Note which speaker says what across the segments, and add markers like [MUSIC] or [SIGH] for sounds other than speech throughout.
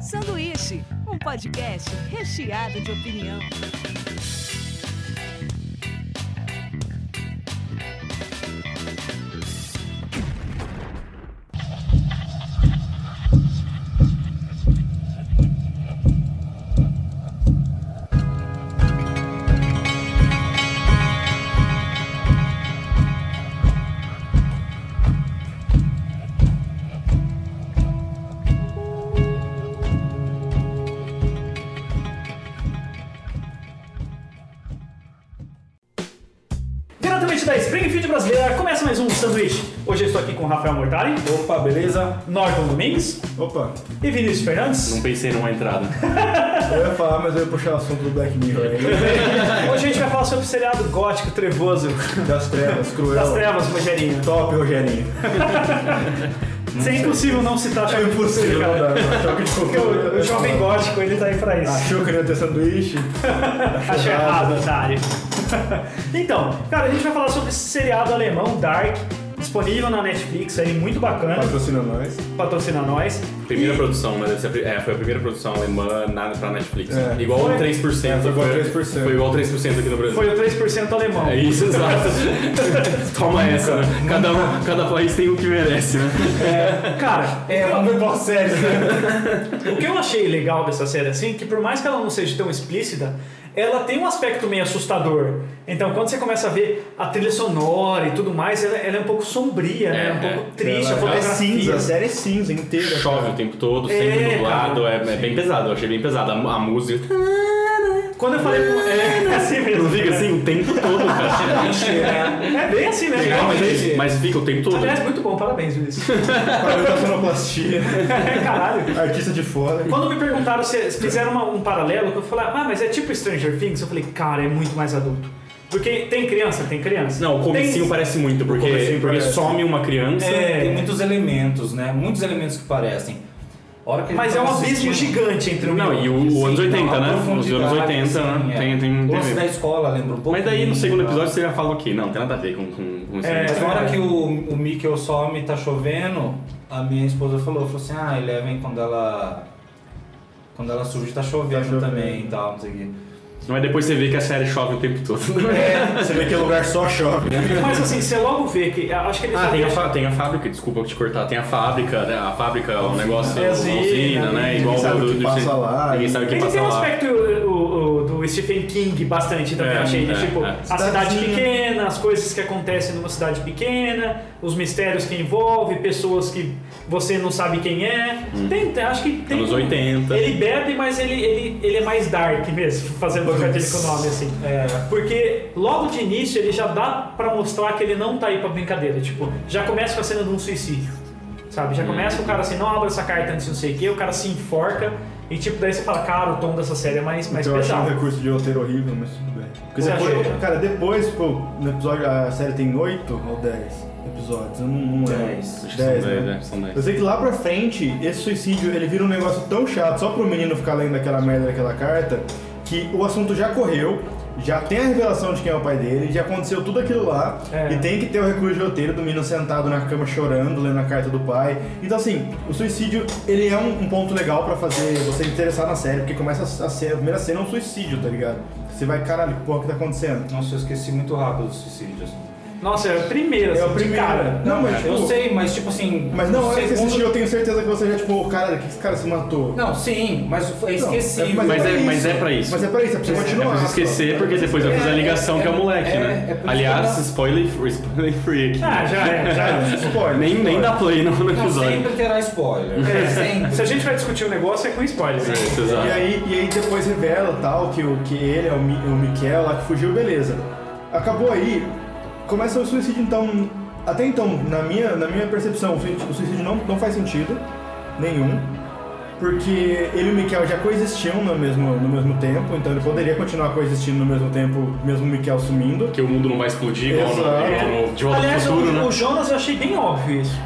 Speaker 1: Sanduíche, um podcast recheado de opinião.
Speaker 2: Diretamente da Springfield Brasileira, começa mais um Sanduíche. Hoje eu estou aqui com o Rafael Mortari,
Speaker 3: Opa, beleza?
Speaker 2: Norton Domingues
Speaker 3: Opa,
Speaker 2: e Vinícius Fernandes.
Speaker 3: [LAUGHS]
Speaker 4: Não pensei numa entrada.
Speaker 3: eu ia falar, mas eu ia puxar o assunto do Black Mirror aí.
Speaker 2: Hoje a gente vai falar sobre o seriado gótico trevoso
Speaker 3: Das trevas, cruel.
Speaker 2: das trevas, Rogerinho.
Speaker 3: Top, Rogerinho.
Speaker 2: Isso é impossível não citar
Speaker 3: É
Speaker 2: Choque de
Speaker 3: impossível,
Speaker 2: Cultura,
Speaker 3: cara.
Speaker 2: cara.
Speaker 3: Choque de
Speaker 2: Porque
Speaker 3: cultura.
Speaker 2: o, o jovem gótico, ele tá aí pra isso.
Speaker 3: Achou que é não ia ter sanduíche?
Speaker 2: Acho errado, otário. [LAUGHS] então, cara, a gente vai falar sobre esse seriado alemão, Dark, disponível na Netflix aí, muito bacana,
Speaker 3: Patrocina nós.
Speaker 2: patrocina nós.
Speaker 4: Primeira
Speaker 2: E-
Speaker 4: produção, né? Deve ser a pri- é, foi a primeira produção alemã na, pra Netflix.
Speaker 3: É.
Speaker 4: Igual
Speaker 2: Foi.
Speaker 4: o 3%.
Speaker 3: É, foi igual
Speaker 4: foi,
Speaker 3: 3%.
Speaker 4: foi igual 3% aqui no Brasil.
Speaker 2: Foi o 3% alemão.
Speaker 4: É isso, [LAUGHS] exato. Toma essa, né? Cada, um, cada país tem o que merece, né?
Speaker 2: Cara,
Speaker 3: É, vamos ver qual série.
Speaker 2: [LAUGHS] O que eu achei legal dessa série assim, que por mais que ela não seja tão explícita, ela tem um aspecto meio assustador. Então, quando você começa a ver a trilha sonora e tudo mais, ela, ela é um pouco sombria, né?
Speaker 4: É,
Speaker 2: um
Speaker 4: é.
Speaker 2: pouco triste, a
Speaker 3: Ela é
Speaker 2: fotografia.
Speaker 3: cinza, a série é cinza inteira.
Speaker 4: Chove o tempo todo, sempre
Speaker 2: É,
Speaker 4: nublado. É, é bem pesado, eu achei bem pesado. A, a música.
Speaker 2: Quando eu falei com... É, é assim mesmo.
Speaker 4: Não fica
Speaker 2: né?
Speaker 4: assim o tempo [LAUGHS] todo, cara.
Speaker 2: É bem assim mesmo.
Speaker 4: Não,
Speaker 2: realmente.
Speaker 4: mas, é mas fica o tempo todo.
Speaker 2: Aliás, muito bom, parabéns,
Speaker 4: [LAUGHS]
Speaker 2: Vinícius. É,
Speaker 3: Parou da é sonoplastia.
Speaker 2: Caralho.
Speaker 3: Artista de fora.
Speaker 2: Quando me perguntaram se se fizeram uma- um paralelo, que eu falei, ah, mas é tipo Stranger Things? Eu falei, cara, é muito mais adulto. Porque tem criança, tem criança.
Speaker 4: Não, o comecinho
Speaker 2: tem...
Speaker 4: parece muito, porque,
Speaker 3: comecinho
Speaker 4: porque
Speaker 3: parece.
Speaker 4: some uma criança.
Speaker 2: É.
Speaker 5: Tem muitos elementos, né? Muitos elementos que parecem. A hora que a gente
Speaker 2: Mas é um
Speaker 5: tava
Speaker 2: abismo
Speaker 5: assistindo-
Speaker 2: gigante entre o
Speaker 4: Não, e o, o
Speaker 5: Sim,
Speaker 4: anos 80,
Speaker 5: não, a
Speaker 4: né? Os
Speaker 5: profundidade,
Speaker 4: anos 80,
Speaker 5: sim,
Speaker 4: né?
Speaker 5: é.
Speaker 4: Tem, tem,
Speaker 5: O
Speaker 4: tem a
Speaker 5: lance
Speaker 4: ver.
Speaker 5: da escola lembra um pouco.
Speaker 4: Mas daí no segundo
Speaker 5: tá?
Speaker 4: episódio assim, você já fala o quê? Não, tem nada a ver com, com, com isso. né?
Speaker 2: É.
Speaker 5: Mas na hora que o, o Mikkel some e tá chovendo, a minha esposa falou, falou assim, ah, Eleven quando ela. Quando ela surge tá chovendo,
Speaker 3: chovendo.
Speaker 5: também e tal, não sei o quê.
Speaker 4: Mas é depois você vê que a série chove o tempo todo.
Speaker 3: [LAUGHS]
Speaker 2: É.
Speaker 3: Você vê que o lugar só chove. né?
Speaker 2: Mas assim, você logo vê que. Acho que eles
Speaker 4: né? ah,
Speaker 2: já
Speaker 4: tem a,
Speaker 2: deixam-
Speaker 4: fa- tem a fábrica, desculpa eu te cortar. Tem a fábrica, né? A fábrica, o negócio,
Speaker 2: É,
Speaker 4: a
Speaker 2: sim, né?
Speaker 4: usina, né?
Speaker 2: Ninguém
Speaker 4: Igual
Speaker 3: sabe o
Speaker 4: do,
Speaker 3: que
Speaker 4: do-
Speaker 3: passa lá,
Speaker 4: Ninguém
Speaker 3: e-
Speaker 4: sabe o que
Speaker 2: Ele
Speaker 4: passa
Speaker 2: tem um
Speaker 4: lá.
Speaker 2: aspecto o- o- do Stephen King bastante também,
Speaker 4: É,
Speaker 2: achei. de,
Speaker 4: é,
Speaker 2: tipo,
Speaker 4: é.
Speaker 2: a cidade
Speaker 3: Cidadezinha.
Speaker 2: pequena, as coisas que acontecem numa cidade pequena, os mistérios que envolve, pessoas que você não sabe quem é. Tem, tem- acho que tem.
Speaker 4: Hum.
Speaker 2: um-
Speaker 4: Anos 80.
Speaker 2: Ele bebe, mas ele, ele, ele é mais dark mesmo, fazendo trocadilho com o nome, assim.
Speaker 5: É.
Speaker 2: Porque logo de início ele já dá pra mostrar que ele não tá aí pra brincadeira. Tipo, já começa com a cena de um suicídio. Sabe? Já começa o cara assim, não abre essa carta antes de não sei o que, o cara se enforca. E tipo, daí você fala, cara, o tom dessa série é mais, mais
Speaker 3: Então eu achei um
Speaker 2: pesado.
Speaker 3: recurso de roteiro horrível, mas tudo bem. Porque
Speaker 2: Você
Speaker 3: depois,
Speaker 2: achou?
Speaker 3: Cara, depois, pô, no episódio, a série tem 8 ou 10 episódios, eu não, não lembro.
Speaker 5: Dez.
Speaker 4: Acho que são
Speaker 3: 10,
Speaker 4: dez,
Speaker 3: né?
Speaker 4: é, são dez.
Speaker 3: Eu sei que lá pra frente, esse suicídio, ele vira um negócio tão chato, só pro menino ficar lendo aquela merda daquela carta, que o assunto já correu, já tem a revelação de quem é o pai dele, já aconteceu tudo aquilo lá,
Speaker 2: É.
Speaker 3: e tem que ter o recurso de roteiro do menino sentado na cama chorando, lendo a carta do pai. Então assim, o suicídio, ele é um, um ponto legal pra fazer você interessar na série, porque começa a, ser, a primeira cena é um suicídio, tá ligado? Você vai, caralho, que porra que tá acontecendo?
Speaker 5: Nossa, eu esqueci muito rápido dos suicídios.
Speaker 2: Nossa, é a primeira,
Speaker 3: É
Speaker 2: assim,
Speaker 3: o
Speaker 2: de
Speaker 3: primeiro.
Speaker 2: cara.
Speaker 3: Não, mas
Speaker 5: Eu
Speaker 3: tipo,
Speaker 5: sei, mas tipo assim.
Speaker 3: Mas não,
Speaker 5: o
Speaker 3: a hora que você
Speaker 5: segundo-
Speaker 3: assistiu, eu tenho certeza que você já, tipo, "Ô, caralho, que esse cara se matou?
Speaker 5: Não, sim, mas foi
Speaker 3: Não,
Speaker 5: esquecível.
Speaker 4: Mas
Speaker 3: pra
Speaker 4: é-
Speaker 3: isso.
Speaker 4: mas é pra isso.
Speaker 3: Mas é pra isso, é pra você
Speaker 4: É
Speaker 3: continuar.
Speaker 4: pra você esquecer, porque depois vai fazer a
Speaker 5: É,
Speaker 4: ligação
Speaker 5: é,
Speaker 4: que é o moleque,
Speaker 5: é, é
Speaker 4: né?
Speaker 5: por isso
Speaker 4: Aliás,
Speaker 5: que eu-
Speaker 4: spoiler free, spoiler free aqui.
Speaker 2: Ah, já é, já
Speaker 4: [LAUGHS]
Speaker 2: é.
Speaker 3: Spoiler.
Speaker 4: Nem, nem dá play no, no
Speaker 5: Não,
Speaker 4: episódio.
Speaker 5: sempre terá spoiler. né?
Speaker 2: É.
Speaker 5: Sempre.
Speaker 2: Se a gente vai discutir o negócio, é com spoilers.
Speaker 4: É, isso,
Speaker 3: E
Speaker 4: exato.
Speaker 3: aí, e aí depois revela tal que, o, que ele é o, Mi, o Miquel lá que fugiu, beleza. Acabou aí, começa o suicídio então. Até então, na minha, na minha percepção, o suicídio, o suicídio não, não faz sentido nenhum. Porque ele e o Miquel já coexistiam no mesmo, no mesmo tempo, então ele poderia continuar coexistindo no mesmo tempo, mesmo o Miquel sumindo.
Speaker 4: Porque o mundo não vai explodir igual no,
Speaker 3: Exato.
Speaker 4: igual no De Volta ao
Speaker 2: É, Aliás,
Speaker 4: Futuro,
Speaker 2: o,
Speaker 4: né?
Speaker 2: o Jonas eu achei bem óbvio isso.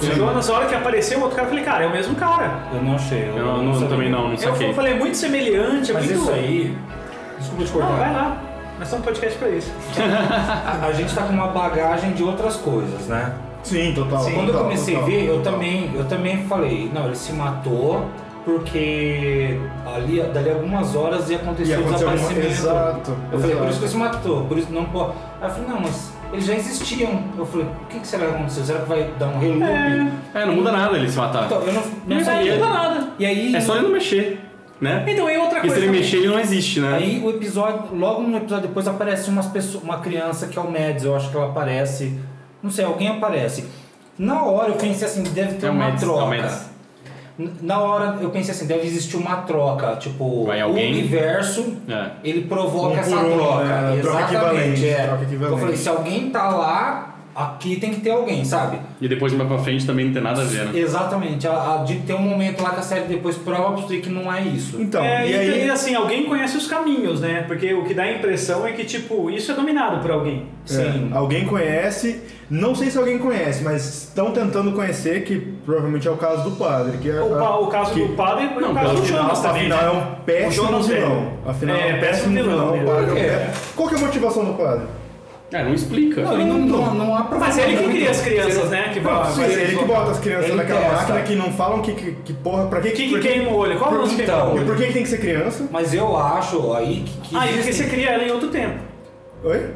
Speaker 2: O
Speaker 3: Sim.
Speaker 2: Jonas, a hora que apareceu o outro cara, eu falei, cara, é o mesmo cara.
Speaker 5: Eu não achei.
Speaker 4: Eu não- não-
Speaker 5: sabia.
Speaker 4: também não, não
Speaker 2: Eu
Speaker 4: saquei.
Speaker 2: falei, é muito semelhante, é
Speaker 5: Mas
Speaker 2: muito.
Speaker 5: isso aí. Desculpa te cortar.
Speaker 2: Não, vai lá. Nós estamos no podcast pra isso.
Speaker 5: A, a gente tá com uma bagagem de outras coisas, né?
Speaker 3: Sim, total.
Speaker 5: Quando eu
Speaker 3: total,
Speaker 5: comecei
Speaker 3: total,
Speaker 5: a ver, eu
Speaker 3: total.
Speaker 5: também, eu também falei, não, ele se matou, porque ali, dali algumas horas ia acontecer
Speaker 3: Ia
Speaker 5: o
Speaker 3: acontecer alguma-
Speaker 5: desaparecimento.
Speaker 3: Exato,
Speaker 5: um Eu falei, por
Speaker 3: exato.
Speaker 5: isso que se matou, por isso não pode. Aí eu falei, não, mas eles já existiam. Eu falei, o que, que será que aconteceu? Será que vai dar um reloop?
Speaker 4: É, não muda nada ele se matar.
Speaker 5: Então, eu não, não
Speaker 2: Não vai
Speaker 5: sabia.
Speaker 2: mudar nada.
Speaker 5: E aí,
Speaker 4: É só ele não mexer, né?
Speaker 2: Então, e outra
Speaker 4: Porque
Speaker 2: coisa.
Speaker 4: se ele
Speaker 2: também.
Speaker 4: mexer, ele não existe, né?
Speaker 5: aí o episódio, logo no episódio depois aparece umas pessoas, uma criança que é o Mads, eu acho que ela aparece, não sei, alguém aparece. Na hora eu pensei assim, deve ter
Speaker 4: É o
Speaker 5: uma
Speaker 4: Mads, é o
Speaker 5: troca.
Speaker 4: Mads.
Speaker 5: N- Na hora eu pensei assim, deve existir uma troca, tipo,
Speaker 4: Vai
Speaker 5: o
Speaker 4: alguém?
Speaker 5: universo,
Speaker 4: É.
Speaker 5: ele provoca
Speaker 3: Um
Speaker 5: essa
Speaker 3: por um,
Speaker 5: troca.
Speaker 3: né?
Speaker 5: Exatamente.
Speaker 3: Troca equivalente,
Speaker 5: é.
Speaker 3: troca equivalente.
Speaker 5: Eu falei, se alguém tá lá, aqui tem que ter alguém, sabe?
Speaker 4: E depois mais pra frente também não tem nada a ver, né?
Speaker 5: Exatamente. A, a- de ter um momento lá que a série depois prova pra você que não é isso.
Speaker 3: Então,
Speaker 2: É,
Speaker 3: e
Speaker 2: e
Speaker 3: aí.
Speaker 2: tem, assim, alguém conhece os caminhos, né? Porque o que dá a impressão é que, tipo, isso é dominado por alguém.
Speaker 5: Sim.
Speaker 2: assim.
Speaker 3: É, alguém conhece, não sei se alguém conhece, mas estão tentando conhecer, que provavelmente é o caso do padre. Que é,
Speaker 2: O, pa- o caso
Speaker 3: que-
Speaker 2: do padre e
Speaker 4: Não,
Speaker 2: o caso
Speaker 4: pelo
Speaker 2: do
Speaker 4: final,
Speaker 2: Jonas também.
Speaker 3: Afinal, é
Speaker 2: né?
Speaker 3: um
Speaker 2: O
Speaker 3: péssimo
Speaker 2: Jonas
Speaker 3: vilão. Afinal, um
Speaker 2: é, péssimo vilão. né?
Speaker 3: O padre é um
Speaker 5: Por quê?
Speaker 3: péssimo- Qual que é a motivação do padre?
Speaker 4: É, não explica.
Speaker 5: Não, ele não, não, não aprofunda
Speaker 2: Mas ele que
Speaker 5: muito.
Speaker 2: cria as crianças, né? Que vai,
Speaker 3: Sim, ele, que bota as crianças
Speaker 5: ele
Speaker 3: naquela
Speaker 5: testa.
Speaker 3: máquina que não falam que, que, que porra, pra que
Speaker 2: que, que
Speaker 3: por
Speaker 2: queima o olho? Qual o lance que
Speaker 5: Então.
Speaker 2: queima o
Speaker 3: E
Speaker 2: olho?
Speaker 3: por que, que tem que ser criança?
Speaker 5: Mas eu acho aí que. que
Speaker 2: Ah, e porque
Speaker 5: existem-
Speaker 2: você cria ela em outro tempo.
Speaker 3: Oi?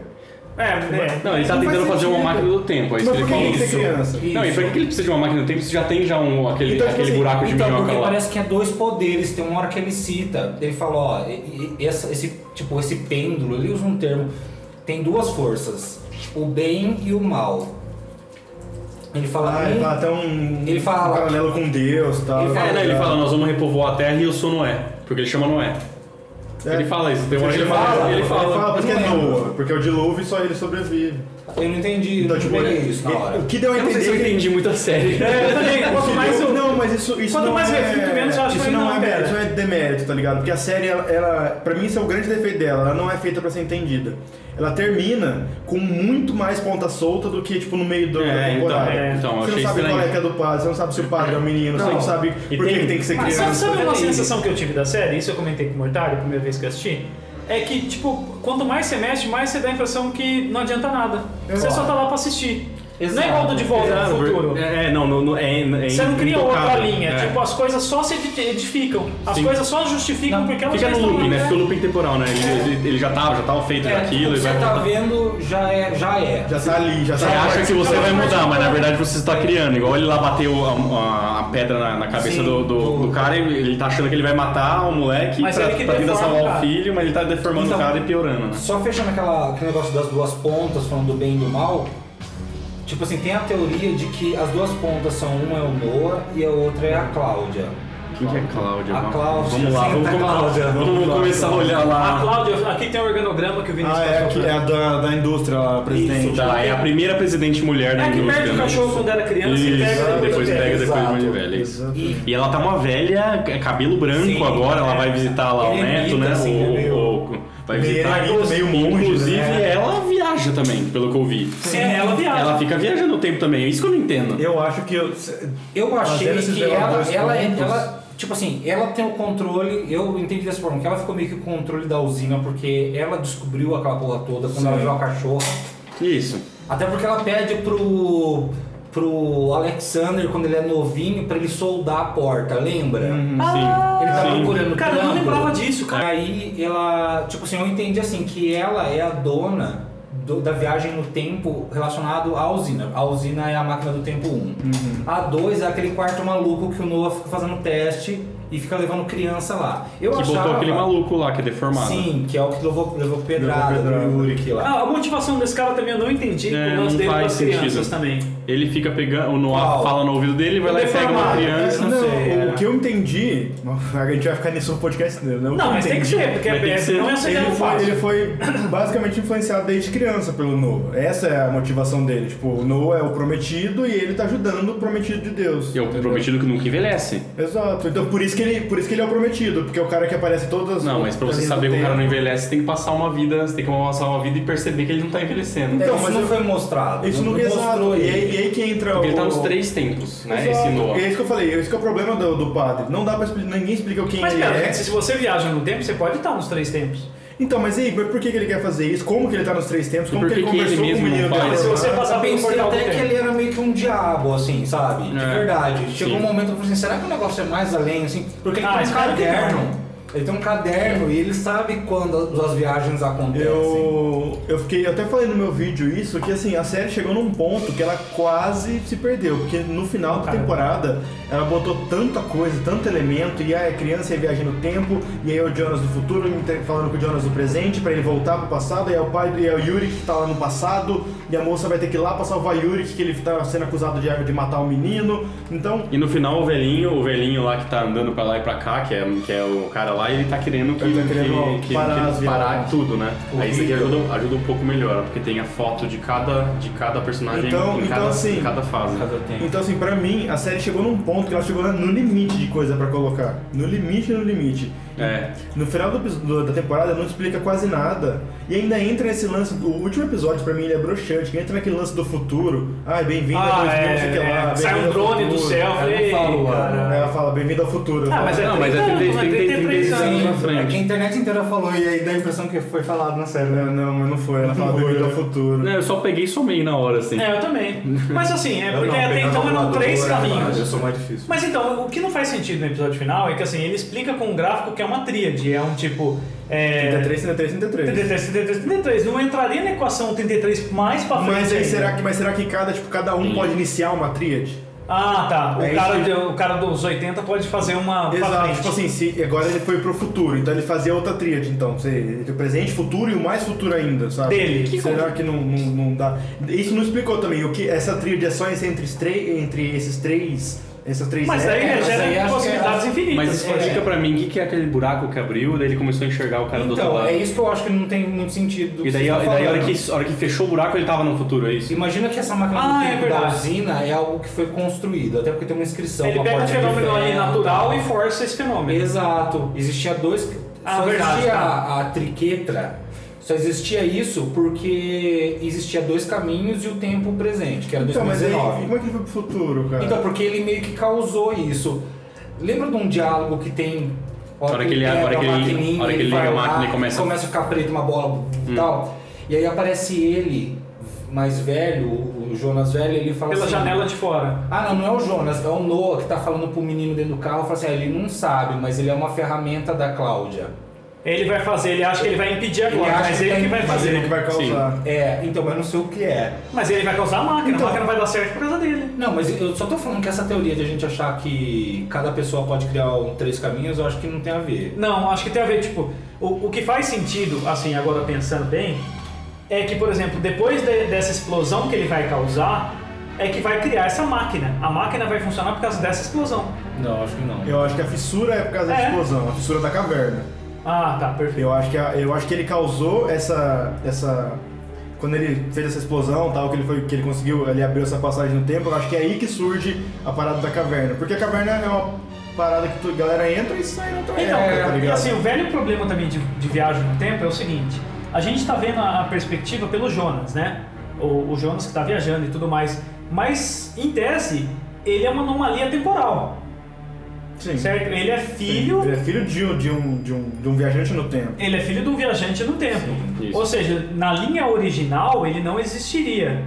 Speaker 2: É, é.
Speaker 4: Não, ele tá
Speaker 3: Não faz
Speaker 4: tentando fazer uma
Speaker 3: sentido.
Speaker 4: máquina do tempo, é
Speaker 3: Mas
Speaker 4: isso
Speaker 3: por
Speaker 4: que
Speaker 3: que
Speaker 4: ele
Speaker 3: tem
Speaker 4: falou.
Speaker 3: que ser
Speaker 5: Isso.
Speaker 3: criança?
Speaker 5: Isso.
Speaker 4: Não, e pra que ele precisa de uma máquina do tempo se já tem já um, aquele,
Speaker 3: Então, tipo
Speaker 4: aquele
Speaker 3: assim,
Speaker 4: buraco de
Speaker 5: Então,
Speaker 4: minhoca
Speaker 5: porque
Speaker 4: lá?
Speaker 5: parece que é dois poderes. Tem uma hora que ele cita, ele fala, ó, e- e- essa- esse, tipo, esse pêndulo, ele usa um termo, tem duas forças, o bem e o mal. Ele fala,
Speaker 3: Ah, ele
Speaker 5: um-
Speaker 3: fala até um,
Speaker 5: Ele fala-
Speaker 3: um paralelo com Deus e tal.
Speaker 5: Ele fala-
Speaker 4: É, não, ele fala, nós vamos repovoar a terra e eu sou Noé. Porque ele chama Noé.
Speaker 3: É.
Speaker 4: Ele fala isso, tem uma hora que ele fala, ele fala.
Speaker 3: porque
Speaker 5: Eu
Speaker 3: é
Speaker 5: não lembro.
Speaker 3: Noah, porque o dilúvio só ele sobrevive.
Speaker 5: eu não entendi,
Speaker 3: Então,
Speaker 5: não
Speaker 3: tipo,
Speaker 5: peguei
Speaker 3: ele-
Speaker 5: isso na hora.
Speaker 3: o que deu a
Speaker 4: Eu não sei
Speaker 3: entender
Speaker 4: se eu
Speaker 3: que-
Speaker 4: entendi muito a série.
Speaker 2: É, eu também. Quanto
Speaker 3: Isso
Speaker 2: mais
Speaker 3: [LAUGHS] deu-
Speaker 2: eu.
Speaker 3: Não, mas isso, isso
Speaker 2: quanto
Speaker 3: não
Speaker 2: mais
Speaker 3: é...
Speaker 2: reflito, menos eu acho que
Speaker 3: isso
Speaker 2: ele
Speaker 3: não,
Speaker 2: não
Speaker 3: é
Speaker 2: pega.
Speaker 3: mérito, isso não é demérito, tá ligado? Porque a série, ela, ela, pra mim, esse é o grande defeito dela. Ela não é feita pra ser entendida. Ela termina com muito mais ponta solta do que, tipo, no meio do- da
Speaker 4: É, então,
Speaker 3: temporada.
Speaker 4: é, então,
Speaker 3: você
Speaker 4: achei
Speaker 3: não sabe qual é
Speaker 4: estranho.
Speaker 3: que é do padre, você não sabe se o padre é um menino, você
Speaker 5: Não.
Speaker 3: não sabe
Speaker 2: E
Speaker 3: por que
Speaker 2: tem-
Speaker 3: que tem que ser
Speaker 2: Mas sabe,
Speaker 3: criança.
Speaker 2: sabe uma
Speaker 5: Peraí.
Speaker 2: sensação que eu tive da série? Isso eu comentei com o Mortário a primeira vez que eu assisti. É que, tipo, quanto mais você mexe, mais você dá a impressão que não adianta nada. Você
Speaker 5: Exato.
Speaker 2: só tá lá pra assistir. Não é
Speaker 5: Exato.
Speaker 2: igual do De Volta
Speaker 4: Exato,
Speaker 2: no Futuro.
Speaker 4: porque- É, não, não, não é, é
Speaker 2: Você não cria outra
Speaker 4: intocável.
Speaker 2: linha.
Speaker 4: É.
Speaker 2: Tipo, as coisas só se edi- edificam. As
Speaker 4: Sim.
Speaker 2: coisas só justificam
Speaker 5: Não,
Speaker 2: porque elas
Speaker 4: Fica
Speaker 2: já
Speaker 4: no
Speaker 2: estão lá,
Speaker 4: looping, né? Fica o looping temporal, né? Ele, ele- ele já tava, já tava feito
Speaker 5: É,
Speaker 4: daquilo
Speaker 5: o
Speaker 4: e
Speaker 5: que
Speaker 4: vai
Speaker 5: você tá
Speaker 4: voltar.
Speaker 5: vendo já é, já é.
Speaker 3: Já tá ali, já
Speaker 4: Você
Speaker 3: tá
Speaker 4: acha que você
Speaker 2: Não,
Speaker 4: vai
Speaker 2: mas-
Speaker 4: mudar, mas na verdade você está criando. Igual ele lá bateu a, a- a pedra na, na cabeça
Speaker 5: Sim,
Speaker 4: do, do,
Speaker 5: do-
Speaker 4: do cara, ele ele tá achando que ele vai matar o moleque
Speaker 2: Mas
Speaker 4: pra,
Speaker 2: ele que
Speaker 4: pra tentar
Speaker 2: deforma o
Speaker 4: salvar o
Speaker 2: cara.
Speaker 4: filho, mas ele tá deformando
Speaker 5: Então,
Speaker 4: o cara e piorando, né?
Speaker 5: Só fechando aquela, aquele negócio das duas pontas, falando do bem e do mal, tipo assim, tem a teoria de que as duas pontas são uma é o Noah e a outra é a Cláudia.
Speaker 4: Quem que é Cláudia?
Speaker 5: A
Speaker 4: Vamos-
Speaker 5: Cláudia,
Speaker 4: Vamos lá, vamos,
Speaker 5: senta,
Speaker 4: vamos,
Speaker 5: Cláudia. né?
Speaker 4: vamos começar a olhar
Speaker 2: A
Speaker 4: lá.
Speaker 2: Ah, Cláudia, aqui tem o organograma que o Vinícius
Speaker 3: Ah, é,
Speaker 2: passou
Speaker 3: aqui,
Speaker 2: pra-
Speaker 3: é a da, da indústria, lá, a presidente.
Speaker 4: Tá, é a primeira presidente mulher da
Speaker 2: É que
Speaker 4: indústria.
Speaker 2: perde o
Speaker 4: né?
Speaker 2: cachorro quando era criança
Speaker 4: Isso,
Speaker 2: e pega né?
Speaker 4: depois
Speaker 2: pega.
Speaker 4: pega depois de
Speaker 5: Exato.
Speaker 4: muito velha. é isso.
Speaker 5: E-
Speaker 4: E ela tá uma velha, c- cabelo branco
Speaker 5: Sim,
Speaker 4: agora, ela
Speaker 5: é.
Speaker 4: vai visitar lá o
Speaker 5: Ele
Speaker 4: neto,
Speaker 5: imita,
Speaker 4: né?
Speaker 5: assim,
Speaker 4: o,
Speaker 5: é meio-
Speaker 4: o- vai
Speaker 3: meio
Speaker 4: visitar
Speaker 3: eremita, meio monge,
Speaker 4: Inclusive,
Speaker 3: né?
Speaker 4: ela viaja também, pelo que eu vi.
Speaker 2: Sim, ela viaja.
Speaker 4: Ela fica viajando o tempo também, é isso que eu não entendo.
Speaker 3: Eu acho que... Eu,
Speaker 5: Eu achei
Speaker 3: Fazendo esses
Speaker 5: que ela,
Speaker 3: dois
Speaker 5: ela,
Speaker 3: pontos.
Speaker 5: ela- tipo assim, ela tem o controle, eu entendi dessa forma, que ela ficou meio que com o controle da usina, porque ela descobriu aquela porra toda quando ela viu a cachorra.
Speaker 4: Isso.
Speaker 5: Até porque ela pede pro, pro Alexander, quando ele é novinho, pra ele soldar a porta, lembra?
Speaker 3: Uhum.
Speaker 2: Ah,
Speaker 5: Ele tá
Speaker 4: Sim.
Speaker 5: procurando
Speaker 2: Cara, eu não
Speaker 5: trampo.
Speaker 2: lembrava disso, cara.
Speaker 5: Aí ela, tipo assim, eu entendi assim que ela é a dona do- da viagem no tempo relacionado à usina. A usina é a máquina do tempo 1. A 2 é aquele quarto maluco que o Noah fica fazendo teste e fica levando criança lá. Eu
Speaker 4: Que
Speaker 5: achava,
Speaker 4: botou aquele maluco lá, que é deformado.
Speaker 5: Sim, que é o que levou, levou pedrada
Speaker 3: Levou pedrada.
Speaker 5: do Yuri lá.
Speaker 2: Ah, a motivação desse cara também eu não entendi.
Speaker 4: É,
Speaker 2: o lance
Speaker 4: não
Speaker 2: dele
Speaker 4: faz
Speaker 2: das crianças
Speaker 4: sentido.
Speaker 2: também.
Speaker 4: Ele fica pegando, o Noah
Speaker 5: Qual?
Speaker 4: fala no ouvido dele, vai lá e pega uma
Speaker 2: Deformado,
Speaker 4: Ah, criança.
Speaker 3: Ah, não,
Speaker 5: sei, é.
Speaker 3: o que eu entendi... A gente vai ficar nisso no podcast, né?
Speaker 2: Não, mas tem que ser, porque
Speaker 4: Mas tem que
Speaker 2: é,
Speaker 4: ser.
Speaker 2: não é essa ideia
Speaker 3: Ele
Speaker 2: do
Speaker 3: foi,
Speaker 2: fácil.
Speaker 3: ele foi basicamente influenciado desde criança pelo Noah. Essa é a motivação dele. Tipo, o Noah é o prometido e ele tá ajudando o prometido de Deus.
Speaker 4: E é o
Speaker 3: entendeu?
Speaker 4: prometido que nunca envelhece.
Speaker 3: Exato. Então por isso que ele, por isso que ele é o prometido, porque é o cara que aparece em todas as
Speaker 4: Não, mas pra você
Speaker 3: linhas do
Speaker 4: saber que o cara não
Speaker 3: tempo.
Speaker 4: envelhece, você tem que passar uma vida, você tem que passar uma vida e perceber que ele não tá envelhecendo.
Speaker 3: Então,
Speaker 5: isso
Speaker 3: mas
Speaker 5: não
Speaker 3: eu-
Speaker 5: foi mostrado.
Speaker 3: Isso
Speaker 5: não
Speaker 3: nunca é exato.
Speaker 5: mostrou
Speaker 3: E
Speaker 5: ele.
Speaker 3: aí, e aí que entra
Speaker 4: Porque
Speaker 3: o...
Speaker 4: ele tá nos três tempos, né?
Speaker 3: Exato.
Speaker 4: Esse Noah.
Speaker 3: É isso que eu falei, esse que é o problema do, do padre. Não dá pra explicar, ninguém explica quem
Speaker 2: Mas
Speaker 3: ele
Speaker 2: pera,
Speaker 3: é.
Speaker 2: se você viaja no tempo, você pode estar nos três tempos.
Speaker 3: Então, mas e aí, mas por que, que ele quer fazer isso? Como que ele tá nos três tempos? Como
Speaker 4: por
Speaker 3: que ele
Speaker 4: que que ele
Speaker 3: conversou com o
Speaker 4: mesmo
Speaker 3: menino
Speaker 4: não
Speaker 3: dele?
Speaker 4: faz?
Speaker 2: Se você passar
Speaker 5: Eu
Speaker 2: pelo
Speaker 5: pensei
Speaker 2: portal do
Speaker 5: até que
Speaker 2: tempo.
Speaker 5: ele era meio que um diabo, assim, sabe? De
Speaker 4: É.
Speaker 5: verdade. Chegou
Speaker 4: Sim.
Speaker 5: um momento que eu falei assim, será que o negócio é mais além, assim? Porque ele
Speaker 2: Ah,
Speaker 5: tem um
Speaker 2: espero que não.
Speaker 5: caderno. Ele tem um caderno e ele sabe quando as viagens acontecem.
Speaker 3: Eu, eu fiquei, eu até falei no meu vídeo isso, que assim, a série chegou num ponto que ela quase se perdeu, porque no final da
Speaker 2: Cara.
Speaker 3: temporada ela botou tanta coisa, tanto elemento, e aí a criança ia viajar no tempo, e aí é o Jonas do futuro inter- falando com o Jonas do presente pra ele voltar pro passado, e aí o pai do- e aí o Yuri que tá lá no passado, e a moça vai ter que ir lá pra salvar Yuri, que ele tá sendo acusado de, de matar o menino. Então,
Speaker 4: E no final o velhinho, o velhinho lá que tá andando pra lá e pra cá, que é, que é o cara lá, ele tá querendo que,
Speaker 3: Ele tá querendo
Speaker 4: que- que-
Speaker 3: parar
Speaker 4: que
Speaker 3: as
Speaker 4: parar
Speaker 3: viagens.
Speaker 4: tudo, né? Aí isso aqui
Speaker 3: Horrível.
Speaker 4: ajuda, ajuda um pouco melhor, porque tem a foto de cada, de cada personagem
Speaker 3: Então-
Speaker 4: em,
Speaker 3: então,
Speaker 4: cada,
Speaker 3: assim,
Speaker 4: em cada fase.
Speaker 5: Cada tempo.
Speaker 3: Então, assim, pra mim, a série chegou num ponto que ela chegou no limite de coisa pra colocar. No limite, no limite.
Speaker 4: É.
Speaker 3: No final do, episo- do- da temporada não explica quase nada. E ainda entra nesse lance. O último episódio, pra mim, ele é broxante, que entra naquele lance do futuro. Ai, bem-vindo a
Speaker 2: Ah,
Speaker 3: 2000, não sei o que lá.
Speaker 2: é, sai
Speaker 3: bem-vindo
Speaker 2: um
Speaker 3: ao
Speaker 2: drone do
Speaker 3: futuro.
Speaker 2: céu.
Speaker 5: cara, não
Speaker 2: Ei,
Speaker 5: fala,
Speaker 3: Aí
Speaker 2: cara.
Speaker 3: Ela fala, bem-vindo ao futuro.
Speaker 2: Ah, mas é
Speaker 4: Não, mas é
Speaker 2: 33
Speaker 4: 33, 33
Speaker 2: anos,
Speaker 4: anos
Speaker 5: Sim,
Speaker 4: na
Speaker 5: é que a
Speaker 4: frente.
Speaker 5: internet inteira falou e aí dá a impressão que foi falado na série.
Speaker 3: Não,
Speaker 5: né?
Speaker 3: não, mas não foi. Ela fala,
Speaker 5: Não foi,
Speaker 3: bem-vindo ao
Speaker 5: né?
Speaker 3: futuro.
Speaker 4: Não, eu só peguei e somei na hora, assim.
Speaker 2: É, eu também. Mas assim, é
Speaker 6: Eu
Speaker 2: porque
Speaker 6: não,
Speaker 2: até
Speaker 6: pegar
Speaker 2: então
Speaker 6: uma
Speaker 2: eram três
Speaker 6: calculadora,
Speaker 2: caminhos.
Speaker 6: Eu sou mais difícil.
Speaker 2: Mas então, o que não faz sentido no episódio final é que assim, ele explica com um gráfico que é uma tríade, é um tipo. É,
Speaker 3: 33, 33, 33.
Speaker 2: 33, 33, 33. Não entraria na equação 33 mais pra frente.
Speaker 3: Mas aí,
Speaker 2: ainda.
Speaker 3: será que, mas será que cada, tipo, cada um pode iniciar uma tríade?
Speaker 2: Ah, tá. O,
Speaker 3: É isso
Speaker 2: cara,
Speaker 3: que-
Speaker 2: de- o cara dos 80 pode fazer uma. Ah, pra
Speaker 3: Exato,
Speaker 2: frente.
Speaker 3: tipo assim, se agora ele foi pro futuro, então ele fazia outra tríade, então, você, o presente, futuro e o mais futuro ainda, sabe?
Speaker 2: Dele, que
Speaker 3: Será que não, não, não dá? Isso não explicou também, o que essa tríade é só esse- entre, os tre- entre esses três, essas três
Speaker 2: assim, Mas daí
Speaker 3: épocas?
Speaker 5: mas aí acho que
Speaker 2: gera
Speaker 5: é-
Speaker 2: possibilidades infinitas. É,
Speaker 4: Mas explica pra mim o que, que é aquele buraco que abriu, daí ele começou a enxergar o cara do outro
Speaker 5: Então,
Speaker 4: lado.
Speaker 5: é isso que eu acho que não tem muito sentido. do que
Speaker 4: E daí,
Speaker 5: você tá
Speaker 4: e daí a, hora
Speaker 5: falando.
Speaker 4: que, a hora que fechou o buraco, ele tava no futuro, é isso?
Speaker 5: Imagina que essa máquina
Speaker 2: Ah,
Speaker 5: do
Speaker 2: é
Speaker 5: tempo da
Speaker 2: verdade.
Speaker 5: usina é algo que foi construído, até porque tem uma inscrição.
Speaker 2: Ele
Speaker 5: uma
Speaker 2: pega um
Speaker 5: porta de
Speaker 2: fenômeno ali
Speaker 5: ferro,
Speaker 2: natural
Speaker 5: tal.
Speaker 2: e força esse fenômeno.
Speaker 5: Exato. Existia dois.
Speaker 2: Ah,
Speaker 5: só
Speaker 2: verdade,
Speaker 5: existia
Speaker 2: tá.
Speaker 5: a, a triquetra. Só existia isso porque existia dois caminhos e o tempo presente, que era
Speaker 3: Então, mas aí,
Speaker 5: 2019.
Speaker 3: como é que ele foi pro futuro, cara?
Speaker 5: Então, porque ele meio que causou isso. Lembra de um diálogo que tem.
Speaker 4: A hora que ele- a hora
Speaker 5: pega
Speaker 4: que ele-
Speaker 5: maquininha,
Speaker 4: a hora que ele
Speaker 5: vai
Speaker 4: liga a
Speaker 5: lá,
Speaker 4: máquina e começa- Hum.
Speaker 5: a ficar preto uma bola e tal. E aí aparece ele, mais velho, o o Jonas velho, ele fala
Speaker 2: Pela
Speaker 5: assim.
Speaker 2: janela de fora.
Speaker 5: Ah, não, não é o Jonas, é o Noah que tá falando pro menino dentro do carro. Fala assim, ah, ele não sabe, mas ele é uma ferramenta da Cláudia.
Speaker 2: Ele vai fazer, ele acha que ele vai impedir agora,
Speaker 5: acha
Speaker 2: mas
Speaker 5: que
Speaker 2: ele
Speaker 5: tá
Speaker 2: que vai
Speaker 5: impedindo.
Speaker 3: ele
Speaker 2: fazer.
Speaker 3: que vai causar.
Speaker 5: É, então, mas não sei o que é.
Speaker 2: Mas ele vai causar a máquina,
Speaker 3: Então-
Speaker 2: a máquina vai dar certo por causa dele.
Speaker 5: Não, mas eu só tô falando que essa teoria de a gente achar que cada pessoa pode criar um três caminhos, eu acho que não tem a ver.
Speaker 2: Não, acho que tem a ver, tipo, o, o que faz sentido, assim, agora pensando bem, é que, por exemplo, depois de- dessa explosão que ele vai causar, é que vai criar essa máquina. A máquina vai funcionar por causa dessa explosão.
Speaker 5: Não, acho que não.
Speaker 3: Eu acho que a fissura é por causa
Speaker 2: É.
Speaker 3: da explosão, a fissura da caverna.
Speaker 2: Ah, tá, perfeito.
Speaker 3: Eu acho que, a- eu acho que ele causou essa, essa. Quando ele fez essa explosão tal, que ele, foi, que ele conseguiu, ele abriu essa passagem no tempo, eu acho que é aí que surge a parada da caverna. Porque a caverna é uma parada que tu- a galera entra e sai na outra
Speaker 2: Então,
Speaker 3: época, tá
Speaker 2: e
Speaker 3: ligado?
Speaker 2: assim, o velho problema também de, de viagem no tempo é o seguinte: a gente tá vendo a, a perspectiva pelo Jonas, né? O, o Jonas que tá viajando e tudo mais. Mas, em tese, ele é uma anomalia temporal,
Speaker 3: Sim.
Speaker 2: certo? Ele é filho
Speaker 3: Ele é filho de um, de um, de um, de um viajante no tempo.
Speaker 2: Ele é filho de um viajante no tempo.
Speaker 4: Sim, isso.
Speaker 2: Ou seja, na linha original ele não existiria.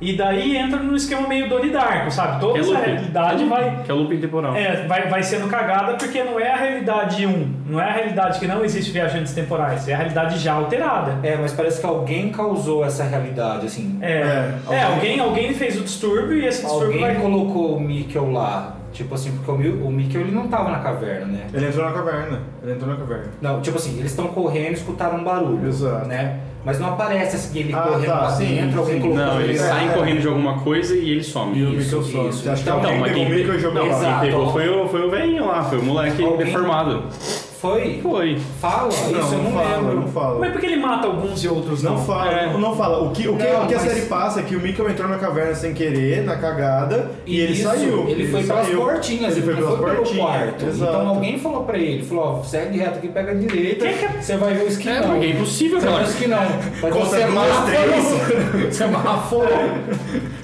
Speaker 2: E daí entra num esquema meio Doni Darko, sabe? Toda
Speaker 4: Que é
Speaker 2: essa
Speaker 4: looping. Que é
Speaker 2: realidade
Speaker 4: looping,
Speaker 2: vai,
Speaker 4: Que é looping temporal.
Speaker 2: é, vai, vai sendo cagada porque não é a realidade 1. Não é a realidade que não existe viajantes temporais. É a realidade já alterada.
Speaker 5: É, mas parece que alguém causou essa realidade, assim.
Speaker 2: É,
Speaker 3: É,
Speaker 2: é, alguém, alguém fez o distúrbio e esse distúrbio
Speaker 5: Alguém
Speaker 2: vai.
Speaker 5: colocou o Mikkel lá. Tipo assim, porque o, Mi- o Mikkel ele não tava na caverna, né?
Speaker 3: Ele entrou na caverna. Ele entrou na caverna.
Speaker 5: Não, tipo assim, eles estão correndo e escutaram um barulho,
Speaker 3: Exato.
Speaker 5: né? Mas não aparece assim, ele
Speaker 3: Ah,
Speaker 5: correndo
Speaker 3: tá,
Speaker 5: pra
Speaker 3: sim,
Speaker 5: dentro, alguém
Speaker 3: sim.
Speaker 5: colocou
Speaker 4: Não, eles
Speaker 3: É,
Speaker 4: saem
Speaker 3: é.
Speaker 4: correndo de alguma coisa e ele some.
Speaker 3: o
Speaker 5: Isso,
Speaker 3: Mikkel some.
Speaker 5: isso.
Speaker 3: Você acha que
Speaker 5: Então,
Speaker 3: alguém
Speaker 4: mas
Speaker 3: pegou o
Speaker 4: quem-
Speaker 3: Mikkel e jogou
Speaker 4: não,
Speaker 3: lá?
Speaker 5: Exato.
Speaker 4: Quem pegou foi o, foi o velhinho lá, foi o moleque
Speaker 5: Alguém-
Speaker 4: deformado.
Speaker 5: Foi?
Speaker 4: Foi.
Speaker 5: Fala, isso eu não
Speaker 3: fala,
Speaker 5: lembro.
Speaker 3: não fala.
Speaker 2: Mas por que ele mata alguns e outros não?
Speaker 3: Não fala,
Speaker 4: É.
Speaker 3: não fala. O que, o que,
Speaker 5: Não,
Speaker 3: o que a
Speaker 5: mas-
Speaker 3: série passa é que o Mikkel entrou na caverna sem querer, na cagada, e, ele
Speaker 5: Isso,
Speaker 3: saiu.
Speaker 5: Ele, foi pelas
Speaker 3: saiu.
Speaker 5: portinhas,
Speaker 3: ele foi pelas
Speaker 5: não foi pelo
Speaker 3: portinhas.
Speaker 5: quarto.
Speaker 3: Exato.
Speaker 5: Então alguém falou pra ele, falou, ó, segue reto aqui, pega a direita,
Speaker 2: Quem que é-
Speaker 5: você vai ver o esquinão.
Speaker 4: É, porque é impossível
Speaker 5: Você
Speaker 4: aquela.
Speaker 5: disse que não. Mas
Speaker 3: Conta
Speaker 5: você
Speaker 3: duas,
Speaker 5: [LAUGHS] três. Você amaforou.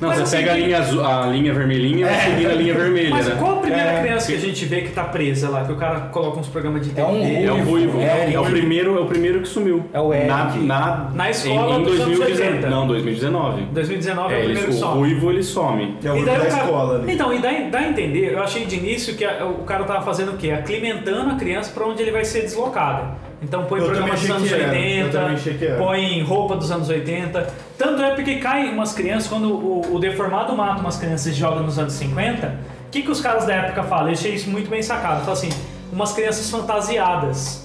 Speaker 4: Não,
Speaker 2: Mas
Speaker 4: você
Speaker 2: assim,
Speaker 4: pega a linha, azul, a linha vermelhinha e vai seguindo a linha vermelha,
Speaker 2: É. Mas
Speaker 4: né?
Speaker 2: qual a primeira criança que a gente vê que tá presa lá? Que o cara coloca uns programas de
Speaker 5: É É um
Speaker 4: É o ruivo.
Speaker 5: Eric.
Speaker 4: É o primeiro, é o primeiro que sumiu.
Speaker 5: É o Eric.
Speaker 4: Na, na,
Speaker 2: Na escola
Speaker 4: em, em
Speaker 2: dos anos
Speaker 4: 2019.
Speaker 2: 80.
Speaker 4: Não, 2019.
Speaker 2: 2019 é, o
Speaker 4: É, ele,
Speaker 2: primeiro que
Speaker 4: o
Speaker 2: some.
Speaker 4: ruivo ele some.
Speaker 3: É o
Speaker 2: E daí
Speaker 3: da
Speaker 2: o cara-
Speaker 3: escola ali.
Speaker 2: Então, e dá, dá a entender, eu achei de início que a- o cara tava fazendo o quê? Aclimentando a criança para onde ele vai ser deslocado. Então põe
Speaker 3: Eu
Speaker 2: programa
Speaker 3: também
Speaker 2: dos
Speaker 3: achei
Speaker 2: anos
Speaker 3: que era, eu
Speaker 2: 80,
Speaker 3: também achei que era.
Speaker 2: põe roupa dos anos 80. Tanto é porque caem umas crianças, quando o, o deformado mata umas crianças e joga nos anos 50, o que, que os caras da época falam? Eu achei isso muito bem sacado. Fala assim, umas crianças fantasiadas.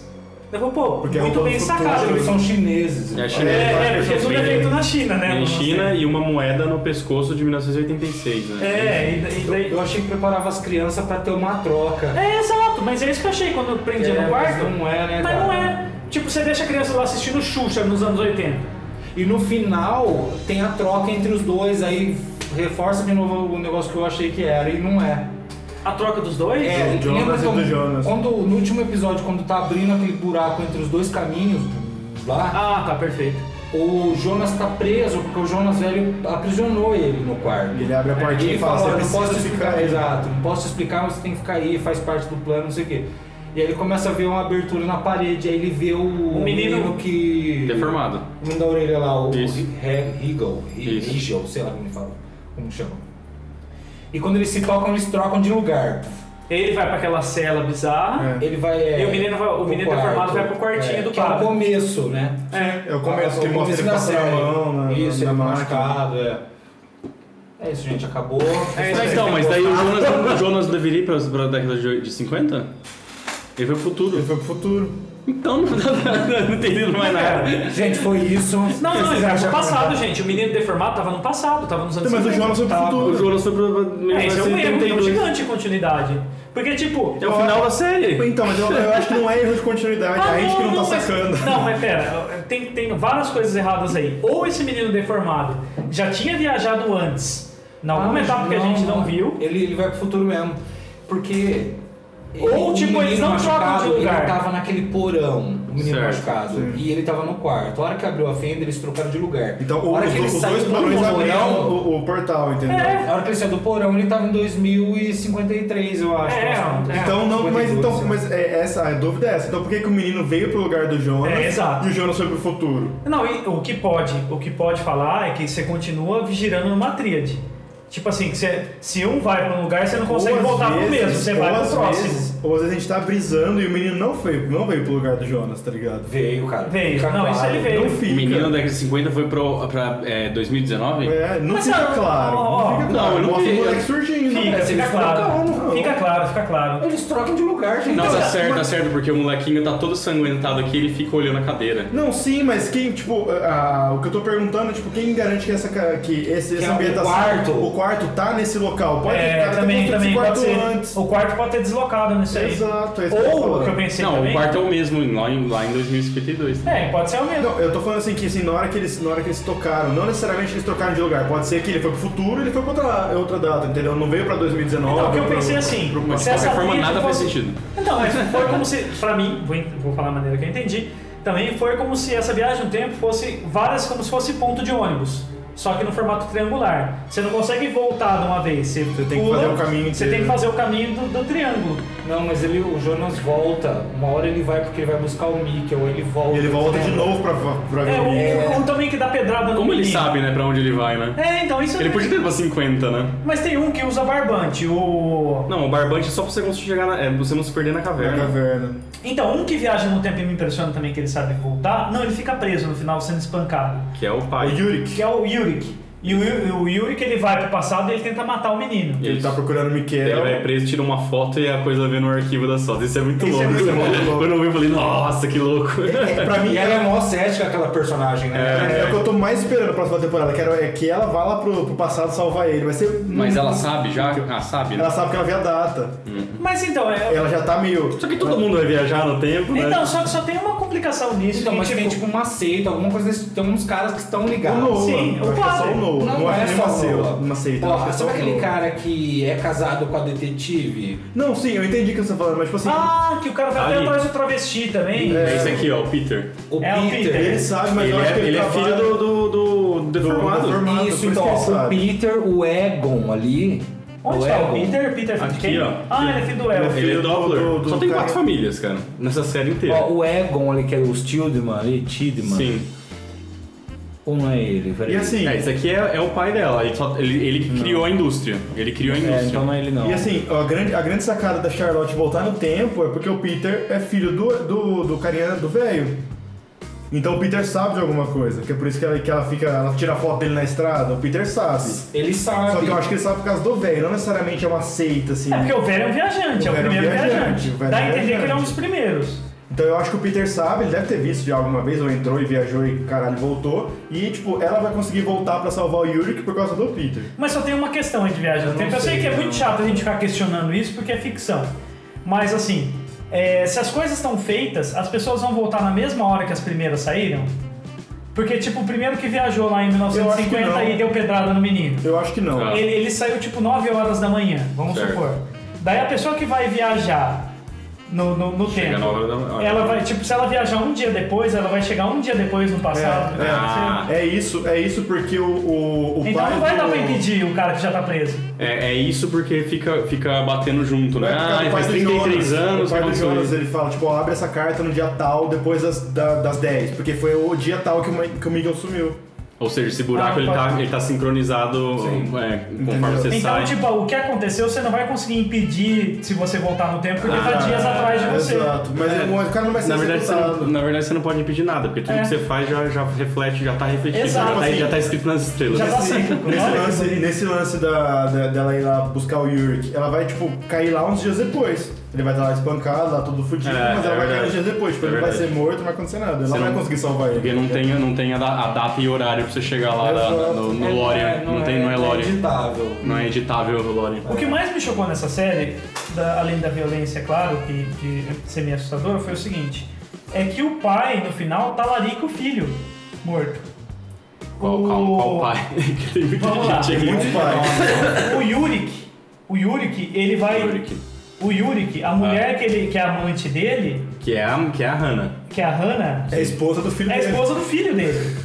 Speaker 2: Eu falo, pô,
Speaker 3: Porque é
Speaker 2: muito
Speaker 3: roupa
Speaker 2: bem
Speaker 3: do
Speaker 2: sacado.
Speaker 3: futuro,
Speaker 5: Eles são chineses.
Speaker 4: É,
Speaker 2: É,
Speaker 4: chinês.
Speaker 2: é, porque tudo é feito na China, né?
Speaker 4: Em
Speaker 2: Não
Speaker 4: China
Speaker 3: assim.
Speaker 4: e uma moeda no pescoço de 1986,
Speaker 2: sei.
Speaker 4: né?
Speaker 2: É, e, e
Speaker 5: Eu,
Speaker 2: daí...
Speaker 5: eu achei que preparava as crianças pra ter uma troca.
Speaker 2: É, exato, mas é isso que eu achei quando eu prendi
Speaker 5: É,
Speaker 2: no quarto.
Speaker 5: mas não é, né,
Speaker 2: Mas não
Speaker 5: cara?
Speaker 2: é. Tipo, você deixa a criança lá assistindo Xuxa nos anos 80.
Speaker 5: E no final tem a troca entre os dois, aí reforça de novo o negócio que eu achei que era e não é.
Speaker 2: A troca dos dois?
Speaker 5: É,
Speaker 3: Do Jonas
Speaker 5: lembra
Speaker 3: e
Speaker 5: quando-
Speaker 3: do Jonas.
Speaker 5: Quando, no último episódio, quando tá abrindo aquele buraco entre os dois caminhos lá,
Speaker 2: Ah, tá, perfeito.
Speaker 5: o Jonas tá preso porque o Jonas velho aprisionou ele no quarto.
Speaker 3: Ele abre a portinha
Speaker 5: É, Ele
Speaker 3: e fala, você
Speaker 5: "Olha, não posso
Speaker 3: precisa
Speaker 5: te
Speaker 3: ficar
Speaker 5: explicar,
Speaker 3: aí.
Speaker 5: exato, não posso te explicar, mas você tem que ficar aí, faz parte do plano, não sei o quê. E aí ele começa a ver uma abertura na parede, aí ele vê o, o
Speaker 2: menino-
Speaker 5: que.
Speaker 4: Então, Deformado.
Speaker 5: Um da orelha lá, o
Speaker 4: Isso.
Speaker 5: Hegel,
Speaker 4: Isso.
Speaker 5: Hegel, sei lá como ele fala, como chama. E quando eles se tocam, eles trocam de lugar.
Speaker 2: Ele vai pra aquela cela bizarra.
Speaker 3: É.
Speaker 5: Ele vai. é,
Speaker 2: E o menino vai- o
Speaker 5: pro
Speaker 2: menino deformado vai pro quartinho do
Speaker 5: que é o
Speaker 2: padre.
Speaker 5: começo, né?
Speaker 3: É o começo que
Speaker 5: O
Speaker 3: mostra
Speaker 5: começo
Speaker 3: ele
Speaker 5: da
Speaker 3: passando a
Speaker 5: série.
Speaker 3: mão na,
Speaker 5: Isso,
Speaker 3: na
Speaker 5: ele tá
Speaker 3: máquina.
Speaker 5: machucado, é. É isso, gente, acabou.
Speaker 2: É isso
Speaker 4: Mas
Speaker 2: aí.
Speaker 4: então, mas daí o Jonas, o Jonas deveria ir pra, pra década de de 50? Ele foi pro
Speaker 3: Ele
Speaker 4: futuro.
Speaker 3: foi pro futuro.
Speaker 4: Então não, não, não entendi mais nada.
Speaker 5: Gente, foi isso.
Speaker 2: Não, não, ele
Speaker 5: já
Speaker 2: tava no passado, gente. O menino deformado tava no passado, tava nos anos
Speaker 3: é Mas o
Speaker 2: 50.
Speaker 3: Jonas foi pro
Speaker 5: Tá,
Speaker 4: O
Speaker 3: futuro.
Speaker 4: Jonas foi pra
Speaker 2: É, isso é um erro, é um
Speaker 4: 1932.
Speaker 2: gigante de continuidade. Porque, tipo...
Speaker 4: É o final da série.
Speaker 3: Então, mas eu, eu acho que não é erro de continuidade,
Speaker 2: Ah,
Speaker 3: a gente que não, tá
Speaker 2: mas-
Speaker 3: sacando.
Speaker 2: Não, mas pera, tem, tem várias coisas erradas aí. Ou esse menino deformado já tinha viajado antes, na
Speaker 3: Ah,
Speaker 2: alguma etapa que a gente não viu,
Speaker 5: Ele, ele vai pro futuro mesmo. Porque.
Speaker 2: Ou,
Speaker 5: o
Speaker 2: tipo,
Speaker 5: menino
Speaker 2: eles não trocam de
Speaker 5: machucado,
Speaker 2: lugar.
Speaker 5: Ele tava naquele porão, o menino
Speaker 4: Certo,
Speaker 5: machucado. E ele tava no quarto. A hora que abriu a fenda, eles trocaram de lugar.
Speaker 3: Então,
Speaker 5: a
Speaker 3: o-
Speaker 5: hora
Speaker 3: os,
Speaker 5: que ele
Speaker 3: os
Speaker 5: saiu
Speaker 3: dois
Speaker 5: do
Speaker 3: barões abriram
Speaker 5: porão.
Speaker 3: o, o portal, entendeu?
Speaker 2: É.
Speaker 5: A hora que ele saiu do porão, ele tava em 2053, eu acho.
Speaker 2: É,
Speaker 5: Nossa,
Speaker 2: é.
Speaker 3: Então, não, mas,
Speaker 5: 52,
Speaker 3: então,
Speaker 5: sei lá.
Speaker 3: mas é, essa, a dúvida é essa. Então, por que, que o menino veio pro lugar do Jonas
Speaker 2: É, exato.
Speaker 3: e o Jonas foi pro futuro?
Speaker 2: Não, e o que pode, o que pode falar é que você continua girando numa tríade. Tipo assim, que você, se um vai para um lugar, você não consegue
Speaker 3: Ou às
Speaker 2: voltar pro
Speaker 3: vezes-
Speaker 2: mesmo, você
Speaker 3: ou
Speaker 2: vai pro
Speaker 3: às
Speaker 2: próximo.
Speaker 3: vezes- ou às vezes a gente tá brisando e o menino não veio, não veio pro lugar do Jonas, tá ligado?
Speaker 5: Veio, cara.
Speaker 2: Veio.
Speaker 5: Fica
Speaker 2: Não, isso ele veio.
Speaker 3: Não
Speaker 4: O
Speaker 3: fica.
Speaker 4: menino da década de 50 foi pro, pra é, 2019?
Speaker 3: É, não
Speaker 2: Mas,
Speaker 3: fica
Speaker 2: ó,
Speaker 3: claro.
Speaker 2: ó,
Speaker 3: não fica
Speaker 4: ó,
Speaker 3: claro.
Speaker 4: não, eu não
Speaker 3: Mostra o
Speaker 4: vi.
Speaker 3: moleque surgindo.
Speaker 2: Fica,
Speaker 5: mas
Speaker 2: fica
Speaker 5: eles
Speaker 2: claro.
Speaker 5: trocaram, não.
Speaker 2: Fica claro, fica claro.
Speaker 5: Eles trocam de lugar, gente.
Speaker 4: Não,
Speaker 5: Então,
Speaker 4: tá certo, tá certo, porque o molequinho tá todo sanguentado aqui ele fica olhando a cadeira.
Speaker 3: Não, sim, mas quem, tipo, a- a- o que eu tô perguntando é, tipo, quem garante que, essa, ca- que esse,
Speaker 5: Que
Speaker 3: essa
Speaker 5: é o
Speaker 3: ambientação,
Speaker 5: quarto.
Speaker 3: o quarto tá nesse local? Pode
Speaker 2: É,
Speaker 3: o cara tá
Speaker 2: também,
Speaker 3: construindo
Speaker 2: também
Speaker 3: esse quarto
Speaker 2: pode ser.
Speaker 3: antes.
Speaker 2: O quarto pode ter deslocado nisso aí.
Speaker 3: Exato, é isso que eu tô
Speaker 2: Ou o
Speaker 3: falando.
Speaker 2: que eu pensei
Speaker 4: não,
Speaker 2: também.
Speaker 4: o quarto é o mesmo, lá em, lá em 2052. né?
Speaker 2: É, pode ser o mesmo.
Speaker 3: Não, eu tô falando assim que assim, na, hora que eles, na hora que eles tocaram, não necessariamente eles tocaram de lugar, pode ser que ele foi pro futuro e ele foi pra outra, outra data, entendeu? Não veio pra 2019.
Speaker 2: Então, o que eu
Speaker 3: pra-
Speaker 2: pensei assim,
Speaker 4: Mas
Speaker 2: se
Speaker 4: de
Speaker 2: essa
Speaker 4: qualquer forma
Speaker 2: tríade
Speaker 4: nada faz
Speaker 2: fosse-
Speaker 4: sentido.
Speaker 2: Então, mas foi como se, pra mim, vou, en- vou falar da maneira que eu entendi, também foi como se essa viagem no tempo fosse várias, como se fosse ponto de ônibus. Só que no formato triangular. Você não consegue voltar de uma vez. Você,
Speaker 3: tem que
Speaker 2: pula,
Speaker 3: fazer o caminho
Speaker 2: Você
Speaker 3: inteiro.
Speaker 2: tem que fazer o caminho do, do triângulo.
Speaker 5: Não, mas ele, o Jonas volta. Uma hora ele vai porque ele vai buscar o Mickey, ou ele volta.
Speaker 3: E ele volta de
Speaker 5: Não.
Speaker 3: novo pra, pra ver
Speaker 2: É,
Speaker 3: o
Speaker 2: ou,
Speaker 3: menino.
Speaker 2: ou também que dá pedrada no
Speaker 4: Como ele
Speaker 2: menino.
Speaker 4: sabe, né, pra onde ele vai, né?
Speaker 2: É, então isso
Speaker 4: Ele
Speaker 2: é-
Speaker 4: podia ter ido pra 50, né?
Speaker 2: [LAUGHS] Mas tem um que usa barbante, o.
Speaker 4: Não, o barbante é só pra você conseguir chegar na, é, você não se perder na
Speaker 3: Na
Speaker 4: caverna.
Speaker 3: caverna.
Speaker 2: Então, um que viaja no tempo e me impressiona também que ele sabe voltar. Não, ele fica preso no final sendo espancado.
Speaker 4: Que é o
Speaker 3: O
Speaker 4: pai.
Speaker 3: Yurik.
Speaker 2: que é o Yurik. E o, Yu- o Yurik ele vai pro passado e ele tenta matar o menino.
Speaker 3: Ele tá procurando o
Speaker 4: Ele
Speaker 3: Miquel.
Speaker 4: vai preso, tira uma foto e a coisa vê no arquivo das fotos. Isso é muito
Speaker 3: Isso é
Speaker 4: louco.
Speaker 3: muito louco.
Speaker 4: Quando [LAUGHS] eu vi, eu falei, nossa, que louco.
Speaker 3: pra mim,
Speaker 5: E ela é mó cética, aquela personagem, né?
Speaker 3: É, o que eu tô mais esperando pra próxima temporada, que era- é que ela vá lá pro, pro passado salvar ele. Vai ser.
Speaker 4: Mas ela sabe já? Ah, sabe, né?
Speaker 3: Ela sabe que ela vê a data.
Speaker 2: Mas então, é.
Speaker 3: Ela já tá meio.
Speaker 4: Só que todo mundo vai viajar no tempo,
Speaker 3: É.
Speaker 4: né?
Speaker 2: Então, só que só tem uma complicação nisso.
Speaker 5: Então,
Speaker 2: que,
Speaker 5: mas
Speaker 2: tipo,
Speaker 5: tem tipo uma seita, alguma coisa desse. Tem uns caras que estão
Speaker 3: O
Speaker 5: ligados.
Speaker 3: Noah.
Speaker 2: sim,
Speaker 3: eu
Speaker 2: o
Speaker 3: acho que é só
Speaker 2: padre.
Speaker 3: o Noah. Não,
Speaker 5: é
Speaker 3: acho que nem uma
Speaker 5: só
Speaker 3: seita.
Speaker 5: Noah.
Speaker 3: Uma seita.
Speaker 5: Ó,
Speaker 3: acho que é só
Speaker 5: sabe
Speaker 3: o
Speaker 5: aquele
Speaker 3: Noah.
Speaker 5: cara que é casado com a detetive?
Speaker 3: Não, sim, eu entendi o que você tá falando, mas tipo assim.
Speaker 2: Ah, que o cara vai até
Speaker 4: Ali.
Speaker 2: atrás do travesti também.
Speaker 4: É esse aqui, ó, o Peter.
Speaker 5: O
Speaker 2: É, o Peter.
Speaker 3: Ele sabe, mas
Speaker 4: ele
Speaker 3: eu acho
Speaker 4: é,
Speaker 3: que ele,
Speaker 4: ele é
Speaker 3: trabalha-
Speaker 4: filho do, do, do deformado.
Speaker 3: deformado, por
Speaker 5: Isso,
Speaker 3: isso
Speaker 5: então,
Speaker 3: que ele
Speaker 5: ó, o
Speaker 3: sabe.
Speaker 5: Peter, o Egon ali,
Speaker 2: Onde
Speaker 5: O
Speaker 2: tá o
Speaker 5: Egon.
Speaker 2: Peter? Peter é filho de
Speaker 4: Aqui,
Speaker 2: quem?
Speaker 4: ó.
Speaker 2: Ah, ele é filho do
Speaker 3: Ele é
Speaker 2: Elf.
Speaker 4: Ele é
Speaker 3: do-
Speaker 4: Doppler.
Speaker 3: do- do
Speaker 4: Só tem
Speaker 3: cara-
Speaker 4: quatro famílias, cara, nessa série inteira.
Speaker 5: Ó, o Egon ali, que é o Stildman ali, Tidman.
Speaker 4: Sim.
Speaker 5: Ou não é ele? Peraí.
Speaker 3: E assim,
Speaker 4: É, esse aqui é, é o pai dela. Ele, só- ele- ele criou a indústria. Ele criou a
Speaker 5: É,
Speaker 4: indústria.
Speaker 5: então não é ele não.
Speaker 3: E assim, a grande, a grande sacada da Charlotte voltar no tempo é porque o Peter é filho do, do, do carinha do velho. Então o Peter sabe de alguma coisa, que é por isso que ela, que ela fica. Ela tira a foto dele na estrada, o Peter sabe.
Speaker 5: Ele sabe.
Speaker 3: Só que eu acho que ele sabe por causa do velho, não necessariamente é uma seita, assim.
Speaker 2: É porque o velho é um viajante,
Speaker 3: O
Speaker 2: é o
Speaker 3: velho é um
Speaker 2: primeiro
Speaker 3: viajante,
Speaker 2: viajante.
Speaker 3: o velho
Speaker 2: Dá
Speaker 3: é
Speaker 2: a entender que
Speaker 3: viajante.
Speaker 2: ele é um dos primeiros.
Speaker 3: Então eu acho que o Peter sabe, ele deve ter visto já alguma vez, ou entrou e viajou e caralho, voltou. E tipo, ela vai conseguir voltar pra salvar o Yurik por causa do Peter.
Speaker 2: Mas só tem uma questão aí de viagem no
Speaker 5: Eu
Speaker 2: tempo.
Speaker 5: não
Speaker 2: Eu sei
Speaker 5: sei,
Speaker 2: que é
Speaker 5: não.
Speaker 2: muito chato a gente ficar questionando isso porque é ficção. Mas assim, é, se as coisas estão feitas, as pessoas vão voltar na mesma hora que as primeiras saíram? Porque, tipo, o primeiro que viajou lá em
Speaker 3: Eu acho
Speaker 2: 1950
Speaker 3: que não.
Speaker 2: e deu pedrada no menino.
Speaker 3: Eu acho que não.
Speaker 4: Ah.
Speaker 2: Ele, ele saiu tipo 9 horas da manhã, vamos
Speaker 4: Certo.
Speaker 2: supor. Daí a pessoa que vai viajar no, no, no
Speaker 4: Chega
Speaker 2: tempo.
Speaker 4: na hora da Ah, hora.
Speaker 2: Ela vai, tipo, se ela viajar um dia depois, ela vai chegar um dia depois no passado. né?
Speaker 3: É, é.
Speaker 4: Ah.
Speaker 3: É isso, é isso porque o, o, o
Speaker 2: Então
Speaker 3: pai.
Speaker 2: não vai dar
Speaker 3: do-
Speaker 2: pra impedir o cara que já tá preso.
Speaker 4: É, é isso porque fica, fica batendo junto, né?
Speaker 3: É, porque
Speaker 4: Ah,
Speaker 3: o
Speaker 4: ele
Speaker 3: pai
Speaker 4: faz
Speaker 3: do
Speaker 4: 33
Speaker 3: Jonas,
Speaker 4: anos,
Speaker 3: O pai do
Speaker 4: aconteceu
Speaker 3: Jonas,
Speaker 4: isso.
Speaker 3: ele fala, tipo, ó, abre essa carta no dia tal, depois das, da- das 10. Porque foi o dia tal que o, Ma- que o Miguel sumiu.
Speaker 4: Ou seja, esse buraco
Speaker 2: Ah,
Speaker 4: ele,
Speaker 2: pode-
Speaker 4: tá, ele tá sincronizado
Speaker 5: Sim.
Speaker 4: é, conforme
Speaker 3: Entendeu.
Speaker 4: você
Speaker 2: Então,
Speaker 4: sai.
Speaker 2: tipo, o que aconteceu, você não vai conseguir impedir se você voltar no tempo, porque tá dias
Speaker 3: Ah,
Speaker 2: atrás de você.
Speaker 3: Exato. Mas
Speaker 4: É.
Speaker 3: o cara não vai ser
Speaker 4: na, verdade, você
Speaker 3: executado.
Speaker 4: não, na verdade, você não pode impedir nada, porque tudo
Speaker 2: É.
Speaker 4: que você faz já, já reflete, já tá refletido,
Speaker 2: Exato.
Speaker 4: já, tá,
Speaker 3: Assim,
Speaker 4: já tá escrito nas estrelas.
Speaker 2: Já tá
Speaker 3: Nesse-
Speaker 2: cíclico,
Speaker 3: nesse,
Speaker 2: olha que
Speaker 3: lance,
Speaker 2: bonito.
Speaker 3: nesse lance da, da- dela ir lá buscar o Yurik, ela vai, tipo, cair lá uns dias depois. Ele vai estar lá espancado, lá tudo fudido,
Speaker 4: É,
Speaker 3: mas ela vai
Speaker 4: é
Speaker 3: cair
Speaker 4: verdade.
Speaker 3: uns dias depois. Tipo,
Speaker 4: É
Speaker 3: ele vai ser
Speaker 4: verdade.
Speaker 3: morto, não vai acontecer nada. Ela
Speaker 4: Você
Speaker 3: não vai
Speaker 4: não-
Speaker 3: conseguir salvar ele.
Speaker 4: Porque não tem, não tem a, da- a data e horário pra você chegar lá da-
Speaker 3: Exato.
Speaker 4: no,
Speaker 5: É,
Speaker 4: no Lore. Não, tem, não é Lore.
Speaker 5: editável.
Speaker 4: Não é editável o Lore.
Speaker 2: O que mais me chocou nessa série, da- além da violência, é claro, que de ser meio assustador, foi o seguinte: é que o pai, no final, talarica o filho morto.
Speaker 4: Qual, qual, qual pai? [LAUGHS] que tem muita
Speaker 2: Vamos lá.
Speaker 4: gente
Speaker 3: Tem
Speaker 4: aqui.
Speaker 3: muitos pais.
Speaker 2: O Yurik, o Yurik, ele vai.
Speaker 4: Yurik,
Speaker 2: O Yurik, a mulher que, ele, que é amante dele,
Speaker 4: Que é a, que é a Hannah.
Speaker 2: que é a Hannah,
Speaker 3: É a esposa do filho
Speaker 2: é a
Speaker 3: dele.
Speaker 2: esposa do filho dele.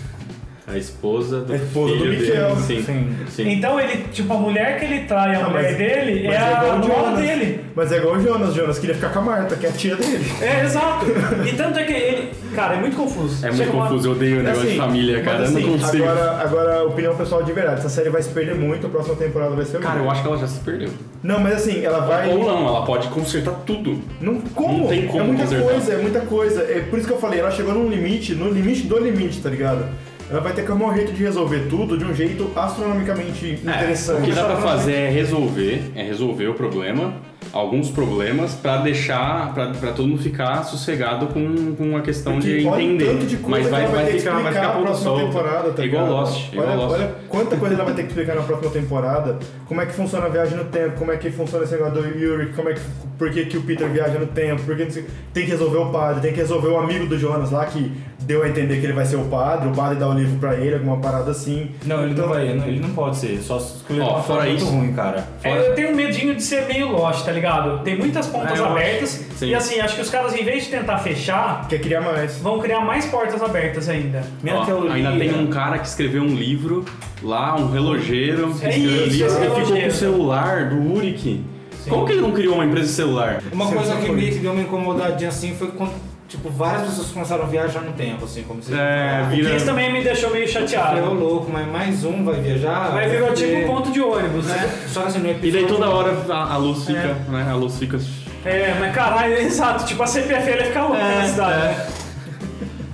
Speaker 4: A esposa do
Speaker 3: A esposa do
Speaker 4: filho
Speaker 3: Miguel.
Speaker 4: dele. Sim.
Speaker 5: Sim.
Speaker 4: Sim.
Speaker 2: Então ele, tipo, a mulher que ele trai, a
Speaker 3: Não,
Speaker 2: mulher
Speaker 3: mas-
Speaker 2: dele,
Speaker 3: mas
Speaker 2: é a
Speaker 3: igual o
Speaker 2: nora
Speaker 3: Jonas.
Speaker 2: dele.
Speaker 3: Mas é igual o Jonas, Jonas queria ficar com a Marta, que é a tia dele.
Speaker 2: É, exato. E tanto é que ele. Cara, é muito confuso.
Speaker 4: É muito
Speaker 2: Chega uma-
Speaker 4: confuso, eu odeio o negócio
Speaker 3: Assim,
Speaker 4: de família,
Speaker 3: mas
Speaker 4: cara. eu
Speaker 3: assim,
Speaker 4: não consigo.
Speaker 3: Agora, agora, opinião pessoal é de verdade, essa série vai se perder muito, a próxima temporada vai ser
Speaker 4: Cara,
Speaker 3: muito.
Speaker 4: eu acho que ela já se perdeu.
Speaker 3: Não, mas assim, ela vai.
Speaker 4: Ou não, ela pode consertar tudo.
Speaker 3: Não, como?
Speaker 4: Não tem como
Speaker 3: é muita
Speaker 4: consertar.
Speaker 3: coisa, é muita coisa. É por isso que eu falei, ela chegou num limite, no limite do limite, tá ligado? Ela vai ter que arrumar um jeito de resolver tudo de um jeito astronomicamente
Speaker 4: É, O
Speaker 3: É, interessante.
Speaker 4: que dá pra fazer é resolver, é resolver o problema, alguns problemas, pra deixar, pra, pra todo mundo ficar sossegado com, com a questão
Speaker 3: Porque
Speaker 4: de
Speaker 3: olha o
Speaker 4: entender.
Speaker 3: tanto de coisa
Speaker 4: Mas
Speaker 3: que
Speaker 4: vai,
Speaker 3: ela vai
Speaker 4: vai
Speaker 3: ter que
Speaker 4: ficar, vai
Speaker 3: explicar
Speaker 4: ficar
Speaker 3: na
Speaker 4: ponto
Speaker 3: próxima
Speaker 4: solto.
Speaker 3: temporada, tá
Speaker 4: é igual
Speaker 3: ligado?
Speaker 4: Lost, é
Speaker 3: olha,
Speaker 4: igual Lost.
Speaker 3: olha quanta coisa ela vai ter que explicar na próxima temporada. Como é que funciona a viagem no tempo, como é que funciona esse negócio do Yuri, como é que, por que, que o Peter viaja no tempo, por que não sei- tem que resolver o padre, tem que resolver o amigo do Jonas lá que deu a entender que ele vai ser o padre, o padre dá o livro pra ele, alguma parada assim.
Speaker 5: Não, ele não vai, ele não pode ser. Só se escolher
Speaker 4: Ó, fora
Speaker 5: uma forma
Speaker 4: isso-
Speaker 5: muito ruim, cara.
Speaker 2: É,
Speaker 5: Fora-
Speaker 2: eu tenho medinho de ser meio lost, tá ligado? Tem muitas pontas
Speaker 4: É, eu acho.
Speaker 2: abertas.
Speaker 4: Sim.
Speaker 2: E assim, acho que os caras, em vez de tentar fechar,
Speaker 3: Quer criar mais.
Speaker 2: vão criar mais portas abertas ainda.
Speaker 5: Minha
Speaker 4: Ó,
Speaker 5: teoria.
Speaker 4: Ainda tem um cara que escreveu um livro lá, um relojeiro, que
Speaker 2: É
Speaker 4: escreveu um
Speaker 2: isso,
Speaker 4: livro,
Speaker 2: esse
Speaker 4: ele ficou com o
Speaker 2: relojeiro.
Speaker 4: celular do Urik. Como que ele não criou uma empresa de celular?
Speaker 5: Uma
Speaker 3: Sim,
Speaker 5: coisa
Speaker 3: sim,
Speaker 5: que
Speaker 3: foi.
Speaker 5: meio que deu uma incomodadinha assim foi quando, tipo, várias pessoas começaram a viajar no tempo, assim, como se.
Speaker 4: É, vira.
Speaker 2: Isso também me deixou meio
Speaker 5: Falei, ô
Speaker 2: chateado.
Speaker 5: louco, mas mais um vai viajar.
Speaker 2: Mas virou
Speaker 5: vai
Speaker 2: tipo
Speaker 5: ter-
Speaker 2: ponto de ônibus, né?
Speaker 5: Né? Só que assim, no
Speaker 4: um E
Speaker 5: episódio.
Speaker 4: daí toda hora a, a luz fica, né? A luz fica.
Speaker 2: É, mas caralho, [LAUGHS] exato. Tipo, a CPF ia ficar louca
Speaker 4: É,
Speaker 2: na cidade. né?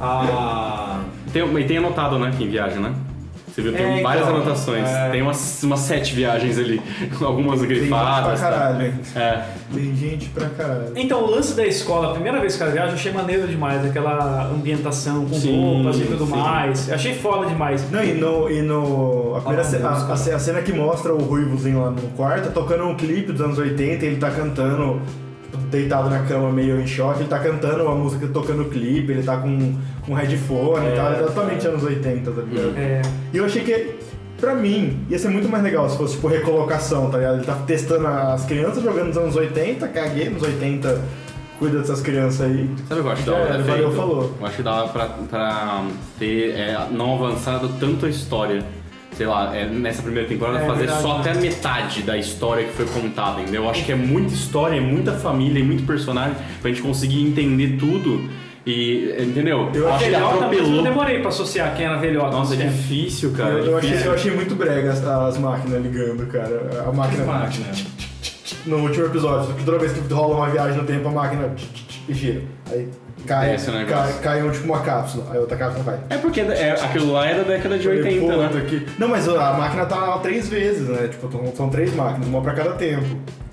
Speaker 5: Ah.
Speaker 4: Tem, e tem anotado, né? Quem viaja, né? Você viu, tem
Speaker 5: É,
Speaker 4: várias
Speaker 5: então,
Speaker 4: anotações.
Speaker 5: é.
Speaker 4: Tem umas, umas sete viagens ali, [LAUGHS] algumas
Speaker 3: Tem gente pra
Speaker 4: grifadas. tá?
Speaker 3: caralho, hein?
Speaker 4: É.
Speaker 3: Tem gente pra caralho.
Speaker 2: Então, o lance da escola, a primeira vez que ela viaja, eu achei maneiro demais. Aquela ambientação com
Speaker 4: Sim,
Speaker 2: roupas e tudo
Speaker 4: sim.
Speaker 2: mais. Eu achei foda demais.
Speaker 3: Não, e no. E no a, primeira
Speaker 5: Ah,
Speaker 3: ce- a-
Speaker 5: Deus,
Speaker 3: a ce- a cena que mostra o Ruivozinho lá no quarto, tocando um clipe dos anos 80, ele tá cantando, tipo, deitado na cama, meio em choque, ele tá cantando a música tocando o clipe, ele tá com, com headphone
Speaker 5: É,
Speaker 3: e tal, exatamente anos 80, tá ligado?
Speaker 5: Uhum.
Speaker 2: É,
Speaker 3: E eu achei que, pra mim, ia ser muito mais legal se fosse, tipo, recolocação, tá ligado? Ele tá testando as crianças jogando nos anos 80, caguei nos 80, cuida dessas crianças aí.
Speaker 4: Sabe o que eu acho da
Speaker 3: É,
Speaker 4: hora?
Speaker 3: valeu,
Speaker 4: feito?
Speaker 3: falou.
Speaker 4: Eu acho que dá pra, pra ter é, não avançado tanto a história. sei lá, é, nessa primeira temporada
Speaker 3: É
Speaker 4: fazer
Speaker 3: verdade,
Speaker 4: só
Speaker 3: né?
Speaker 4: até a metade da história que foi contada, entendeu? Eu acho que é muita história, é muita família, é muito personagem pra gente conseguir entender tudo e, entendeu?
Speaker 3: Eu
Speaker 4: acho que
Speaker 2: Velhota, mas eu
Speaker 4: atropelou.
Speaker 2: demorei pra associar quem era velhota.
Speaker 4: Nossa, é
Speaker 2: Quem é.
Speaker 4: difícil, cara.
Speaker 3: Eu, eu
Speaker 4: difícil.
Speaker 3: achei, eu achei muito brega as, as máquinas ligando, cara. A máquina.
Speaker 2: né?
Speaker 3: No último episódio, toda vez que rola uma viagem no tempo, a máquina gira. Aí cai,
Speaker 4: Esse é o negócio.
Speaker 3: cai, cai um, tipo uma cápsula, aí outra cápsula vai.
Speaker 4: É porque é, aquilo lá era da década de
Speaker 3: Falei,
Speaker 4: 80,
Speaker 3: "Puta
Speaker 4: né?
Speaker 3: que-" Não, mas a máquina tá lá três vezes, né? Tipo, tão- são três máquinas, uma pra cada tempo.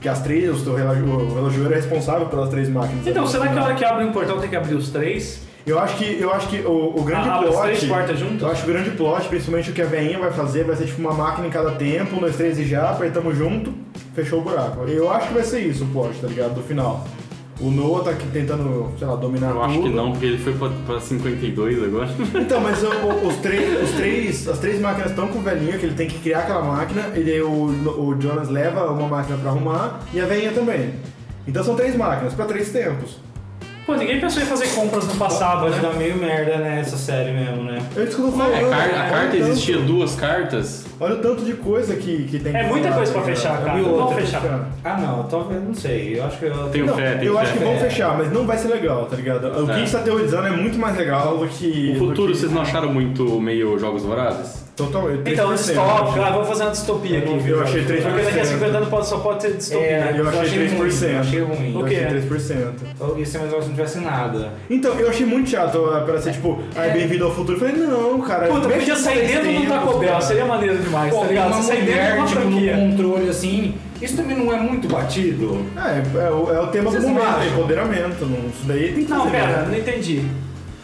Speaker 3: Que as três, o seu relógio, o relojoeiro é responsável pelas três máquinas.
Speaker 2: Então,
Speaker 3: Ali.
Speaker 2: será que a hora que abre um portal tem que abrir os três?
Speaker 3: Eu acho que, eu acho que o, o grande
Speaker 2: Ah,
Speaker 3: plot.
Speaker 2: os três portas juntas?
Speaker 3: Eu acho que o grande plot, principalmente o que a veinha vai fazer, vai ser tipo uma máquina em cada tempo, nós três e já, apertamos junto, fechou o buraco. Eu acho que vai ser isso o plot, tá ligado? Do final. O Noah tá aqui tentando, sei lá, dominar
Speaker 4: Eu acho
Speaker 3: tudo.
Speaker 4: que não, porque ele foi pra, pra 52 agora.
Speaker 3: Então, mas o- o- os, três, os três, as três máquinas estão com o velhinho, que ele tem que criar aquela máquina, e daí o, o Jonas leva uma máquina pra arrumar, e a velhinha também. Então são três máquinas, pra três tempos.
Speaker 2: Pô, ninguém pensou em fazer compras no passado,
Speaker 5: Pode
Speaker 2: né?
Speaker 5: dar meio merda nessa série mesmo, né?
Speaker 3: É isso que [LAUGHS] eu tô falando. Então,
Speaker 4: É, a, car- a
Speaker 3: olha o
Speaker 4: carta
Speaker 3: tanto-
Speaker 4: existia duas cartas.
Speaker 3: Olha o tanto de coisa que, que tem
Speaker 2: É
Speaker 3: que
Speaker 2: muita
Speaker 3: falar,
Speaker 2: coisa pra
Speaker 3: tá ligado?
Speaker 2: fechar, cara.
Speaker 5: E outra,
Speaker 2: Vamos fechar.
Speaker 5: Ah não, talvez, não sei. Eu acho É, que eu.
Speaker 4: Tenho
Speaker 3: Não,
Speaker 4: fé, tenho
Speaker 3: eu
Speaker 4: fé.
Speaker 3: acho que vão fechar, mas não vai ser legal, tá ligado? O que
Speaker 4: É.
Speaker 3: a gente tá teorizando é muito mais legal do que.
Speaker 4: O futuro,
Speaker 3: do que...
Speaker 4: vocês não acharam muito meio Jogos Vorazes?
Speaker 3: Totalmente.
Speaker 2: Então,
Speaker 3: 3%, eu
Speaker 2: stop.
Speaker 3: acho.
Speaker 2: Ah, vamos fazer uma distopia aqui,
Speaker 3: Eu
Speaker 2: viu?
Speaker 3: achei
Speaker 2: Porque daqui a
Speaker 3: 3%.
Speaker 2: 50 anos pode- só pode ser distopia.
Speaker 5: É,
Speaker 3: Eu
Speaker 5: eu
Speaker 3: achei
Speaker 5: achei ruim,
Speaker 3: 3%.
Speaker 5: eu achei ruim.
Speaker 3: Eu
Speaker 2: O quê?
Speaker 3: achei 3%.
Speaker 5: Eu- Esse negócio não tivesse nada.
Speaker 3: Então, eu achei muito chato ó, pra ser tipo, ai, bem-vindo ao futuro. Eu falei, não, cara.
Speaker 2: É. Puta,
Speaker 3: mexe
Speaker 2: podia
Speaker 3: com
Speaker 2: sair
Speaker 3: três
Speaker 2: dentro do
Speaker 3: tempos,
Speaker 2: Taco Bell, assim.
Speaker 3: cara.
Speaker 2: tá seria maneiro demais,
Speaker 5: Pô,
Speaker 2: tá
Speaker 5: tem
Speaker 2: ligado?
Speaker 5: uma
Speaker 2: Você sair dentro de
Speaker 5: mulher,
Speaker 2: uma
Speaker 5: tipo, no
Speaker 2: franquia.
Speaker 5: controle assim, isso também não é muito batido.
Speaker 3: É, é, o, é o tema
Speaker 5: Vocês
Speaker 3: do momento,
Speaker 5: acham?
Speaker 3: é empoderamento. Não, isso daí tem que
Speaker 2: Não,
Speaker 3: fazer,
Speaker 2: pera,
Speaker 3: né?
Speaker 2: não entendi.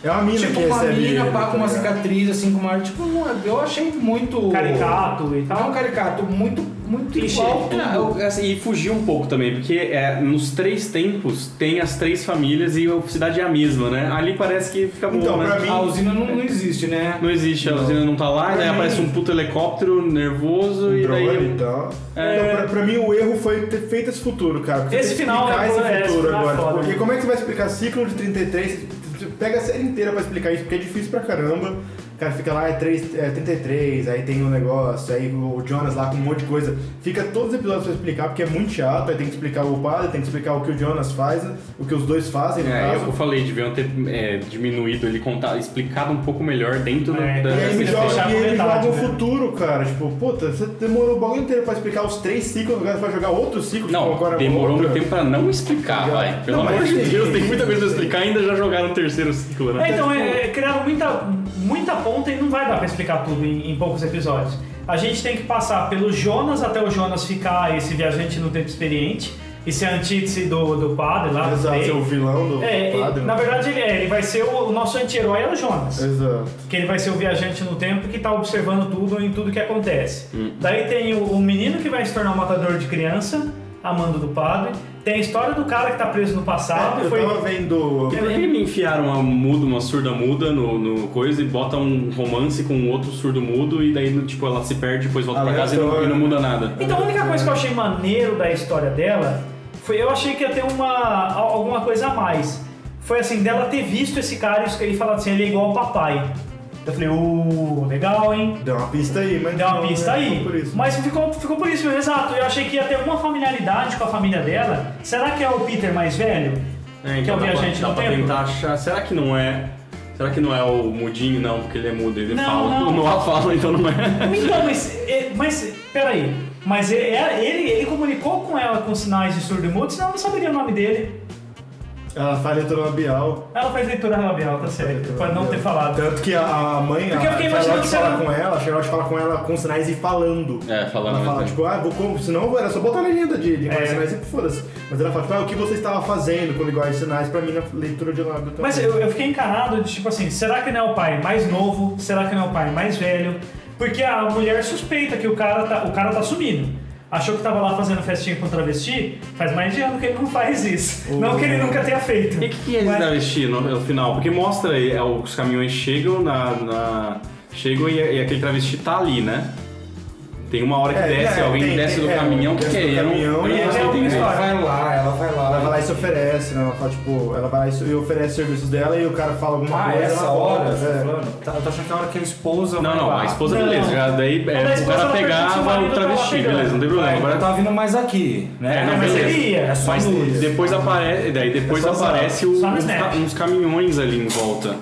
Speaker 3: É uma mina
Speaker 5: Tipo,
Speaker 3: que
Speaker 5: uma
Speaker 3: recebe.
Speaker 5: mina
Speaker 3: ele,
Speaker 5: pá
Speaker 3: tá
Speaker 5: com uma
Speaker 3: ligado?
Speaker 5: cicatriz, assim, com uma arte, tipo, não, eu achei muito...
Speaker 2: Caricato e
Speaker 5: Não é um
Speaker 2: tal.
Speaker 5: caricato, muito, muito
Speaker 2: Clichê.
Speaker 5: igual.
Speaker 4: É, eu- assim, e fugir um pouco também, porque é, nos três tempos tem as três famílias e a cidade é a mesma, né? Ali parece que fica bom,
Speaker 3: Então,
Speaker 4: né?
Speaker 3: pra mim-
Speaker 5: A usina não, não existe, né?
Speaker 4: Não existe, a usina não tá lá,
Speaker 3: Pra
Speaker 4: daí
Speaker 3: mim-
Speaker 4: aparece um puto helicóptero nervoso
Speaker 3: Um
Speaker 4: e
Speaker 3: drone
Speaker 4: daí.
Speaker 3: e tal.
Speaker 4: É.
Speaker 3: Então, pra, pra mim, o erro foi ter feito esse futuro, cara. Porque
Speaker 2: Esse
Speaker 3: tem que
Speaker 2: final
Speaker 3: explicar
Speaker 2: é
Speaker 3: esse
Speaker 2: boa- é, esse
Speaker 3: futuro
Speaker 2: final é
Speaker 3: agora.
Speaker 2: foda.
Speaker 3: porque como é que você vai explicar ciclo de 33? Você Pega a série inteira pra explicar isso, porque é difícil pra caramba. O cara fica lá, é, três- é 33, aí tem um negócio, aí o Jonas lá com um monte de coisa. Fica todos os episódios pra explicar, porque é muito chato. Aí tem que explicar o padre, tem que explicar o que o Jonas faz, o que os dois fazem, no
Speaker 4: É, eu
Speaker 3: caso.
Speaker 4: falei, deviam ter é, diminuído ele contar, explicado um pouco melhor dentro
Speaker 2: É,
Speaker 4: da.
Speaker 3: E aí ele
Speaker 2: Eles
Speaker 3: joga,
Speaker 2: fecharam
Speaker 3: e ele
Speaker 2: metade,
Speaker 3: joga o
Speaker 2: né?
Speaker 3: futuro, cara. Tipo, puta, você demorou o bagulho inteiro pra explicar os três ciclos, agora você vai jogar outro ciclo. tipo,
Speaker 4: Não,
Speaker 3: agora
Speaker 4: demorou
Speaker 3: outra.
Speaker 4: muito tempo pra não explicar,
Speaker 3: Legal.
Speaker 4: vai. Pelo
Speaker 3: Não, mas
Speaker 4: amor de
Speaker 3: tem-
Speaker 4: Deus, tem muita coisa pra
Speaker 3: tem.
Speaker 4: explicar, ainda já jogaram o terceiro ciclo,
Speaker 2: É,
Speaker 4: né?
Speaker 2: então, é, é, criaram muita, muita ponta e não vai dar pra explicar tudo em, em poucos episódios. A gente tem que passar pelo Jonas até o Jonas ficar esse viajante no tempo experiente e ser a antítese do, do padre lá. do
Speaker 3: Exato,
Speaker 2: rei.
Speaker 3: ser o vilão do
Speaker 2: É, e,
Speaker 3: padre. né?
Speaker 2: na verdade ele, é, ele vai ser o, o nosso anti-herói é o Jonas.
Speaker 3: Exato.
Speaker 2: Que ele vai ser o viajante no tempo que tá observando tudo em tudo que acontece.
Speaker 3: Hum.
Speaker 2: Daí tem o, o menino que vai se tornar um matador de criança, amando do padre. Tem a história do cara que tá preso no passado.
Speaker 3: É, eu
Speaker 2: foi...
Speaker 3: tava vendo.
Speaker 4: Por que me enfiaram uma muda, uma surda muda no, no coisa e bota um romance com outro surdo mudo e daí, no- tipo, ela se perde, depois volta pra casa e não, e não muda nada.
Speaker 2: Então a única coisa que eu achei maneiro da história dela foi eu achei que ia ter uma al- alguma coisa a mais. Foi assim, dela ter visto esse cara e ele falar assim, ele é igual ao papai. Eu falei, ô, legal, hein?
Speaker 3: Deu uma pista aí, mas.
Speaker 2: Deu uma
Speaker 3: não,
Speaker 2: pista
Speaker 3: né,
Speaker 2: aí.
Speaker 3: ficou Por isso.
Speaker 2: Mas ficou, ficou por isso, mesmo, exato. Eu achei que ia ter alguma familiaridade com a família dela. Será que é o Peter mais velho? que é o
Speaker 4: então, dá pra-
Speaker 2: viajante
Speaker 4: dá
Speaker 2: no
Speaker 4: pra
Speaker 2: tempo?
Speaker 4: tentar achar. Será que não é. Será que não é o mudinho, não? Porque ele é mudo, ele
Speaker 2: Não,
Speaker 4: fala.
Speaker 2: não.
Speaker 4: Noah fala, [LAUGHS] então não é.
Speaker 2: Então, mas, é, mas peraí. Mas é- é- ele, ele comunicou com ela com sinais de surdo e mudo, senão eu não saberia o nome dele.
Speaker 3: Ela faz leitura labial.
Speaker 2: Ela faz leitura labial, tá certo. Pra não ter falado.
Speaker 3: Tanto que a a mãe,
Speaker 2: Porque eu
Speaker 3: a
Speaker 2: fiquei
Speaker 3: Charlotte
Speaker 2: imaginando se
Speaker 3: fala
Speaker 2: ela-
Speaker 3: com ela, a Charlotte fala com ela com sinais e falando.
Speaker 4: É, falando
Speaker 3: Ela fala,
Speaker 4: mesmo.
Speaker 3: tipo, ah, vou como? Senão era só botar a legenda de, de
Speaker 2: É.
Speaker 3: sinais e foda-se. Mas ela fala, tipo, ah, o que você estava fazendo quando igual sinais pra mim na leitura de lábio também.
Speaker 2: Mas eu, eu fiquei encanado de tipo assim, será que não é o pai mais novo? Será que não é o pai mais velho? Porque a mulher suspeita que o cara tá, o cara tá sumindo. Achou que tava lá fazendo festinha com travesti? Faz mais de ano que ele não faz isso. Não que é ele nunca tenha feito.
Speaker 4: E o que, tipo que eles
Speaker 2: Mas-
Speaker 4: travesti no, no final? Porque mostra aí, é, os caminhões chegam na. na- chegam e, e aquele travesti tá ali, né? Tem uma hora que
Speaker 3: É,
Speaker 4: desce,
Speaker 3: é,
Speaker 4: alguém
Speaker 3: tem-
Speaker 4: desce do
Speaker 3: é,
Speaker 4: caminhão, o que,
Speaker 3: desce
Speaker 4: que é?
Speaker 3: do
Speaker 4: Eu não-
Speaker 3: caminhão
Speaker 4: eu
Speaker 3: e
Speaker 4: não
Speaker 2: é
Speaker 4: consigo
Speaker 2: uma
Speaker 4: entender.
Speaker 2: história.
Speaker 5: Ela vai lá, ela vai lá.
Speaker 3: Ela vai lá e se oferece, né? Ela fala, tipo, ela vai e oferece serviços dela e o cara fala alguma
Speaker 5: Ah,
Speaker 3: coisa.
Speaker 5: essa
Speaker 3: ela
Speaker 5: hora?
Speaker 3: volta, é.
Speaker 5: Fulano? Tá- eu tô achando que é a hora que a esposa
Speaker 4: Não,
Speaker 5: vai
Speaker 4: não,
Speaker 5: lá.
Speaker 4: a esposa
Speaker 2: Não.
Speaker 4: beleza, já daí
Speaker 2: Mas a
Speaker 4: é, o
Speaker 2: esposa
Speaker 4: cara
Speaker 2: não permite o
Speaker 4: pegava
Speaker 2: marido
Speaker 4: o travesti,
Speaker 2: pegando.
Speaker 4: beleza, não tem problema.
Speaker 5: É,
Speaker 4: Agora
Speaker 5: não tá vindo mais aqui, né?
Speaker 4: É, não,
Speaker 2: mas
Speaker 4: beleza.
Speaker 2: ele ia.
Speaker 5: É só
Speaker 4: Mas
Speaker 5: nudes.
Speaker 4: depois aparece, daí depois
Speaker 5: É só
Speaker 4: aparece o-
Speaker 2: só no
Speaker 4: uns,
Speaker 2: Snap.
Speaker 4: ca- uns caminhões ali em volta.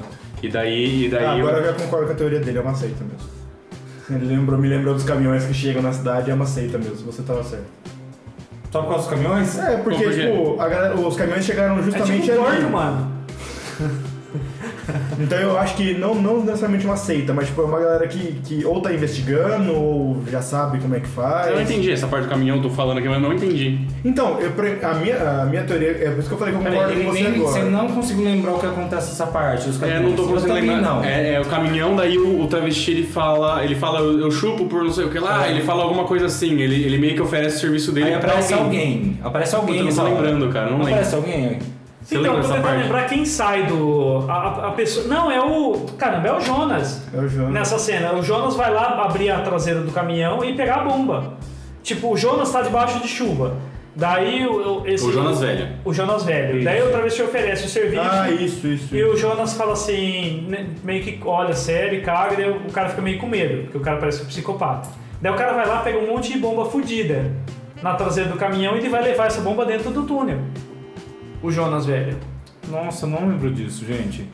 Speaker 4: E daí, e daí
Speaker 3: Ah, agora
Speaker 4: eu-
Speaker 3: eu já concordo com a teoria dele, é uma seita mesmo. Ele lembrou, me lembrou dos caminhões que chegam na cidade, é uma seita mesmo, você tava certo.
Speaker 5: Só por causa dos caminhões?
Speaker 3: É, porque,
Speaker 4: Por quê?
Speaker 3: tipo, a galera- os caminhões chegaram
Speaker 2: É tipo
Speaker 3: justamente
Speaker 2: um
Speaker 3: ali.
Speaker 2: porco, mano.
Speaker 3: Então eu acho que não, não necessariamente uma seita, mas tipo, é uma galera que, que ou tá investigando, ou já sabe como é que faz.
Speaker 4: eu não entendi essa parte do caminhão, eu tô falando aqui, mas eu não entendi.
Speaker 3: Então, eu pre- a, minha, a minha teoria, é por isso que eu falei que eu
Speaker 5: Peraí,
Speaker 3: concordo
Speaker 5: ele
Speaker 3: com você
Speaker 5: nem-
Speaker 3: agora.
Speaker 5: você não conseguiu lembrar o que acontece nessa parte. Os
Speaker 4: É,
Speaker 5: caminhões.
Speaker 4: não tô conseguindo
Speaker 5: Tá eu também
Speaker 4: lembrar.
Speaker 5: Não.
Speaker 4: É, é, o caminhão, daí o, o travesti ele fala, ele fala, eu, eu chupo por não sei o que lá, ele fala alguma coisa assim, ele, ele meio que oferece o serviço dele
Speaker 5: Tá. Aí
Speaker 4: pra
Speaker 5: aparece alguém. Aparece alguém.
Speaker 4: Puta, eu não tô
Speaker 5: nessa hora.
Speaker 4: lembrando, cara, não lembro.
Speaker 5: Aparece alguém.
Speaker 4: Você
Speaker 2: então, eu
Speaker 4: lembra
Speaker 2: tô
Speaker 4: dessa
Speaker 2: tentando
Speaker 4: parte?
Speaker 2: lembrar quem sai do. A, a- a pessoa. Não, é o. Caramba, é o Jonas.
Speaker 3: É o Jonas.
Speaker 2: Nessa cena. O Jonas vai lá abrir a traseira do caminhão e pegar a bomba. Tipo, o Jonas tá debaixo de chuva. Daí o. o- esse-
Speaker 4: O Jonas velho.
Speaker 2: O Jonas velho. Daí o travesti oferece o serviço.
Speaker 3: Ah, isso, isso.
Speaker 2: E o Jonas fala assim, né, meio que olha sério, e caga, e daí o cara fica meio com medo, porque o cara parece um psicopata. Daí o cara vai lá, pega um monte de bomba fudida na traseira do caminhão e ele vai levar essa bomba dentro do túnel. O Jonas velho.
Speaker 5: Nossa, eu não lembro disso, gente.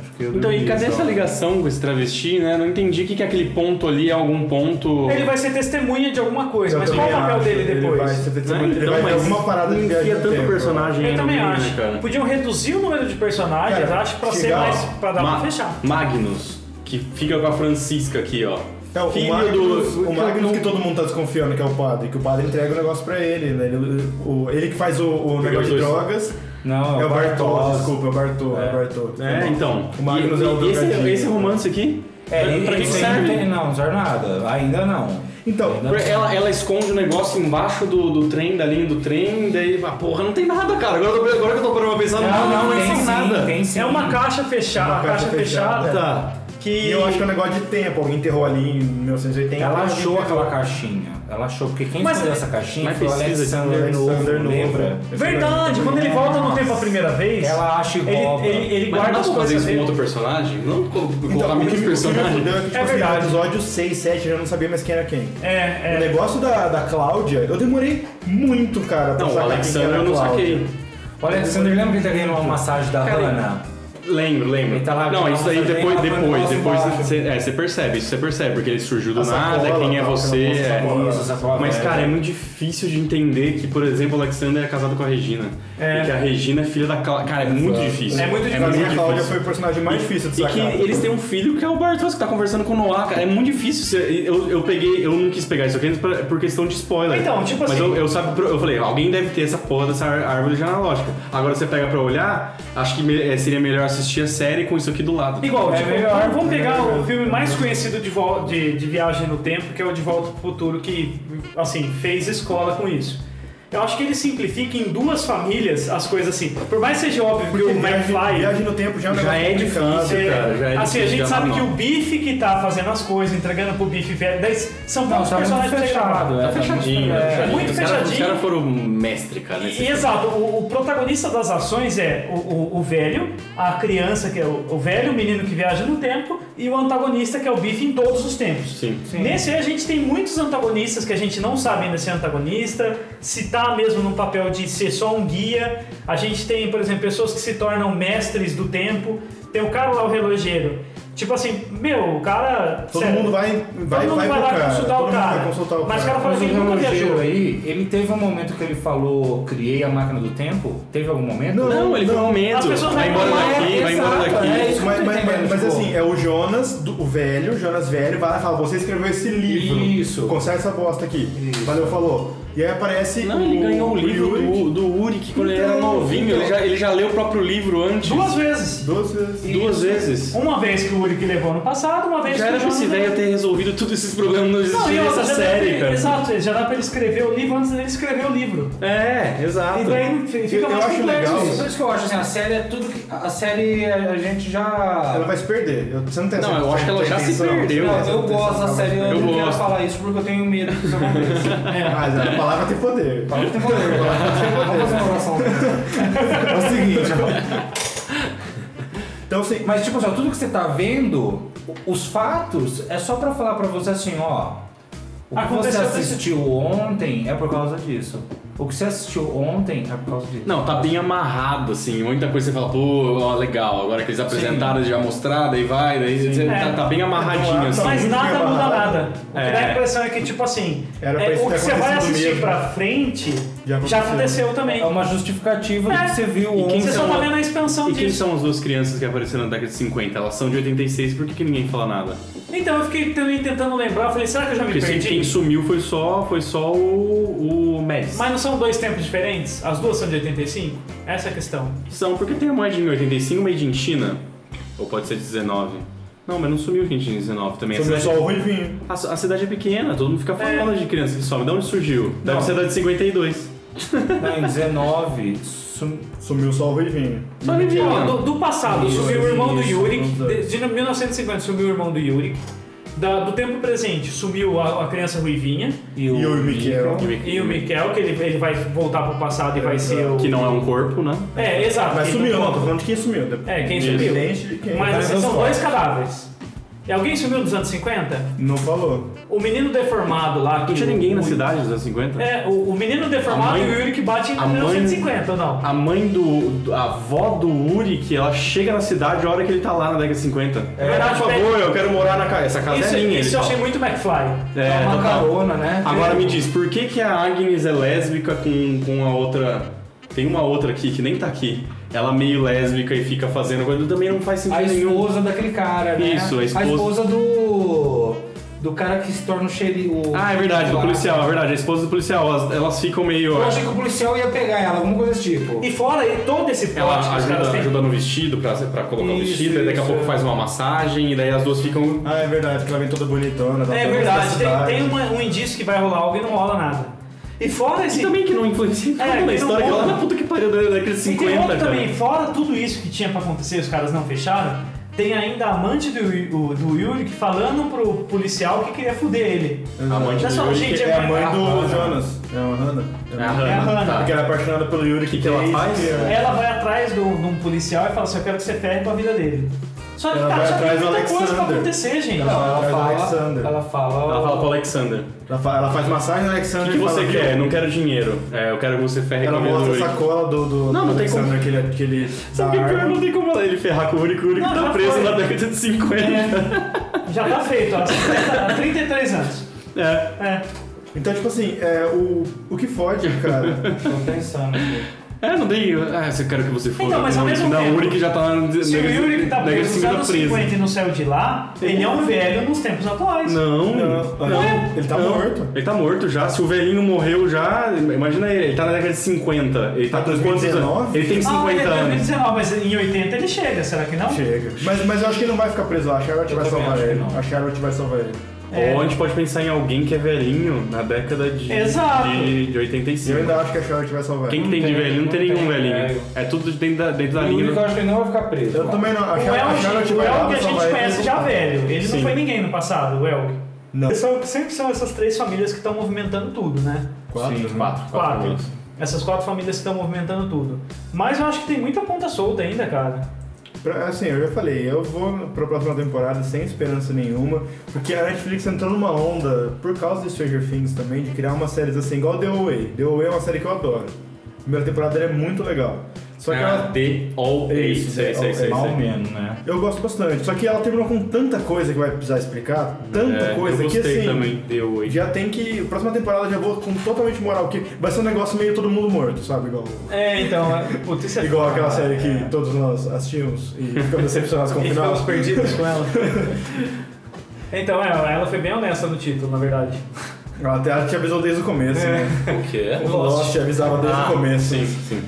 Speaker 5: Acho que eu
Speaker 4: Então, e
Speaker 5: deveria
Speaker 4: cadê
Speaker 5: só-
Speaker 4: essa ligação com esse travesti, né? Não entendi o que, que é aquele ponto ali, é algum ponto.
Speaker 2: Ele vai ser testemunha de alguma coisa,
Speaker 3: Eu
Speaker 2: mas qual o
Speaker 3: também
Speaker 2: papel
Speaker 3: acho,
Speaker 2: dele
Speaker 3: Ele vai,
Speaker 2: depois?
Speaker 3: ser-
Speaker 4: Né?
Speaker 3: ele
Speaker 4: Então,
Speaker 3: vai ter
Speaker 4: mas
Speaker 3: alguma parada de viagem
Speaker 4: enfia
Speaker 3: no
Speaker 4: tanto
Speaker 3: tempo.
Speaker 4: personagem aí
Speaker 2: Eu
Speaker 4: no
Speaker 2: também
Speaker 4: meio, né,
Speaker 2: acho.
Speaker 4: cara?
Speaker 2: Podiam reduzir o número de personagens,
Speaker 3: Cara,
Speaker 2: acho, pra ser
Speaker 3: chegar,
Speaker 2: mais. pra dar
Speaker 4: Ma-
Speaker 2: pra fechar.
Speaker 4: Magnus, que fica com a Francisca aqui, ó.
Speaker 3: É, o
Speaker 4: Filho
Speaker 3: Magnus,
Speaker 4: do.
Speaker 3: o Magnus que todo mundo tá desconfiando que é o padre, que o padre entrega o negócio pra ele, né? Ele, o- ele que faz o, o negócio de
Speaker 4: dois.
Speaker 3: drogas.
Speaker 5: Não,
Speaker 3: é o Bartô,
Speaker 5: Bartolás.
Speaker 3: desculpa, é o Bartô, é, o Bartô.
Speaker 4: É, então.
Speaker 3: O Magnus
Speaker 4: e,
Speaker 3: é o
Speaker 4: e esse,
Speaker 3: drogadinho.
Speaker 4: esse romance aqui.
Speaker 5: É,
Speaker 4: pra- pra que que
Speaker 5: isso aí não tem,
Speaker 4: serve?
Speaker 5: não, não serve nada. Ainda não.
Speaker 3: Então,
Speaker 5: Ainda
Speaker 4: Pra- Ela, ela esconde o negócio embaixo do, do trem, da linha do trem, daí, ah, porra, não tem nada, cara. Agora, eu tô- agora que eu tô parando pra pensar,
Speaker 5: não, não, não, tem
Speaker 4: tem
Speaker 5: sim,
Speaker 4: nada.
Speaker 5: tem sim.
Speaker 2: É uma caixa fechada,
Speaker 3: Uma
Speaker 2: uma caixa,
Speaker 3: caixa
Speaker 2: fechada.
Speaker 4: Tá.
Speaker 3: e
Speaker 2: Que.
Speaker 3: eu acho que é um negócio de tempo, alguém enterrou ali em 1980.
Speaker 5: Ela
Speaker 3: alguém
Speaker 5: achou
Speaker 3: enterrou.
Speaker 5: aquela caixinha. Ela achou, porque quem
Speaker 2: Mas-
Speaker 5: escolheu
Speaker 3: é
Speaker 5: essa caixinha
Speaker 4: mas
Speaker 5: foi o
Speaker 4: precisa de
Speaker 5: Alexander Novo,
Speaker 3: Alexander Novo.
Speaker 5: lembra?
Speaker 2: É Verdade, quando ele volta no tempo a primeira vez,
Speaker 5: Ela acha e
Speaker 2: ele,
Speaker 5: rouba.
Speaker 2: ele, ele
Speaker 4: Mas
Speaker 2: guarda
Speaker 4: não
Speaker 2: as
Speaker 4: dá pra
Speaker 2: coisas
Speaker 4: fazer isso com
Speaker 2: dele.
Speaker 4: outro personagem? Não co-
Speaker 3: Então,
Speaker 4: colocar
Speaker 3: o que-
Speaker 4: muitos
Speaker 3: o que me
Speaker 4: personagens.
Speaker 3: fudeu é que, tipo,
Speaker 2: É
Speaker 3: assim,
Speaker 2: verdade.
Speaker 3: no episódio 6, 7, eu já não sabia mais quem era quem.
Speaker 2: É,
Speaker 3: O
Speaker 2: é.
Speaker 3: negócio da, da Cláudia, eu demorei muito, cara, pra
Speaker 4: Não, o
Speaker 3: sacar quem
Speaker 4: Alexandre
Speaker 3: era a
Speaker 4: eu não
Speaker 3: Cláudia.
Speaker 4: saquei.
Speaker 5: O Alexander, lembra que ele tá ganhando uma massagem da
Speaker 4: Cara,
Speaker 5: Hannah?
Speaker 4: Lembro, lembro.
Speaker 5: Ele tá lá,
Speaker 4: não,
Speaker 5: tá
Speaker 4: isso
Speaker 5: lá,
Speaker 4: aí
Speaker 5: tá
Speaker 4: depois,
Speaker 5: lá,
Speaker 4: depois,
Speaker 5: lá
Speaker 4: depois
Speaker 5: embaixo.
Speaker 4: você é, você percebe, isso você percebe, porque ele surgiu do
Speaker 3: A
Speaker 4: nada,
Speaker 3: sacola,
Speaker 4: quem é
Speaker 3: tá,
Speaker 4: você.
Speaker 3: aquela bolsa
Speaker 4: é.
Speaker 3: sacola.
Speaker 5: Isso, essa palavra.
Speaker 4: Mas,
Speaker 5: é.
Speaker 4: cara, é muito difícil de entender que, por exemplo, o Alexander é casado com a Regina.
Speaker 2: É.
Speaker 4: E que a Regina é filha da Cláudia. Cara, é muito difícil.
Speaker 2: É muito
Speaker 3: Pra
Speaker 2: difícil.
Speaker 3: mim, a Cláudia foi o personagem mais difícil de
Speaker 4: E
Speaker 3: sacar.
Speaker 4: que eles têm um filho que é o Bartos, que tá conversando com o Noah, cara. É muito difícil. você- Eu, eu peguei, eu não quis pegar isso aqui pra- por questão de spoiler.
Speaker 2: Então, tipo
Speaker 4: Mas
Speaker 2: assim-
Speaker 4: eu, eu, sabe, eu falei, alguém deve ter essa porra dessa ár- árvore genealógica. Agora você pega pra olhar, acho que me- eh, seria melhor assistir a série com isso aqui do lado.
Speaker 2: Igual,
Speaker 5: É
Speaker 2: tipo,
Speaker 5: melhor,
Speaker 2: vamos
Speaker 5: é
Speaker 2: pegar
Speaker 5: melhor.
Speaker 2: o filme mais conhecido de, vol- de, de viagem no tempo, que é o De Volta pro Futuro, que, assim, fez escola com isso. Eu acho que ele simplifica em duas famílias as coisas assim. Por mais que seja óbvio que o
Speaker 3: viagem,
Speaker 2: McFly...
Speaker 3: viagem no tempo já é um
Speaker 4: Já
Speaker 3: negócio
Speaker 4: é
Speaker 3: complicado.
Speaker 4: difícil,
Speaker 2: é,
Speaker 4: cara,
Speaker 2: assim,
Speaker 4: já é
Speaker 2: a
Speaker 4: difícil
Speaker 2: gente
Speaker 4: de
Speaker 2: sabe
Speaker 4: arrumar.
Speaker 2: que o Bife que tá fazendo as coisas, entregando pro Bife velho, daí são
Speaker 5: Não,
Speaker 2: poucos
Speaker 5: tá muito
Speaker 2: personagens que chegam lá.
Speaker 5: fechado. é,
Speaker 4: Tá fechadinho,
Speaker 5: tá
Speaker 4: tá
Speaker 5: muito-
Speaker 2: é,
Speaker 4: fechadinho.
Speaker 2: muito
Speaker 4: Os caras- Os
Speaker 2: fechadinho.
Speaker 4: caras foram mestre, cara, nesse
Speaker 2: E-
Speaker 4: filme.
Speaker 2: Exato, o, o protagonista das ações é o, o- o velho, a criança que é o, o velho, o menino que viaja no tempo, e o antagonista que é o bife em todos os tempos.
Speaker 4: Sim.
Speaker 5: Sim.
Speaker 2: Nesse aí a gente tem muitos antagonistas que a gente não sabe ainda ser antagonista, se tá mesmo no papel de ser só um guia. A gente tem, por exemplo, pessoas que se tornam mestres do tempo. Tem o cara lá, o relogeiro. Tipo assim, meu, o cara.
Speaker 3: Todo
Speaker 2: sério,
Speaker 3: mundo vai,
Speaker 2: todo
Speaker 3: vai,
Speaker 2: mundo
Speaker 3: vai,
Speaker 2: vai lá
Speaker 3: pro cara.
Speaker 2: consultar
Speaker 3: todo
Speaker 2: o
Speaker 3: mundo
Speaker 2: cara.
Speaker 3: vai consultar o
Speaker 2: Mas o
Speaker 3: cara.
Speaker 2: cara fala
Speaker 5: Mas o
Speaker 2: que ele nunca
Speaker 5: relógio
Speaker 2: viajou.
Speaker 5: aí, ele teve um momento que ele falou, criei a máquina do tempo? Teve algum momento?
Speaker 3: Não,
Speaker 4: Não, ele foi
Speaker 3: não.
Speaker 4: um
Speaker 2: As
Speaker 4: medo.
Speaker 2: pessoas
Speaker 4: Vai
Speaker 2: não
Speaker 4: embora
Speaker 2: vão-
Speaker 4: daqui,
Speaker 5: É,
Speaker 4: vai embora
Speaker 5: exato,
Speaker 4: daqui.
Speaker 5: é isso.
Speaker 3: Mas,
Speaker 5: Tô
Speaker 3: mas, mas,
Speaker 5: entendendo,
Speaker 3: mas
Speaker 5: tipo-
Speaker 3: assim, é o Jonas, do, o velho, o Jonas velho, vai lá e fala, você escreveu esse livro.
Speaker 5: Isso.
Speaker 3: Conserta essa bosta aqui.
Speaker 5: Isso.
Speaker 3: Valeu, falou. E aí aparece
Speaker 4: Não, ele
Speaker 3: o,
Speaker 4: ganhou o livro
Speaker 3: Yuri
Speaker 4: do, do Uri, que quando ele era
Speaker 3: Então,
Speaker 4: novinho,
Speaker 3: então.
Speaker 4: ele, já, ele já leu o próprio livro antes.
Speaker 2: Duas vezes.
Speaker 3: duas vezes.
Speaker 4: Duas vezes.
Speaker 2: Uma vez que o Uri que levou no passado, uma vez
Speaker 4: Já
Speaker 2: que
Speaker 4: era
Speaker 2: o
Speaker 4: pra esse
Speaker 2: Jonas-
Speaker 4: velho ter resolvido todos esses problemas não
Speaker 2: Não, e outra,
Speaker 4: existir nessa
Speaker 2: já dá pra
Speaker 4: série,
Speaker 2: ele-
Speaker 4: cara.
Speaker 2: Exato, já dá pra ele escrever o livro antes dele escrever o livro.
Speaker 4: É, exato.
Speaker 2: E daí fica
Speaker 3: Eu- eu
Speaker 2: mais
Speaker 3: acho
Speaker 2: complexo.
Speaker 3: legal.
Speaker 2: isso.
Speaker 5: Por é isso que eu acho assim, a série é tudo que. A série a gente
Speaker 3: Ela
Speaker 5: já.
Speaker 3: vai se perder. Eu- Você não tem
Speaker 4: Não,
Speaker 3: essa-
Speaker 4: eu acho que ela
Speaker 3: essa
Speaker 4: já se
Speaker 3: intenção.
Speaker 4: perdeu.
Speaker 5: Não,
Speaker 3: Essa
Speaker 5: eu
Speaker 3: intenção,
Speaker 5: gosto da
Speaker 3: ela vai se
Speaker 5: série, eu,
Speaker 4: Eu
Speaker 5: não quero
Speaker 4: gosto.
Speaker 5: falar isso porque eu tenho medo que isso [LAUGHS] aconteça.
Speaker 3: Mas a palavra tem poder.
Speaker 5: Fala que tem poder, Vamos fazer uma oração.
Speaker 3: É o seguinte, ó. Então, assim,
Speaker 5: Mas tipo assim, ó, tudo que você tá vendo, o- os fatos, é só pra falar pra você assim, ó. O que
Speaker 2: Aconteceu
Speaker 5: você
Speaker 2: desse-
Speaker 5: assistiu ontem é por causa disso. O que você assistiu ontem é por causa disso.
Speaker 4: Não, tá bem amarrado, assim. Muita coisa você fala, pô, ó, legal. Agora que eles apresentaram, eles já mostraram, daí vai, daí você
Speaker 2: É.
Speaker 4: tá, tá bem amarradinho, assim.
Speaker 3: Não,
Speaker 2: Mas
Speaker 3: muito
Speaker 2: nada
Speaker 3: bem
Speaker 2: muda
Speaker 3: amarrado.
Speaker 2: nada. O que
Speaker 4: É.
Speaker 2: dá a impressão é que, tipo assim,
Speaker 3: Era pra
Speaker 2: é,
Speaker 3: isso
Speaker 2: o
Speaker 3: ter
Speaker 2: que você vai
Speaker 3: acontecido
Speaker 2: assistir
Speaker 3: mesmo.
Speaker 2: pra frente já
Speaker 3: Já
Speaker 2: aconteceu,
Speaker 3: aconteceu.
Speaker 2: também.
Speaker 5: É uma justificativa do
Speaker 2: É.
Speaker 5: que você viu
Speaker 4: E Então, quem
Speaker 5: ontem.
Speaker 2: Você só
Speaker 4: são
Speaker 2: tá
Speaker 4: a-
Speaker 2: vendo a expansão
Speaker 4: E quem
Speaker 2: disso.
Speaker 4: são as duas crianças que apareceram na década de 50? Elas são de 86, por que, que ninguém fala nada?
Speaker 2: Então eu fiquei também tentando lembrar, eu falei, será que eu já me
Speaker 4: Porque se-
Speaker 2: perdi?
Speaker 4: quem sumiu foi só, foi só o, o Mads.
Speaker 2: Mas não são dois tempos diferentes? As duas são de 85? Essa é a questão.
Speaker 4: São, porque tem a mais de 85 made in China, ou pode ser 19. Não, mas não sumiu quem tinha 19 também. A
Speaker 3: sumiu
Speaker 4: cidade,
Speaker 3: só o Ruivinho.
Speaker 4: a, a cidade é pequena, todo mundo fica falando de criança que some. De onde surgiu? Deve
Speaker 5: Não.
Speaker 4: ser da de 52.
Speaker 5: Não, né, em 19. sum-
Speaker 3: Sumiu só o Ruivinho.
Speaker 4: Só me viu.
Speaker 2: Ó, do, do passado,
Speaker 3: Isso,
Speaker 2: sumiu o irmão do
Speaker 3: isso,
Speaker 2: Yuri.
Speaker 3: vamos
Speaker 2: De,
Speaker 3: ver.
Speaker 2: de 1950 sumiu o irmão do Yuri. Da- do tempo presente sumiu a, a criança Ruivinha
Speaker 5: E o,
Speaker 3: E o Miquel.
Speaker 2: e o Miquel, que ele, ele vai voltar pro passado e vai ser o.
Speaker 4: Que não é um corpo, né?
Speaker 2: É, exato.
Speaker 3: Mas
Speaker 2: ele
Speaker 3: sumiu,
Speaker 2: não-
Speaker 3: não, tô falando de quem sumiu.
Speaker 2: É, quem
Speaker 3: Isso.
Speaker 2: sumiu.
Speaker 3: Evidente de quem.
Speaker 2: Mas assim,
Speaker 3: eu
Speaker 2: são
Speaker 3: só-
Speaker 2: dois cadáveres. E alguém sumiu nos anos 50?
Speaker 3: Não falou.
Speaker 2: O menino deformado lá.
Speaker 4: Não
Speaker 2: que
Speaker 4: tinha
Speaker 2: o-
Speaker 4: ninguém na
Speaker 2: o-
Speaker 4: cidade dos anos 50.
Speaker 2: É, o, o menino deformado
Speaker 4: A mãe-
Speaker 2: e o Yuri que bate em
Speaker 4: a mãe-
Speaker 2: 1950, ou não?
Speaker 4: A mãe do. do- A avó do Uri, que ela chega na cidade a hora que ele tá lá na década de 50.
Speaker 2: verdade,
Speaker 4: por favor, eu quero morar na casa. Essa casa
Speaker 2: Isso,
Speaker 4: é minha.
Speaker 2: isso
Speaker 4: ele
Speaker 2: eu
Speaker 4: fala.
Speaker 2: achei muito McFly.
Speaker 5: É
Speaker 4: É,
Speaker 5: uma
Speaker 4: total.
Speaker 5: carona, né?
Speaker 4: Agora me diz, por que, que a Agnes é lésbica com, com a outra. Tem uma outra aqui que nem tá aqui. Ela meio lésbica e fica fazendo coisa. Também não faz sentido
Speaker 5: A
Speaker 4: nenhum.
Speaker 5: esposa daquele cara, né?
Speaker 4: Isso, a esposa-
Speaker 5: do. Do cara que se torna o xerife.
Speaker 4: Ah, é verdade, do policial, é verdade. A esposa do policial, elas, elas ficam meio.
Speaker 5: Eu achei que o policial ia pegar ela, alguma coisa desse tipo.
Speaker 2: E fora e todo esse plot
Speaker 4: Ela
Speaker 2: que os caras
Speaker 4: ajuda,
Speaker 2: têm.
Speaker 4: ajuda no vestido pra, pra colocar o
Speaker 5: Isso,
Speaker 4: vestido, e daqui a
Speaker 5: isso,
Speaker 4: pouco
Speaker 5: é.
Speaker 4: faz uma massagem, e daí as duas ficam
Speaker 3: Ah, é verdade, que ela vem toda bonitona. tá
Speaker 2: É
Speaker 3: toda
Speaker 2: verdade, tem,
Speaker 3: cidade.
Speaker 2: tem uma- um indício que vai rolar algo e não rola nada. E fora esse.
Speaker 4: E também que não influencia em
Speaker 2: É,
Speaker 4: nada
Speaker 2: que
Speaker 4: na
Speaker 2: não
Speaker 4: história, que lá
Speaker 2: muda.
Speaker 4: na puta que pariu da década de
Speaker 2: e tem
Speaker 4: 50,
Speaker 2: outro
Speaker 4: cara.
Speaker 2: também, fora tudo isso que tinha pra acontecer, os caras não fecharam. Tem ainda a amante do, o- do Yuri que falando pro policial que queria fuder ele.
Speaker 4: A mãe de
Speaker 2: Olha só,
Speaker 4: Yuri,
Speaker 2: gente,
Speaker 4: que
Speaker 3: É a mãe
Speaker 2: Ah,
Speaker 3: do
Speaker 2: Hannah.
Speaker 3: Jonas. É a Hannah.
Speaker 4: é a
Speaker 2: é a
Speaker 4: Hannah,
Speaker 2: Hannah.
Speaker 4: tá.
Speaker 3: Porque ela é apaixonada pelo Yuri, que,
Speaker 4: que ela
Speaker 3: é isso,
Speaker 4: faz?
Speaker 3: que é-
Speaker 2: Ela vai atrás de um de um policial e fala assim: Eu quero que você ferre com a vida dele. Só que,
Speaker 3: Ela
Speaker 2: cara,
Speaker 3: vai
Speaker 2: já tem
Speaker 3: atrás do
Speaker 2: muita coisa pra
Speaker 3: Alexander.
Speaker 2: acontecer, gente.
Speaker 5: Não, ela
Speaker 3: Mas o
Speaker 5: fala.
Speaker 3: Alexander.
Speaker 5: Ela fala.
Speaker 4: Ela fala pro Alexander.
Speaker 3: Ela, fa- ela faz massagem no
Speaker 4: O
Speaker 3: Alexander
Speaker 4: que, que
Speaker 3: e fala
Speaker 4: você
Speaker 3: ó,
Speaker 4: quer? Não quero dinheiro. É, eu quero que você ferre
Speaker 3: Ela
Speaker 4: com a vida do
Speaker 3: mostra a
Speaker 4: Yuri. [LAUGHS]
Speaker 3: sacola do, do,
Speaker 4: Não,
Speaker 3: do
Speaker 4: não tem como.
Speaker 3: Alexander, aquele, aquele
Speaker 4: Sabe
Speaker 3: da
Speaker 4: que pior?
Speaker 3: arma.
Speaker 4: Não tem como ela- ele ferrar com o Uri, que o Uri
Speaker 2: Não,
Speaker 4: que tá
Speaker 2: já
Speaker 4: preso
Speaker 2: foi.
Speaker 4: na década de 50.
Speaker 2: Já tá feito, ó, há 33 anos.
Speaker 4: É.
Speaker 2: É.
Speaker 3: Então, tipo assim, é, o, o que fode,
Speaker 4: [LAUGHS]
Speaker 3: cara...
Speaker 5: Tô pensando tá aqui.
Speaker 4: É, não tem... Ah, eu quero que você foda.
Speaker 2: Então, mas ao mesmo
Speaker 4: Não,
Speaker 2: tempo,
Speaker 4: o Uri que já tá na
Speaker 2: Se o Yuri que tá
Speaker 4: década de
Speaker 2: preso nos
Speaker 4: 50
Speaker 2: anos
Speaker 4: preso.
Speaker 2: 50 e não saiu de lá, ele é um velho nos tempos atuais. Ah,
Speaker 4: Não,
Speaker 3: Não, ele tá morto.
Speaker 4: Ele tá morto já. Se o velhinho morreu já, imagina ele, ele tá na década de 50. Ele tá
Speaker 3: Tá
Speaker 4: com quantos anos?
Speaker 3: 2019?
Speaker 4: Ele tem
Speaker 2: Ah,
Speaker 4: 50
Speaker 2: ele é
Speaker 4: anos.
Speaker 2: 2019, mas em 80 ele chega, será que não?
Speaker 3: Chega. Mas, mas eu acho que ele não vai ficar preso lá. A Charlotte
Speaker 5: Eu
Speaker 3: vai
Speaker 5: também
Speaker 3: salvar
Speaker 5: acho que
Speaker 3: ele.
Speaker 5: não.
Speaker 3: A Charlotte vai salvar ele.
Speaker 2: É.
Speaker 4: Ou a gente pode pensar em alguém que é velhinho na década de,
Speaker 2: Exato.
Speaker 4: de, de
Speaker 3: E eu
Speaker 4: 85.
Speaker 3: ainda acho que a Charlotte vai salvar
Speaker 4: Quem
Speaker 3: ele.
Speaker 4: que tem, de
Speaker 5: tem,
Speaker 4: velhinho? Não tem
Speaker 5: não
Speaker 4: nenhum
Speaker 5: tem,
Speaker 4: velhinho. É, tudo dentro da, dentro da
Speaker 5: O único que eu
Speaker 4: linha.
Speaker 5: acho que ele não vai ficar preso.
Speaker 3: Eu também não. A,
Speaker 2: O
Speaker 3: Char- a
Speaker 2: Elg,
Speaker 3: Charlotte
Speaker 2: o
Speaker 3: vai lá,
Speaker 2: Elg
Speaker 3: vai
Speaker 2: a gente
Speaker 3: salvar ele.
Speaker 2: conhece já velho, ele
Speaker 4: Sim.
Speaker 2: não foi ninguém no passado, o Elg.
Speaker 3: Não.
Speaker 2: São- Sempre são essas três famílias que estão movimentando tudo, né?
Speaker 3: Quatro, né?
Speaker 4: quatro.
Speaker 2: Quatro.
Speaker 4: famílias.
Speaker 2: Essas quatro famílias que estão movimentando tudo. Mas eu acho que tem muita ponta solta ainda, cara.
Speaker 3: Pra- Assim, eu já falei, eu vou pra próxima temporada sem esperança nenhuma, porque a Netflix entrou numa onda, por causa de Stranger Things também, de criar umas séries assim, igual The Away. The Away é uma série que eu adoro. A primeira temporada dela é muito legal. Só que
Speaker 4: Ah,
Speaker 3: ela.
Speaker 4: The All Eight.
Speaker 3: Isso, é,
Speaker 4: Sei,
Speaker 3: The All
Speaker 4: sei, sei,
Speaker 3: Eight.
Speaker 5: Mal
Speaker 4: sei.
Speaker 5: menos, né?
Speaker 3: Eu gosto bastante. Só que ela terminou com tanta coisa que vai precisar explicar, tanta
Speaker 4: É,
Speaker 3: coisa
Speaker 4: eu
Speaker 3: que
Speaker 4: gostei
Speaker 3: assim.
Speaker 4: também The All Eight.
Speaker 3: Já tem que. a Próxima temporada eu já vou com totalmente moral, que vai ser um negócio meio todo mundo morto, sabe? Igual.
Speaker 2: É, então, é, putz, isso é
Speaker 3: Igual
Speaker 4: Ah,
Speaker 3: aquela série que todos nós assistimos e ficamos decepcionados
Speaker 4: [LAUGHS]
Speaker 3: com o
Speaker 2: E
Speaker 3: final.
Speaker 2: ficamos perdidos com [LAUGHS] ela. Então, é, ela foi bem honesta no título, na verdade.
Speaker 3: Ela até ela te avisou desde o começo, né?
Speaker 4: O que é?
Speaker 3: O Lost te avisava desde o começo.
Speaker 4: Sim, sim.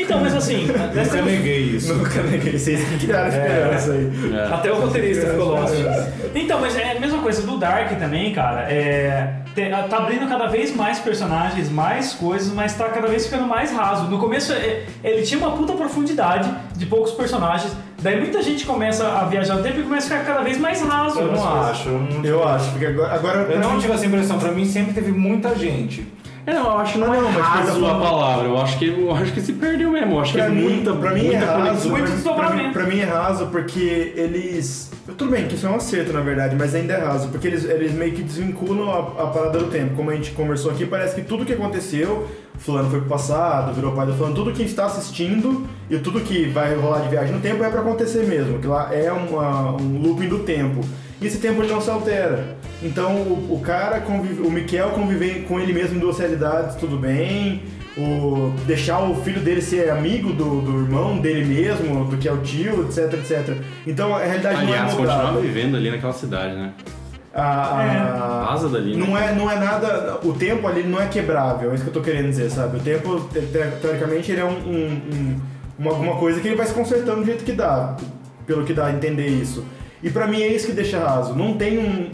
Speaker 2: Então, mas [LAUGHS] assim, nós
Speaker 3: um
Speaker 6: Nunca
Speaker 2: temos-
Speaker 6: neguei isso.
Speaker 3: Nunca neguei, vocês que criaram esperança aí.
Speaker 2: Até o roteirista
Speaker 3: Sim,
Speaker 2: ficou lost.
Speaker 3: sim.
Speaker 2: Então, mas é a mesma coisa do Dark também, cara. É, te- tá abrindo cada vez mais personagens, mais coisas, mas tá cada vez ficando mais raso. No começo é- ele tinha uma puta profundidade de poucos personagens, daí muita gente começa a viajar no tempo e começa a ficar cada vez mais raso. as
Speaker 5: Eu não
Speaker 2: coisas.
Speaker 5: acho. Eu não,
Speaker 3: Eu acho, porque agora. agora
Speaker 5: eu não tive essa impressão. Pra mim sempre teve muita gente.
Speaker 4: É, não, eu acho que não, é
Speaker 3: Não, mas
Speaker 4: raso
Speaker 3: coisa-
Speaker 4: a palavra. Eu acho que eu acho que se perdeu mesmo. Eu acho que
Speaker 3: Pra
Speaker 4: é
Speaker 3: mim,
Speaker 4: muita,
Speaker 3: pra mim
Speaker 4: muita né?
Speaker 3: é raso.
Speaker 2: muito
Speaker 4: conexão.
Speaker 3: pra mim- pra,
Speaker 2: desdobramento.
Speaker 3: mim, pra mim é raso porque eles. Tudo bem, que isso é um acerto na verdade, mas ainda é raso. Porque eles, eles meio que desvinculam a, a parada do tempo. Como a gente conversou aqui, parece que tudo que aconteceu, Fulano foi pro passado, virou pai do Fulano, tudo que está assistindo e tudo que vai rolar de viagem no tempo é pra acontecer mesmo. Que lá é uma- um looping do tempo. E esse tempo ele não se altera. Então o, o cara, convive, o Miquel convive com ele mesmo em duas realidades, tudo bem o deixar o filho dele ser amigo do, do irmão dele mesmo, do que é o tio, etc, etc. Então a realidade
Speaker 4: Aliás,
Speaker 3: não é mudada.
Speaker 4: continuava vivendo ali naquela cidade, né?
Speaker 3: A- a-
Speaker 4: Vaza dali, né?
Speaker 3: Não é, não é nada. O tempo ali não é quebrável, é isso que eu tô querendo dizer, sabe? O tempo, te- te- teoricamente, ele é um, um- um- uma, alguma coisa que ele vai se consertando do jeito que dá, pelo que dá a entender isso. E pra mim é isso que deixa raso. Não tem um.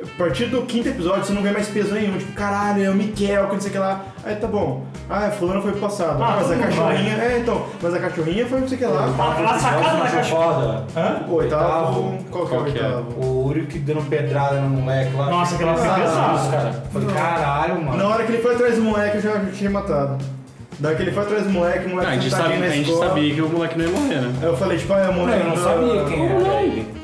Speaker 3: A partir do quinto episódio você não vê mais peso nenhum, tipo, caralho, é o Miquel, que não sei o que lá. Aí tá bom. Ah, fulano foi pro passado.
Speaker 2: Ah,
Speaker 3: Ah, mas a
Speaker 2: todo mundo vai.
Speaker 3: cachorrinha. É, então, mas a cachorrinha foi não sei o que lá.
Speaker 2: A, a sacada da
Speaker 5: Nossa,
Speaker 2: cachorra.
Speaker 5: foda.
Speaker 2: Hã?
Speaker 3: Oitavo. Qual que é o
Speaker 4: Qual que é?
Speaker 3: oitavo?
Speaker 5: O Uruk dando pedrada no moleque lá.
Speaker 2: Nossa, aquela foi
Speaker 5: Caralho,
Speaker 2: pesada.
Speaker 5: cara. Falei, caralho, mano.
Speaker 3: Na hora que ele foi atrás do moleque, eu já tinha matado. Daí que ele foi atrás do moleque, o moleque
Speaker 4: Ah, a gente,
Speaker 3: sentadinho
Speaker 4: sabe,
Speaker 3: na
Speaker 4: a gente
Speaker 3: tá escola.
Speaker 4: sabia que o moleque não ia morrer, né?
Speaker 3: Aí eu falei, tipo, ah, é o
Speaker 5: Não,
Speaker 3: moleque.
Speaker 5: eu não
Speaker 3: da-
Speaker 5: sabia quem era ele.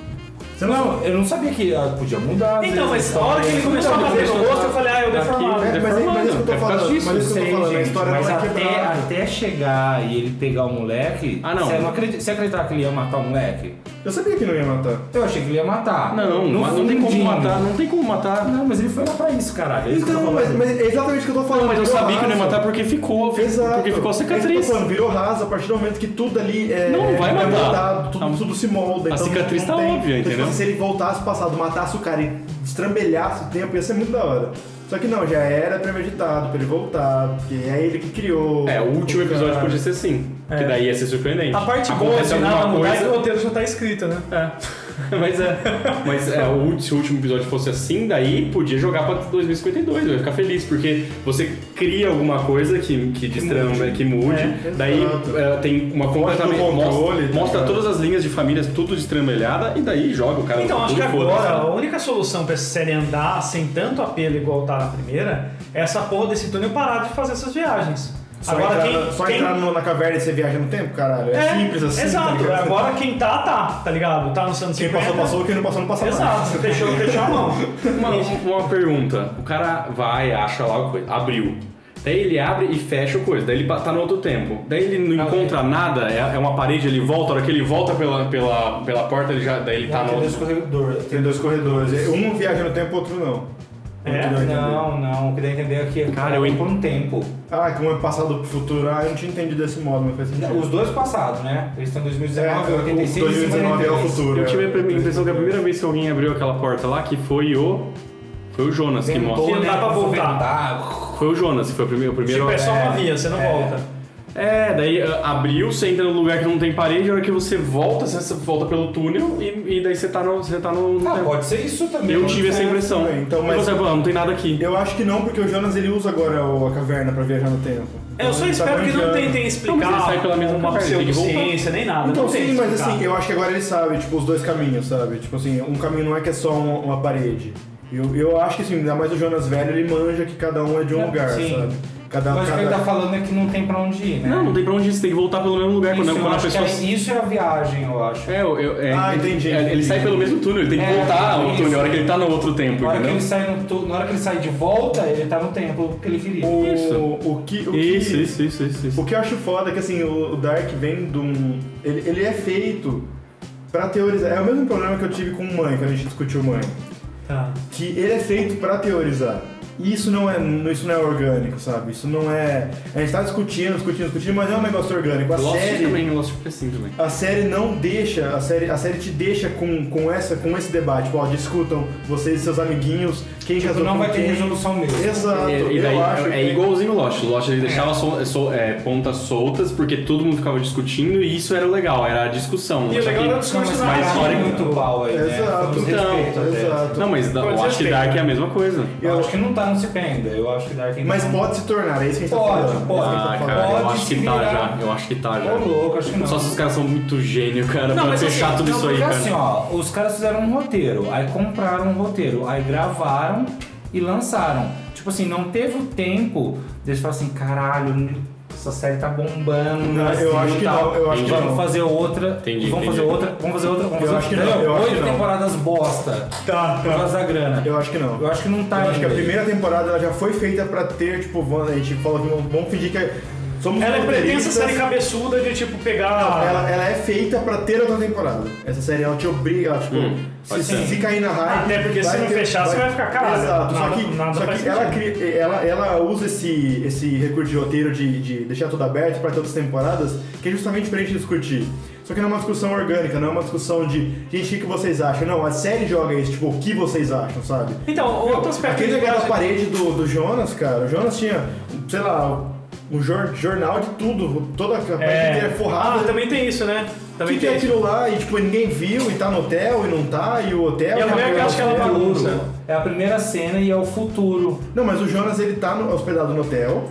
Speaker 3: Você não,
Speaker 5: Não, eu não sabia que ah, podia mudar. às
Speaker 2: Então,
Speaker 5: vezes,
Speaker 2: mas a hora que ele
Speaker 5: talvez.
Speaker 2: começou a
Speaker 4: Então,
Speaker 2: bater no
Speaker 4: depois-
Speaker 2: rosto, eu falei, ah, eu deformado.
Speaker 4: Aqui,
Speaker 3: É, mas é- mas é isso que eu tô
Speaker 4: É por causa
Speaker 3: falando,
Speaker 4: disso.
Speaker 3: mas é isso que eu tô
Speaker 5: Sei,
Speaker 3: falando, a
Speaker 5: gente,
Speaker 3: história
Speaker 5: mas
Speaker 3: não é
Speaker 5: até,
Speaker 3: quebrada.
Speaker 5: até chegar e ele pegar o moleque.
Speaker 4: Ah, não.
Speaker 5: Você, acredita, você acreditava que ele ia matar o moleque?
Speaker 3: eu sabia que não ia matar.
Speaker 5: Eu achei que ele ia matar.
Speaker 4: Não,
Speaker 5: Ah, No
Speaker 4: mas não tem como
Speaker 5: fundinho.
Speaker 4: matar, não tem como matar.
Speaker 5: Não, mas ele foi lá pra isso, caralho. É isso que eu tô
Speaker 3: Então, mas,
Speaker 5: falando.
Speaker 3: mas é exatamente o que eu tô falando.
Speaker 4: Não, mas eu
Speaker 3: virou
Speaker 4: sabia que não ia
Speaker 3: raso.
Speaker 4: matar porque ficou,
Speaker 3: Exato.
Speaker 4: porque ficou a
Speaker 3: É
Speaker 4: cicatriz.
Speaker 3: isso que eu tô falando, virou raso a partir do momento que tudo ali é.
Speaker 4: Não, não vai
Speaker 3: é
Speaker 4: matar.
Speaker 3: moldado, tudo,
Speaker 4: A-
Speaker 3: tudo se molda.
Speaker 4: a
Speaker 3: então
Speaker 4: cicatriz
Speaker 3: não
Speaker 4: tá
Speaker 3: tem-
Speaker 4: óbvia,
Speaker 3: então, tipo,
Speaker 4: entendeu?
Speaker 3: Se ele voltasse pro passado, matasse o cara e destrambelhasse o tempo, ia ser muito da hora. Só que não, já era premeditado pra ele voltar, porque é ele que criou.
Speaker 4: É, o último episódio
Speaker 3: cara.
Speaker 4: podia ser assim.
Speaker 2: É.
Speaker 4: Que daí ia ser surpreendente.
Speaker 2: A parte boa de
Speaker 4: Acontece
Speaker 2: nada
Speaker 4: alguma
Speaker 2: mudar é que o
Speaker 4: coisa.
Speaker 2: roteiro já tá escrito, né?
Speaker 4: [LAUGHS] Mas é. Mas é, o ú- se o último episódio fosse assim, daí podia jogar pra 2052, eu ia ficar feliz, porque você cria alguma coisa que, que destramba, que mude,
Speaker 2: É,
Speaker 4: daí
Speaker 3: exato.
Speaker 4: é, tem uma
Speaker 3: Mostra o
Speaker 4: completamente.
Speaker 3: controle,
Speaker 4: Mostra,
Speaker 3: tá
Speaker 4: mostra
Speaker 3: ligado?
Speaker 4: todas as linhas de famílias tudo destrambelhada, e daí joga o cara
Speaker 2: Então,
Speaker 4: no
Speaker 2: acho que
Speaker 4: futuro e
Speaker 2: agora a
Speaker 4: foda-se.
Speaker 2: única solução pra essa série andar sem tanto apelo igual tá na primeira é essa porra desse túnel parar de fazer essas viagens.
Speaker 3: Só
Speaker 2: agora
Speaker 3: entrar,
Speaker 2: quem.
Speaker 3: só
Speaker 2: quem-
Speaker 3: entrar no- na caverna e você viaja no tempo, caralho. É, simples assim. tá
Speaker 2: Exato.
Speaker 3: ligado?
Speaker 2: agora quem tá, tá, tá ligado? Tá nos anos
Speaker 3: Quem
Speaker 2: 50.
Speaker 3: passou, passou, quem não passou, não passou
Speaker 2: Exato, você fechou,
Speaker 3: [LAUGHS]
Speaker 2: fechou a mão.
Speaker 4: Uma, uma pergunta. O cara vai, acha lá o coisa, abriu. Daí ele abre e fecha o coisa, daí ele pa- tá no outro tempo. Daí ele não
Speaker 5: Ah,
Speaker 4: encontra nada, é, é uma parede, ele volta, a hora que ele volta pela, pela, pela porta, ele já, daí ele tá
Speaker 5: Não,
Speaker 4: no
Speaker 5: tem
Speaker 4: outro.
Speaker 5: dois corredores.
Speaker 3: Tem dois corredores. Um viaja no tempo, outro não.
Speaker 2: É?
Speaker 3: Entendeu? Entendeu?
Speaker 5: Não, não. O que dá a entender é que
Speaker 4: Cara, eu-
Speaker 5: por um tempo.
Speaker 3: Ah, que um é passado pro futuro. Ah, eu não tinha entendido desse modo, mas faz sentido.
Speaker 5: Os dois passados, né? Eles estão em
Speaker 3: É,
Speaker 5: 2019,
Speaker 3: o
Speaker 5: 86
Speaker 3: 2019 é o
Speaker 5: 53.
Speaker 3: futuro.
Speaker 4: Eu tive
Speaker 3: é.
Speaker 4: a impressão que a primeira vez que alguém abriu aquela porta lá, que foi o. Foi o Jonas que
Speaker 5: Ventou,
Speaker 4: mostra.
Speaker 2: não dá
Speaker 5: né?
Speaker 2: pra voltar.
Speaker 5: Ventar.
Speaker 4: Foi o Jonas que foi o primeiro. O primeiro
Speaker 2: Tipo, é só uma
Speaker 5: é,
Speaker 2: via, você não
Speaker 5: é.
Speaker 2: volta.
Speaker 4: É, daí ah, abriu, você entra num lugar que não tem parede, a hora que você volta, você volta pelo túnel e, e daí você tá no. Você tá no, no
Speaker 5: Ah,
Speaker 4: tempo.
Speaker 5: pode né? ser isso também.
Speaker 4: Eu tive essa impressão.
Speaker 3: também, então, mas-
Speaker 4: E você fala, "Ah, não tem nada aqui.
Speaker 3: Eu acho que não, porque o Jonas ele usa agora o- a caverna pra viajar no tempo.
Speaker 2: É, Eu só
Speaker 3: Ele tá
Speaker 2: espero que não
Speaker 3: manjando.
Speaker 2: tentem explicar
Speaker 4: Não, mas ele sai pela mesma
Speaker 2: uma
Speaker 4: porta, ele tem que voltar.
Speaker 2: pseudociência, nem nada.
Speaker 3: Então
Speaker 2: não tem
Speaker 3: sim, mas
Speaker 2: explicar.
Speaker 3: assim, eu acho que agora ele sabe, tipo, os dois caminhos, sabe? Tipo assim, um caminho não é que é só um- uma parede. Eu, eu acho que assim, ainda mais o Jonas velho, ele manja que cada um é de um
Speaker 5: É,
Speaker 3: lugar,
Speaker 5: sim.
Speaker 3: sabe? Cada,
Speaker 5: Mas o que ele tá
Speaker 3: cada...
Speaker 5: falando é que não tem pra onde ir, né?
Speaker 4: Não, não tem pra onde ir, você tem que voltar pelo mesmo lugar quando,
Speaker 5: Isso, eu
Speaker 4: quando a
Speaker 5: acho que
Speaker 4: pessoa.
Speaker 5: é- isso é a viagem, eu acho.
Speaker 4: É, eu, eu- é,
Speaker 3: Ah,
Speaker 4: ele-
Speaker 3: entendi.
Speaker 4: Ele, sai pelo mesmo túnel, ele tem que
Speaker 5: É,
Speaker 4: voltar ao
Speaker 5: isso.
Speaker 4: túnel, a hora que ele tá no outro tempo,
Speaker 5: Na hora, que
Speaker 4: entendeu?
Speaker 5: ele sai no tu- na hora que ele sai de volta, ele tá no templo que ele queria.
Speaker 3: O,
Speaker 4: Isso.
Speaker 3: o que, o que-
Speaker 4: Isso, isso, isso, isso, isso.
Speaker 3: O que eu acho foda é que assim, o o Dark vem de um. Ele, ele é feito pra teorizar. É o mesmo problema que eu tive com mãe, quando a gente discutiu mãe.
Speaker 2: Tá.
Speaker 3: Que ele é feito pra teorizar. E isso não é, isso não é orgânico, sabe? Isso não é. A gente tá discutindo, discutindo, discutindo, mas não é um negócio orgânico. A
Speaker 4: Lost
Speaker 3: série.
Speaker 4: também, Lost foi assim também.
Speaker 3: A série não deixa, a série, a série te deixa com, com, essa, com esse debate. Tipo, ó, discutam vocês e seus amiguinhos Quem
Speaker 5: Tipo,
Speaker 3: casou
Speaker 5: não
Speaker 3: com
Speaker 5: vai ter
Speaker 3: quem.
Speaker 5: resolução mesmo.
Speaker 3: Exato,
Speaker 4: E, e
Speaker 3: eu
Speaker 4: daí
Speaker 3: acho
Speaker 4: é, é
Speaker 3: que-
Speaker 4: igualzinho o Lost. O Lost ele deixava sol- sol- é, pontas soltas porque todo mundo ficava discutindo e isso era o legal, era a discussão.
Speaker 2: E o
Speaker 4: Só
Speaker 2: legal
Speaker 4: que-
Speaker 2: era o discurso
Speaker 5: mas
Speaker 2: na
Speaker 4: mas
Speaker 5: paga
Speaker 2: época.
Speaker 4: fora-
Speaker 5: muito pau aí, né?
Speaker 3: Exato.
Speaker 5: Vamos
Speaker 4: Então,
Speaker 5: respeito até.
Speaker 3: exato.
Speaker 4: Não, mas da-
Speaker 2: Pode
Speaker 4: eu acho que
Speaker 2: ser,
Speaker 4: Dark
Speaker 2: cara.
Speaker 4: é a mesma coisa.
Speaker 5: Eu acho que não tá no CP ainda. Eu acho que tá Dark ainda
Speaker 3: Mas
Speaker 5: não-
Speaker 3: pode se tornar, é isso que a gente tá
Speaker 5: Pode,
Speaker 3: falando.
Speaker 5: pode.
Speaker 3: É isso que a
Speaker 4: Ah,
Speaker 3: gente tá
Speaker 4: cara, eu
Speaker 5: Pode
Speaker 4: acho
Speaker 5: se
Speaker 4: que tá
Speaker 5: virar.
Speaker 4: já. Eu acho que tá já.
Speaker 5: Ô, louco, acho que não.
Speaker 4: Só se os caras são muito gênio, cara,
Speaker 2: Não,
Speaker 4: pra
Speaker 2: mas
Speaker 4: fechar
Speaker 2: assim,
Speaker 4: tudo
Speaker 2: não,
Speaker 4: isso aí,
Speaker 5: Porque
Speaker 4: cara.
Speaker 5: assim, ó, os caras fizeram um roteiro, aí compraram um roteiro, aí gravaram e lançaram. Tipo assim, não teve o tempo deles falar assim, caralho, essa série tá bombando.
Speaker 3: Não,
Speaker 5: assim,
Speaker 3: eu acho
Speaker 5: e
Speaker 3: que
Speaker 5: tal.
Speaker 3: não, eu acho
Speaker 4: que
Speaker 5: vamos
Speaker 3: não.
Speaker 5: fazer outra,
Speaker 4: Entendi, entendi.
Speaker 5: vamos fazer outra, vamos fazer outra, vamos
Speaker 3: Eu
Speaker 5: fazer
Speaker 3: acho que
Speaker 5: outra.
Speaker 3: não, eu acho
Speaker 5: Oito
Speaker 3: que não.
Speaker 5: temporadas bosta
Speaker 3: Tá,
Speaker 5: por
Speaker 3: tá.
Speaker 5: causa da grana.
Speaker 3: Eu acho que não.
Speaker 5: Eu acho que não tá
Speaker 3: Eu acho que a
Speaker 5: ainda.
Speaker 3: primeira temporada ela já foi feita pra ter, tipo, Wanda, a gente fala que vamos- vamos fingir que é- somos
Speaker 2: Ela é pretensa
Speaker 3: roteiristas.
Speaker 2: série cabeçuda de tipo pegar.
Speaker 3: ela, ela é feita pra ter outra temporada. Essa série ela te obriga, ela, tipo,
Speaker 4: Hum,
Speaker 3: se,
Speaker 4: pode ser.
Speaker 3: se cair na raiva.
Speaker 2: Até porque se não fechar, você vai ficar, caralho,
Speaker 3: Exato, só
Speaker 2: nada-
Speaker 3: que,
Speaker 2: nada
Speaker 3: só
Speaker 2: faz
Speaker 3: que ela,
Speaker 2: sentido.
Speaker 3: cria- ela, ela usa esse, esse recurso de roteiro de, de deixar tudo aberto pra ter outras temporadas, que é justamente pra gente discutir. Só que não é uma discussão orgânica, não é uma discussão de gente, o que que vocês acham? Não, a série joga isso, tipo, o que vocês acham, sabe?
Speaker 2: Então, outro aspecto.
Speaker 3: Aquele
Speaker 2: do
Speaker 3: aquela
Speaker 2: Brasil-
Speaker 3: parede do, do Jonas, cara, o Jonas tinha, sei lá, um jor- jornal de tudo, toda a parede
Speaker 2: É.
Speaker 3: inteira forrada.
Speaker 2: Ah, também tem isso, né?
Speaker 3: O
Speaker 2: Também
Speaker 3: que, que é
Speaker 2: tem. isso.
Speaker 3: aquilo lá? E tipo, ninguém viu e tá no hotel e não tá, e o hotel.
Speaker 2: E a
Speaker 3: já
Speaker 2: mulher
Speaker 3: foi
Speaker 2: que acha que ela
Speaker 3: ao
Speaker 2: é
Speaker 3: hotel.
Speaker 2: bagunça.
Speaker 5: É a primeira cena e é o futuro.
Speaker 3: Não, mas o Jonas ele tá no- hospedado no hotel.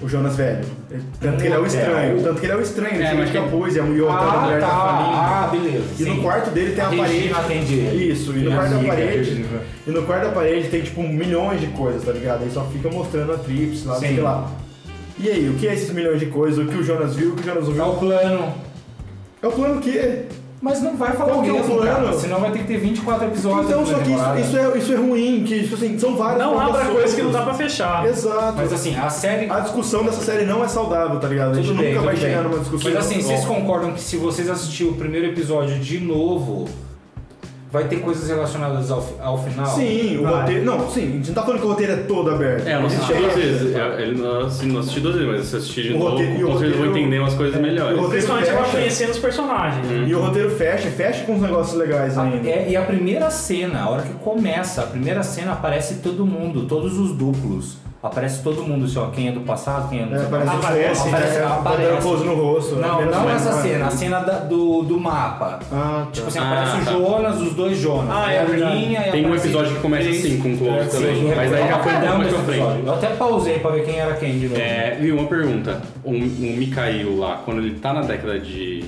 Speaker 3: O Jonas velho. Ele- Tanto
Speaker 5: No
Speaker 3: que ele é o
Speaker 5: hotel.
Speaker 3: estranho. Tanto que ele é o estranho, ele
Speaker 4: É,
Speaker 3: tinha
Speaker 4: mas
Speaker 3: de
Speaker 4: quem-
Speaker 3: capuz, e a mulher tá
Speaker 5: ah,
Speaker 3: mulher da família.
Speaker 5: tá. Ah, beleza.
Speaker 3: E no
Speaker 5: sim.
Speaker 3: quarto dele tem a
Speaker 5: Regina
Speaker 3: parede.
Speaker 5: atende ele.
Speaker 3: Isso, e no
Speaker 5: Minha
Speaker 3: quarto da
Speaker 5: amiga,
Speaker 3: parede.
Speaker 5: Regina.
Speaker 3: E no quarto da parede tem tipo milhões de coisas, tá ligado? Aí só fica mostrando a trips lá, sei
Speaker 5: Sim.
Speaker 3: lá. E aí, o que é esses milhões de coisas? O que o Jonas viu, o que o Jonas não
Speaker 5: É
Speaker 3: viu?
Speaker 5: o plano.
Speaker 3: É o plano que
Speaker 5: Mas não vai falar
Speaker 3: Qual que é o
Speaker 5: mesmo,
Speaker 3: plano?
Speaker 5: cara. Senão vai ter que ter 24 episódios.
Speaker 3: Então,
Speaker 5: na
Speaker 3: só que
Speaker 5: temporada.
Speaker 3: isso, isso é, isso é ruim, que tipo assim, são várias
Speaker 2: Não abra
Speaker 3: plantações.
Speaker 2: coisa que não dá pra fechar.
Speaker 3: Exato.
Speaker 5: Mas assim, a série.
Speaker 3: a discussão dessa série não é saudável, tá ligado? A gente
Speaker 5: tudo
Speaker 3: nunca
Speaker 5: bem,
Speaker 3: Ah, vai
Speaker 5: tudo
Speaker 3: chegar
Speaker 5: bem.
Speaker 3: numa discussão. então.
Speaker 5: Mas assim,
Speaker 3: Bom,
Speaker 5: vocês concordam que se vocês assistirem o primeiro episódio de novo, vai ter coisas relacionadas ao, fi- ao final?
Speaker 3: Sim, o
Speaker 2: Vai.
Speaker 3: roteiro. Não, sim, a gente não tá falando que o roteiro é todo aberto.
Speaker 4: É, eu não
Speaker 3: Existe
Speaker 4: assisti duas
Speaker 3: essa-
Speaker 4: vezes. Eu, eu não assisti, não assisti duas vezes, mas se eu assistir de
Speaker 3: O
Speaker 4: novo,
Speaker 3: roteiro- e o
Speaker 4: com certeza eu vou
Speaker 3: roteiro-
Speaker 4: entender umas coisas melhores.
Speaker 3: o roteiro-
Speaker 2: Principalmente ela
Speaker 3: Fecha.
Speaker 2: conhecendo os personagens.
Speaker 4: Hum.
Speaker 3: E o roteiro fecha, fecha com uns negócios legais
Speaker 5: A-
Speaker 3: ainda.
Speaker 5: é- e a primeira cena, a hora que começa, a primeira cena aparece todo mundo, todos os duplos. Aparece todo mundo, assim, ó, quem é do passado, quem é do
Speaker 3: É, parece um
Speaker 2: Aparece,
Speaker 3: rosto,
Speaker 5: aparece,
Speaker 3: é,
Speaker 5: aparece.
Speaker 3: dando close no rosto. né?
Speaker 5: Não,
Speaker 3: Apenas
Speaker 5: não
Speaker 3: mais
Speaker 5: essa
Speaker 3: uma-
Speaker 5: cena, a cena da- do, do mapa.
Speaker 3: Ah,
Speaker 5: Tipo
Speaker 3: tá.
Speaker 5: assim,
Speaker 4: Ah,
Speaker 5: aparece o
Speaker 4: tá.
Speaker 5: Jonas, os dois Jonas.
Speaker 2: Ah,
Speaker 5: e
Speaker 2: é
Speaker 5: a
Speaker 2: verdade.
Speaker 5: Linha, e
Speaker 4: Tem um
Speaker 5: aparece
Speaker 4: episódio que começa
Speaker 5: três.
Speaker 4: assim, com close também.
Speaker 5: Sim, é
Speaker 4: mas daí já
Speaker 5: pra
Speaker 4: foi um pouco mais
Speaker 5: caramba
Speaker 4: pra
Speaker 5: esse
Speaker 4: frente.
Speaker 5: episódio. Eu até pausei pra ver quem era quem de novo.
Speaker 4: É, viu, uma pergunta. O, o Mikhail lá, quando ele tá na década de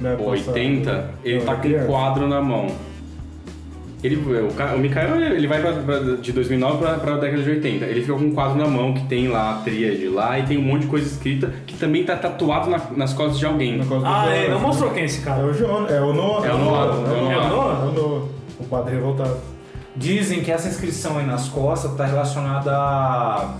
Speaker 3: Não é
Speaker 4: 80,
Speaker 3: passado.
Speaker 4: ele
Speaker 3: Não,
Speaker 4: tá
Speaker 3: é
Speaker 4: com um
Speaker 3: criança.
Speaker 4: quadro na mão. Ele, o, ca- o Mikhail, ele vai pra, pra- de 2009 pra, pra década de 80. Ele fica com um quadro na mão que tem lá a tríade lá e tem um monte de coisa escrita que também tá tatuado na- nas costas de alguém.
Speaker 3: Na causa um do
Speaker 2: Ah, é,
Speaker 3: Jonas.
Speaker 2: não mostrou quem é esse
Speaker 3: É
Speaker 2: cara.
Speaker 3: o Jonas, é o Noah.
Speaker 4: É o Noah,
Speaker 3: É o
Speaker 4: é o
Speaker 3: Noah.
Speaker 2: Noah.
Speaker 3: É o Noah. O padre revoltado.
Speaker 5: Dizem que essa inscrição aí nas costas tá relacionada a-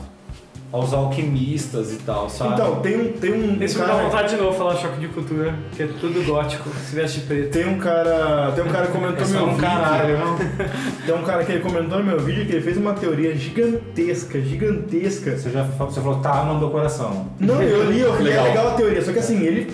Speaker 5: aos alquimistas e tal, sabe?
Speaker 3: Então, tem um, tem um
Speaker 2: Esse me dá
Speaker 3: cara...
Speaker 2: vontade de novo falar choque de cultura, que é tudo gótico, se veste de preto.
Speaker 3: Tem um cara. Tem um cara que comentou
Speaker 5: Esse é
Speaker 3: meu
Speaker 5: um
Speaker 3: vídeo.
Speaker 5: caralho,
Speaker 3: [LAUGHS] Tem um cara que ele comentou no meu vídeo que ele fez uma teoria gigantesca, gigantesca.
Speaker 5: Você já falou, você falou, tá, mandou coração.
Speaker 3: Não, eu li, eu falei, é
Speaker 4: Legal.
Speaker 3: legal a teoria, só que assim, ele.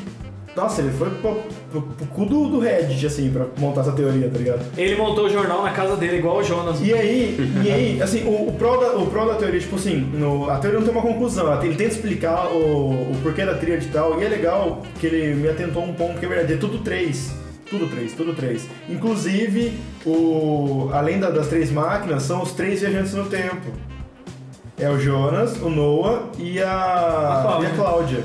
Speaker 3: Nossa, ele foi pro, pro- pro cu do, do Reddit, assim, pra montar essa teoria, tá ligado?
Speaker 2: Ele montou o jornal na casa dele, igual o Jonas.
Speaker 3: E aí, e aí, assim, o, o, pró da, o pró da teoria, tipo assim, no- a teoria não tem uma conclusão, ela tem- ele tenta explicar o, o porquê da tríade e tal, e é legal que ele me atentou a um ponto que é verdade, é tudo três. Tudo três, tudo três. Inclusive, o, além da- das três máquinas, são os três viajantes no tempo. É o Jonas, o Noah e a,
Speaker 2: A Cláudia.
Speaker 3: E a Cláudia.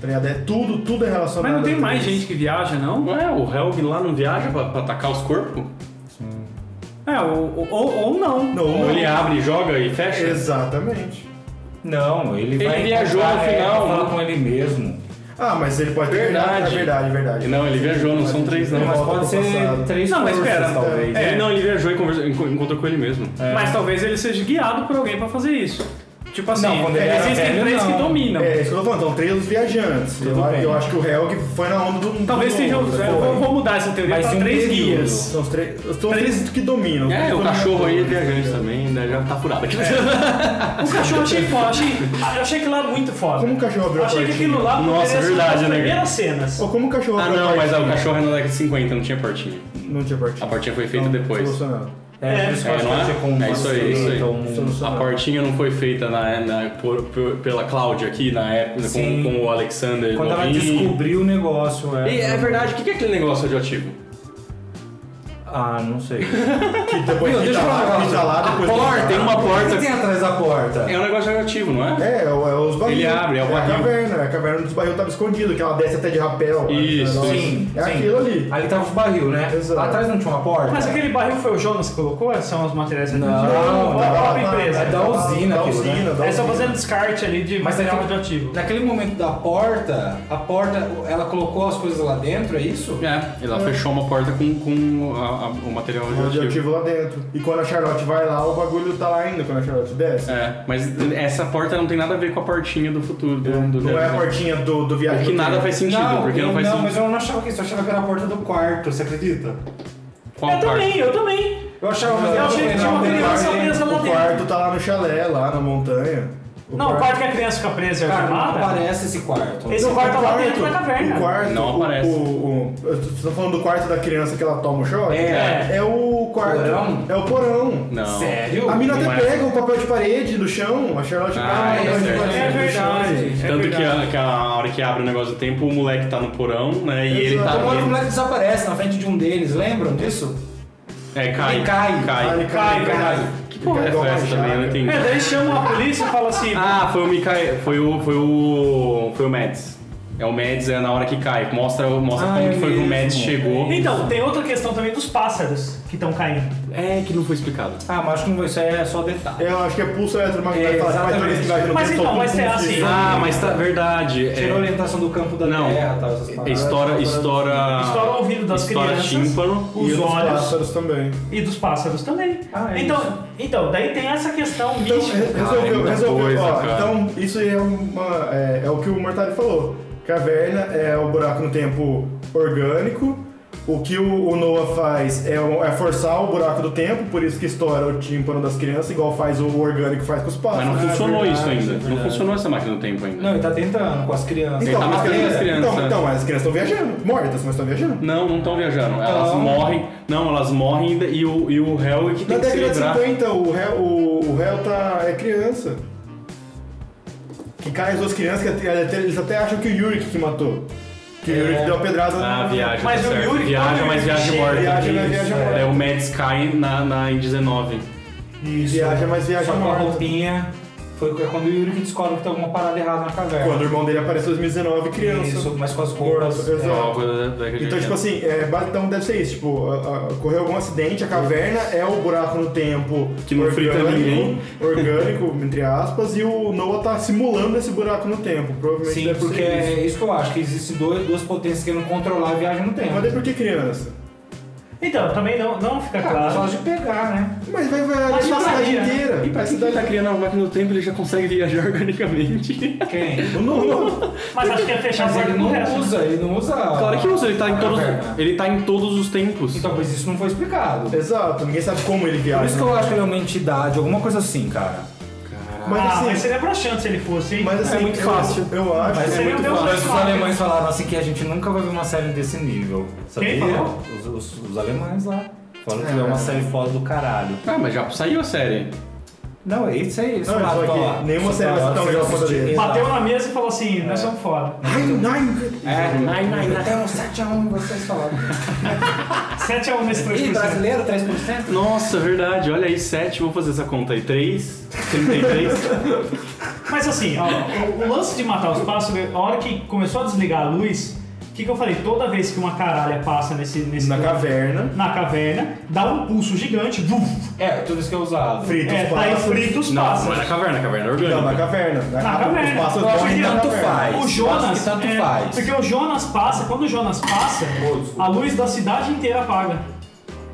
Speaker 3: Tá ligado? É tudo, tudo é relacionado
Speaker 2: Mas não tem
Speaker 3: a
Speaker 2: mais
Speaker 3: três.
Speaker 2: gente que viaja, não?
Speaker 4: Ué, é, o Helg lá não viaja pra, pra atacar os corpos?
Speaker 2: É, ou, ou, ou não.
Speaker 3: Não,
Speaker 4: Ou
Speaker 3: não.
Speaker 4: ele abre, joga e fecha?
Speaker 3: Exatamente.
Speaker 5: Não, ele,
Speaker 4: Ele
Speaker 5: vai
Speaker 4: viajou no
Speaker 5: encontrar ela
Speaker 4: final,
Speaker 5: pra falar
Speaker 4: né?
Speaker 5: com ele mesmo.
Speaker 3: Ah, mas ele pode
Speaker 4: Verdade.
Speaker 3: É verdade, verdade.
Speaker 4: Não, ele viajou, não são três não.
Speaker 3: Ele
Speaker 5: Mas
Speaker 3: volta
Speaker 5: pode
Speaker 3: pro
Speaker 5: ser
Speaker 3: passado.
Speaker 5: três
Speaker 2: Não, mas
Speaker 5: forças,
Speaker 2: pera,
Speaker 5: talvez.
Speaker 2: é.
Speaker 4: Ele, não, ele viajou e conversou- enco- encontrou com ele mesmo.
Speaker 3: É.
Speaker 2: Mas talvez ele seja guiado por alguém pra fazer isso. Tipo assim,
Speaker 5: Não, quando ele era
Speaker 2: existem
Speaker 5: velho,
Speaker 2: três
Speaker 5: não.
Speaker 2: que dominam.
Speaker 3: É, isso que eu tô falando, são três os viajantes. Eu,
Speaker 5: bem.
Speaker 3: eu acho que o Helg foi na onda do.
Speaker 2: Talvez
Speaker 3: do
Speaker 2: seja. um-
Speaker 3: mundo,
Speaker 4: é,
Speaker 3: né?
Speaker 2: Eu vou, vou mudar essa teoria
Speaker 5: Mas
Speaker 2: pra
Speaker 5: em um
Speaker 2: três
Speaker 5: período.
Speaker 2: guias.
Speaker 3: São os três. São os três que dominam.
Speaker 4: É, o cachorro aí é viajante também, né? Já tá
Speaker 3: [LAUGHS]
Speaker 4: furado aqui.
Speaker 2: O cachorro eu achei foda, achei, eu achei aquilo lá muito foda.
Speaker 3: Como o cachorro abriu a
Speaker 2: Achei que
Speaker 3: portinha?
Speaker 2: aquilo lá
Speaker 4: Nossa,
Speaker 2: poderia ser
Speaker 4: verdade,
Speaker 2: uma das
Speaker 4: né,
Speaker 2: primeiras cenas.
Speaker 3: Ou como o cachorro
Speaker 4: Ah,
Speaker 3: abriu a
Speaker 4: não, mas ah, o
Speaker 3: portinha?
Speaker 4: cachorro é na década de 50, não tinha portinha.
Speaker 3: Não tinha Então,
Speaker 4: A
Speaker 3: partido.
Speaker 4: portinha foi feita depois.
Speaker 3: Solucionado.
Speaker 5: É,
Speaker 2: É.
Speaker 5: por isso que eu
Speaker 4: É,
Speaker 5: acho
Speaker 4: não
Speaker 5: que
Speaker 4: é?
Speaker 5: eu tinha
Speaker 4: É isso aí,
Speaker 5: confundido,
Speaker 4: isso aí.
Speaker 5: então,
Speaker 3: Solução.
Speaker 4: A portinha não foi feita na, na- por- por- pela Cláudia aqui na época, com,
Speaker 5: Sim.
Speaker 4: com o Alexander
Speaker 5: Quando ela
Speaker 4: novinho.
Speaker 5: descobriu o negócio, é.
Speaker 4: E é verdade, o que que é aquele negócio radioativo?
Speaker 5: Ah, não sei.
Speaker 3: Que depois
Speaker 5: Viu,
Speaker 3: que
Speaker 5: deixa
Speaker 3: tá
Speaker 5: eu falar
Speaker 3: lá,
Speaker 5: um negócio.
Speaker 3: que tá lá,
Speaker 4: A
Speaker 3: depois... tá
Speaker 4: porta, tem uma
Speaker 5: O que
Speaker 4: porta.
Speaker 5: tem atrás da porta?
Speaker 4: É um negócio radioativo, não é?
Speaker 3: É, é, o- é os barris.
Speaker 4: Ele abre, é o
Speaker 3: a
Speaker 4: barril.
Speaker 3: caverna. A caverna dos barril tava escondido, que ela desce até de rapel.
Speaker 4: Isso,
Speaker 3: né?
Speaker 5: Sim,
Speaker 3: É
Speaker 5: sim.
Speaker 3: aquilo ali.
Speaker 5: Ali tava os barril, né?
Speaker 3: Exato.
Speaker 5: Atrás não tinha uma porta?
Speaker 2: Mas aquele barril foi o Jonas que colocou? São os materiais
Speaker 5: Não,
Speaker 2: radioativos?
Speaker 5: não,
Speaker 2: a própria
Speaker 3: não,
Speaker 2: empresa.
Speaker 5: é da usina.
Speaker 3: Da
Speaker 5: aquilo, né?
Speaker 3: usina, da
Speaker 2: É só
Speaker 3: usina.
Speaker 2: fazendo descarte ali de
Speaker 5: Mas
Speaker 2: material
Speaker 5: naquele-
Speaker 2: radioativo.
Speaker 5: Naquele momento da porta, a porta, ela colocou as coisas lá dentro, é isso?
Speaker 4: É, ela fechou uma porta com, com a- a- o material
Speaker 3: O
Speaker 4: radioativo.
Speaker 3: radioativo lá dentro. E quando a Charlotte vai lá, o bagulho tá lá ainda quando a Charlotte desce.
Speaker 4: É, mas essa porta não tem nada a ver com a portinha do futuro. Do, do-
Speaker 3: Não é a portinha do, do viagem.
Speaker 4: Porque
Speaker 3: do
Speaker 4: nada
Speaker 3: tempo.
Speaker 4: faz sentido, porque não
Speaker 5: eu-
Speaker 4: faz
Speaker 5: não, mas
Speaker 4: sentido.
Speaker 5: eu não achava que isso, eu achava que era a porta do quarto, você acredita?
Speaker 4: Qual
Speaker 2: eu
Speaker 4: parte?
Speaker 2: também, eu também.
Speaker 5: Eu achava mas
Speaker 2: Eu achei que
Speaker 5: não,
Speaker 2: tinha uma
Speaker 5: não,
Speaker 2: criança
Speaker 5: não,
Speaker 2: presa lá
Speaker 3: O
Speaker 2: dentro.
Speaker 3: quarto tá lá no chalé, lá na montanha.
Speaker 2: Não, o quarto que a criança fica presa e
Speaker 5: Cara, não
Speaker 2: algemada.
Speaker 5: aparece esse quarto.
Speaker 2: Esse
Speaker 3: Não,
Speaker 2: quarto tá
Speaker 3: o
Speaker 2: lá dentro da
Speaker 3: O
Speaker 2: caverna.
Speaker 3: quarto,
Speaker 4: Não
Speaker 3: o-
Speaker 4: aparece.
Speaker 3: O, o- você tá falando do quarto da criança que ela toma o choque?
Speaker 5: É.
Speaker 3: É o quarto.
Speaker 5: Porão?
Speaker 3: É o porão.
Speaker 4: Não.
Speaker 5: Sério?
Speaker 3: A mina
Speaker 4: Não
Speaker 3: até
Speaker 4: é.
Speaker 3: pega o papel de parede do chão, a Charlotte
Speaker 4: Ah,
Speaker 3: pega
Speaker 4: é
Speaker 3: o papel
Speaker 4: certo.
Speaker 3: de
Speaker 2: É
Speaker 3: parede do chão.
Speaker 2: verdade.
Speaker 3: gente.
Speaker 2: é
Speaker 4: Tanto que
Speaker 2: verdade.
Speaker 4: a, que a hora que abre o negócio do tempo, o moleque tá no porão, né? E ele
Speaker 3: Exato.
Speaker 4: tá.
Speaker 5: Então, quando o
Speaker 4: ele-
Speaker 5: moleque desaparece na frente de um deles, lembram disso?
Speaker 4: É, cai.
Speaker 5: Ele cai.
Speaker 3: Ah,
Speaker 4: Cai.
Speaker 3: ele cai,
Speaker 2: Cai,
Speaker 3: verdade.
Speaker 4: Que porra é
Speaker 3: Ele cai igual
Speaker 4: essa
Speaker 3: uma
Speaker 4: também? Eu não
Speaker 3: jaca.
Speaker 4: entendi.
Speaker 5: né?
Speaker 2: É, daí chama a polícia e fala assim.
Speaker 4: Ah, foi o Micael. Foi o. Foi o. Foi o Mads. É o Mads é na hora que cai. Mostra, mostra
Speaker 5: Ah,
Speaker 4: como
Speaker 5: é
Speaker 4: que foi que o Mads
Speaker 5: mesmo.
Speaker 4: chegou.
Speaker 2: Então, tem outra questão também dos pássaros que estão caindo.
Speaker 4: É que não foi explicado.
Speaker 5: Ah, mas acho que não, isso aí é só detalhe.
Speaker 3: Eu acho que é pulso eletromagnético.
Speaker 5: É,
Speaker 3: Fala, vai
Speaker 5: exatamente.
Speaker 3: ter esse gajo no
Speaker 2: Mas
Speaker 3: tempo,
Speaker 2: então,
Speaker 3: todo
Speaker 2: mas
Speaker 3: mundo
Speaker 2: é
Speaker 3: se
Speaker 2: assim.
Speaker 3: junta.
Speaker 4: Ah, mas tá verdade.
Speaker 5: Tirou a
Speaker 4: É,
Speaker 5: orientação do campo da
Speaker 4: Não.
Speaker 5: terra e tal, essas paradas.
Speaker 4: estoura. Estoura.
Speaker 2: Estoura o ouvido das
Speaker 4: estoura
Speaker 2: crianças.
Speaker 4: tímpano.
Speaker 3: E
Speaker 2: Os
Speaker 3: dos
Speaker 2: olhos
Speaker 3: pássaros também.
Speaker 2: e dos pássaros também.
Speaker 5: Ah, é isso.
Speaker 2: então, então, daí tem essa questão
Speaker 3: Então,
Speaker 2: mística.
Speaker 3: re- resolveu,
Speaker 4: é muita
Speaker 3: resolveu.
Speaker 4: coisa,
Speaker 3: ó,
Speaker 4: cara.
Speaker 3: então, isso aí é, uma, é, é o que o Mortari falou. Caverna é o buraco no tempo orgânico. O que o, o Noah faz é, o- é forçar o buraco do tempo, por isso que estoura o tímpano das crianças, igual faz o orgânico faz com os pássaros.
Speaker 4: Mas não funcionou
Speaker 5: verdade,
Speaker 4: isso ainda.
Speaker 5: é
Speaker 4: não
Speaker 5: verdade.
Speaker 4: funcionou essa máquina do tempo ainda.
Speaker 5: Não, ele tá tentando com as crianças.
Speaker 4: Ele tá
Speaker 3: Então, mas
Speaker 4: matando
Speaker 3: criança-
Speaker 4: as crianças.
Speaker 3: Então, então, mas as crianças estão viajando, mortas, mas estão viajando.
Speaker 4: Não, não estão viajando. Elas
Speaker 5: Então-
Speaker 4: morrem. Não, elas morrem ainda e o, e o réu é que
Speaker 3: Na
Speaker 4: tem que se
Speaker 3: década de
Speaker 4: livrar.
Speaker 3: 50, o réu, o, o réu tá, é criança. Que cai as duas crianças, que até- até- eles até acham que o Yurik que matou. Que o
Speaker 5: É.
Speaker 3: Yurik deu a pedrada
Speaker 4: Ah,
Speaker 3: na-
Speaker 4: viagem.
Speaker 2: Mas
Speaker 4: tá
Speaker 2: o
Speaker 4: certo.
Speaker 2: Yuri-
Speaker 4: Viaja, mas viaja
Speaker 2: Chega,
Speaker 4: morta.
Speaker 3: viaja, mas
Speaker 4: Isso,
Speaker 3: viaja
Speaker 4: é.
Speaker 3: morta.
Speaker 4: É, o Mads cai na, na, em 19.
Speaker 5: Isso.
Speaker 3: Viaja, mas viaja
Speaker 5: Só com a
Speaker 3: morto.
Speaker 5: roupinha. Foi quando o Yuri que descobre que tem alguma parada errada na caverna.
Speaker 3: Quando o irmão dele apareceu em 2019, criança.
Speaker 5: Isso, mas com as roupas.
Speaker 3: Morto, exato.
Speaker 4: Uma coisa da- da-
Speaker 3: Então, tipo assim, é, base- então deve ser isso. Tipo, a- a- ocorreu algum acidente, a caverna é o buraco no tempo
Speaker 4: Que não frita ninguém.
Speaker 3: orgânico, entre aspas, e o Noah tá simulando esse buraco no tempo. Provavelmente
Speaker 5: Sim,
Speaker 3: deve ser
Speaker 5: porque
Speaker 3: isso.
Speaker 5: é isso que eu acho, que existem dois, duas potências querendo controlar a viagem no tempo.
Speaker 3: Mas daí por que criança?
Speaker 2: Então, também não, não fica
Speaker 5: Cara, É só
Speaker 2: claro.
Speaker 5: de pegar, né?
Speaker 3: Mas vai, vai, vai
Speaker 2: Mas
Speaker 3: a
Speaker 2: não
Speaker 3: cidade
Speaker 2: sabia, né?
Speaker 3: inteira.
Speaker 4: E parece que ele tá criando uma máquina do tempo ele já consegue viajar [LAUGHS] organicamente.
Speaker 5: Quem?
Speaker 3: O Noah.
Speaker 2: Mas acho que ia fechar a
Speaker 5: Mas
Speaker 2: porta
Speaker 5: ele
Speaker 2: do resto.
Speaker 5: não usa, ele não né? usa.
Speaker 4: Claro que usa, ele tá em
Speaker 5: a
Speaker 4: todos,
Speaker 5: caverna.
Speaker 4: ele tá em todos os tempos.
Speaker 5: Então, mas isso não foi explicado.
Speaker 3: Exato, ninguém sabe como ele
Speaker 5: Por
Speaker 3: viaja.
Speaker 5: isso que eu acho que ele é uma entidade, alguma coisa assim, cara.
Speaker 3: Mas
Speaker 2: ah,
Speaker 3: assim,
Speaker 2: mas seria broxante se ele fosse, hein?
Speaker 3: mas, assim,
Speaker 4: é muito
Speaker 3: eu-
Speaker 4: fácil.
Speaker 3: Eu, acho.
Speaker 5: Mas
Speaker 2: Você
Speaker 5: é muito
Speaker 2: viu
Speaker 5: fácil.
Speaker 2: os
Speaker 5: Mas os
Speaker 2: fatos?
Speaker 5: alemães falaram assim que a gente nunca vai ver uma série desse nível. Sabia?
Speaker 2: falou?
Speaker 5: Os, os- os alemães lá. Falaram que é uma série foda do caralho.
Speaker 4: Ah, mas já saiu a série.
Speaker 5: Não, é isso aí, isso
Speaker 3: Não,
Speaker 5: fato,
Speaker 3: só que
Speaker 5: ó.
Speaker 3: nenhuma
Speaker 5: Só
Speaker 3: série vai
Speaker 5: pra
Speaker 3: ser tão
Speaker 5: vocês
Speaker 3: legal quanto a
Speaker 5: assistirem.
Speaker 3: dele.
Speaker 2: Bateu na mesa e falou assim, nós somos fora.
Speaker 3: Ai, ai,
Speaker 5: É, nai, nai, nai. Até um 7x1 vocês falaram.
Speaker 2: 7x1 nesse
Speaker 5: Ih,
Speaker 2: 3%.
Speaker 5: brasileiro, 3%?
Speaker 4: Nossa, verdade. Olha aí, 7, vou fazer essa conta aí. 3, [LAUGHS] 33.
Speaker 2: Mas assim, ó, o, o lance de matar os pássaros, a hora que começou a desligar a luz, o que, que eu falei? Toda vez que uma caralha passa nesse, nesse
Speaker 3: Na caverna,
Speaker 2: na caverna, dá um pulso gigante, vuf,
Speaker 5: É, tudo isso que é usado.
Speaker 3: frita
Speaker 2: é,
Speaker 3: os
Speaker 2: tá
Speaker 3: pássaros.
Speaker 2: frito os
Speaker 4: não, não é
Speaker 2: pássaros.
Speaker 4: na caverna, a caverna é
Speaker 3: Não, na
Speaker 4: orgânica.
Speaker 3: caverna.
Speaker 2: Na caverna.
Speaker 3: Os
Speaker 5: Eu
Speaker 3: pássaros
Speaker 5: acho
Speaker 3: morrem
Speaker 5: que
Speaker 3: na
Speaker 5: tanto
Speaker 3: caverna.
Speaker 5: faz.
Speaker 2: O
Speaker 5: Mas
Speaker 2: Jonas.
Speaker 5: que tanto
Speaker 2: é,
Speaker 5: faz.
Speaker 2: Porque o Jonas passa, quando o Jonas passa,
Speaker 5: Pô,
Speaker 2: a luz da cidade inteira apaga.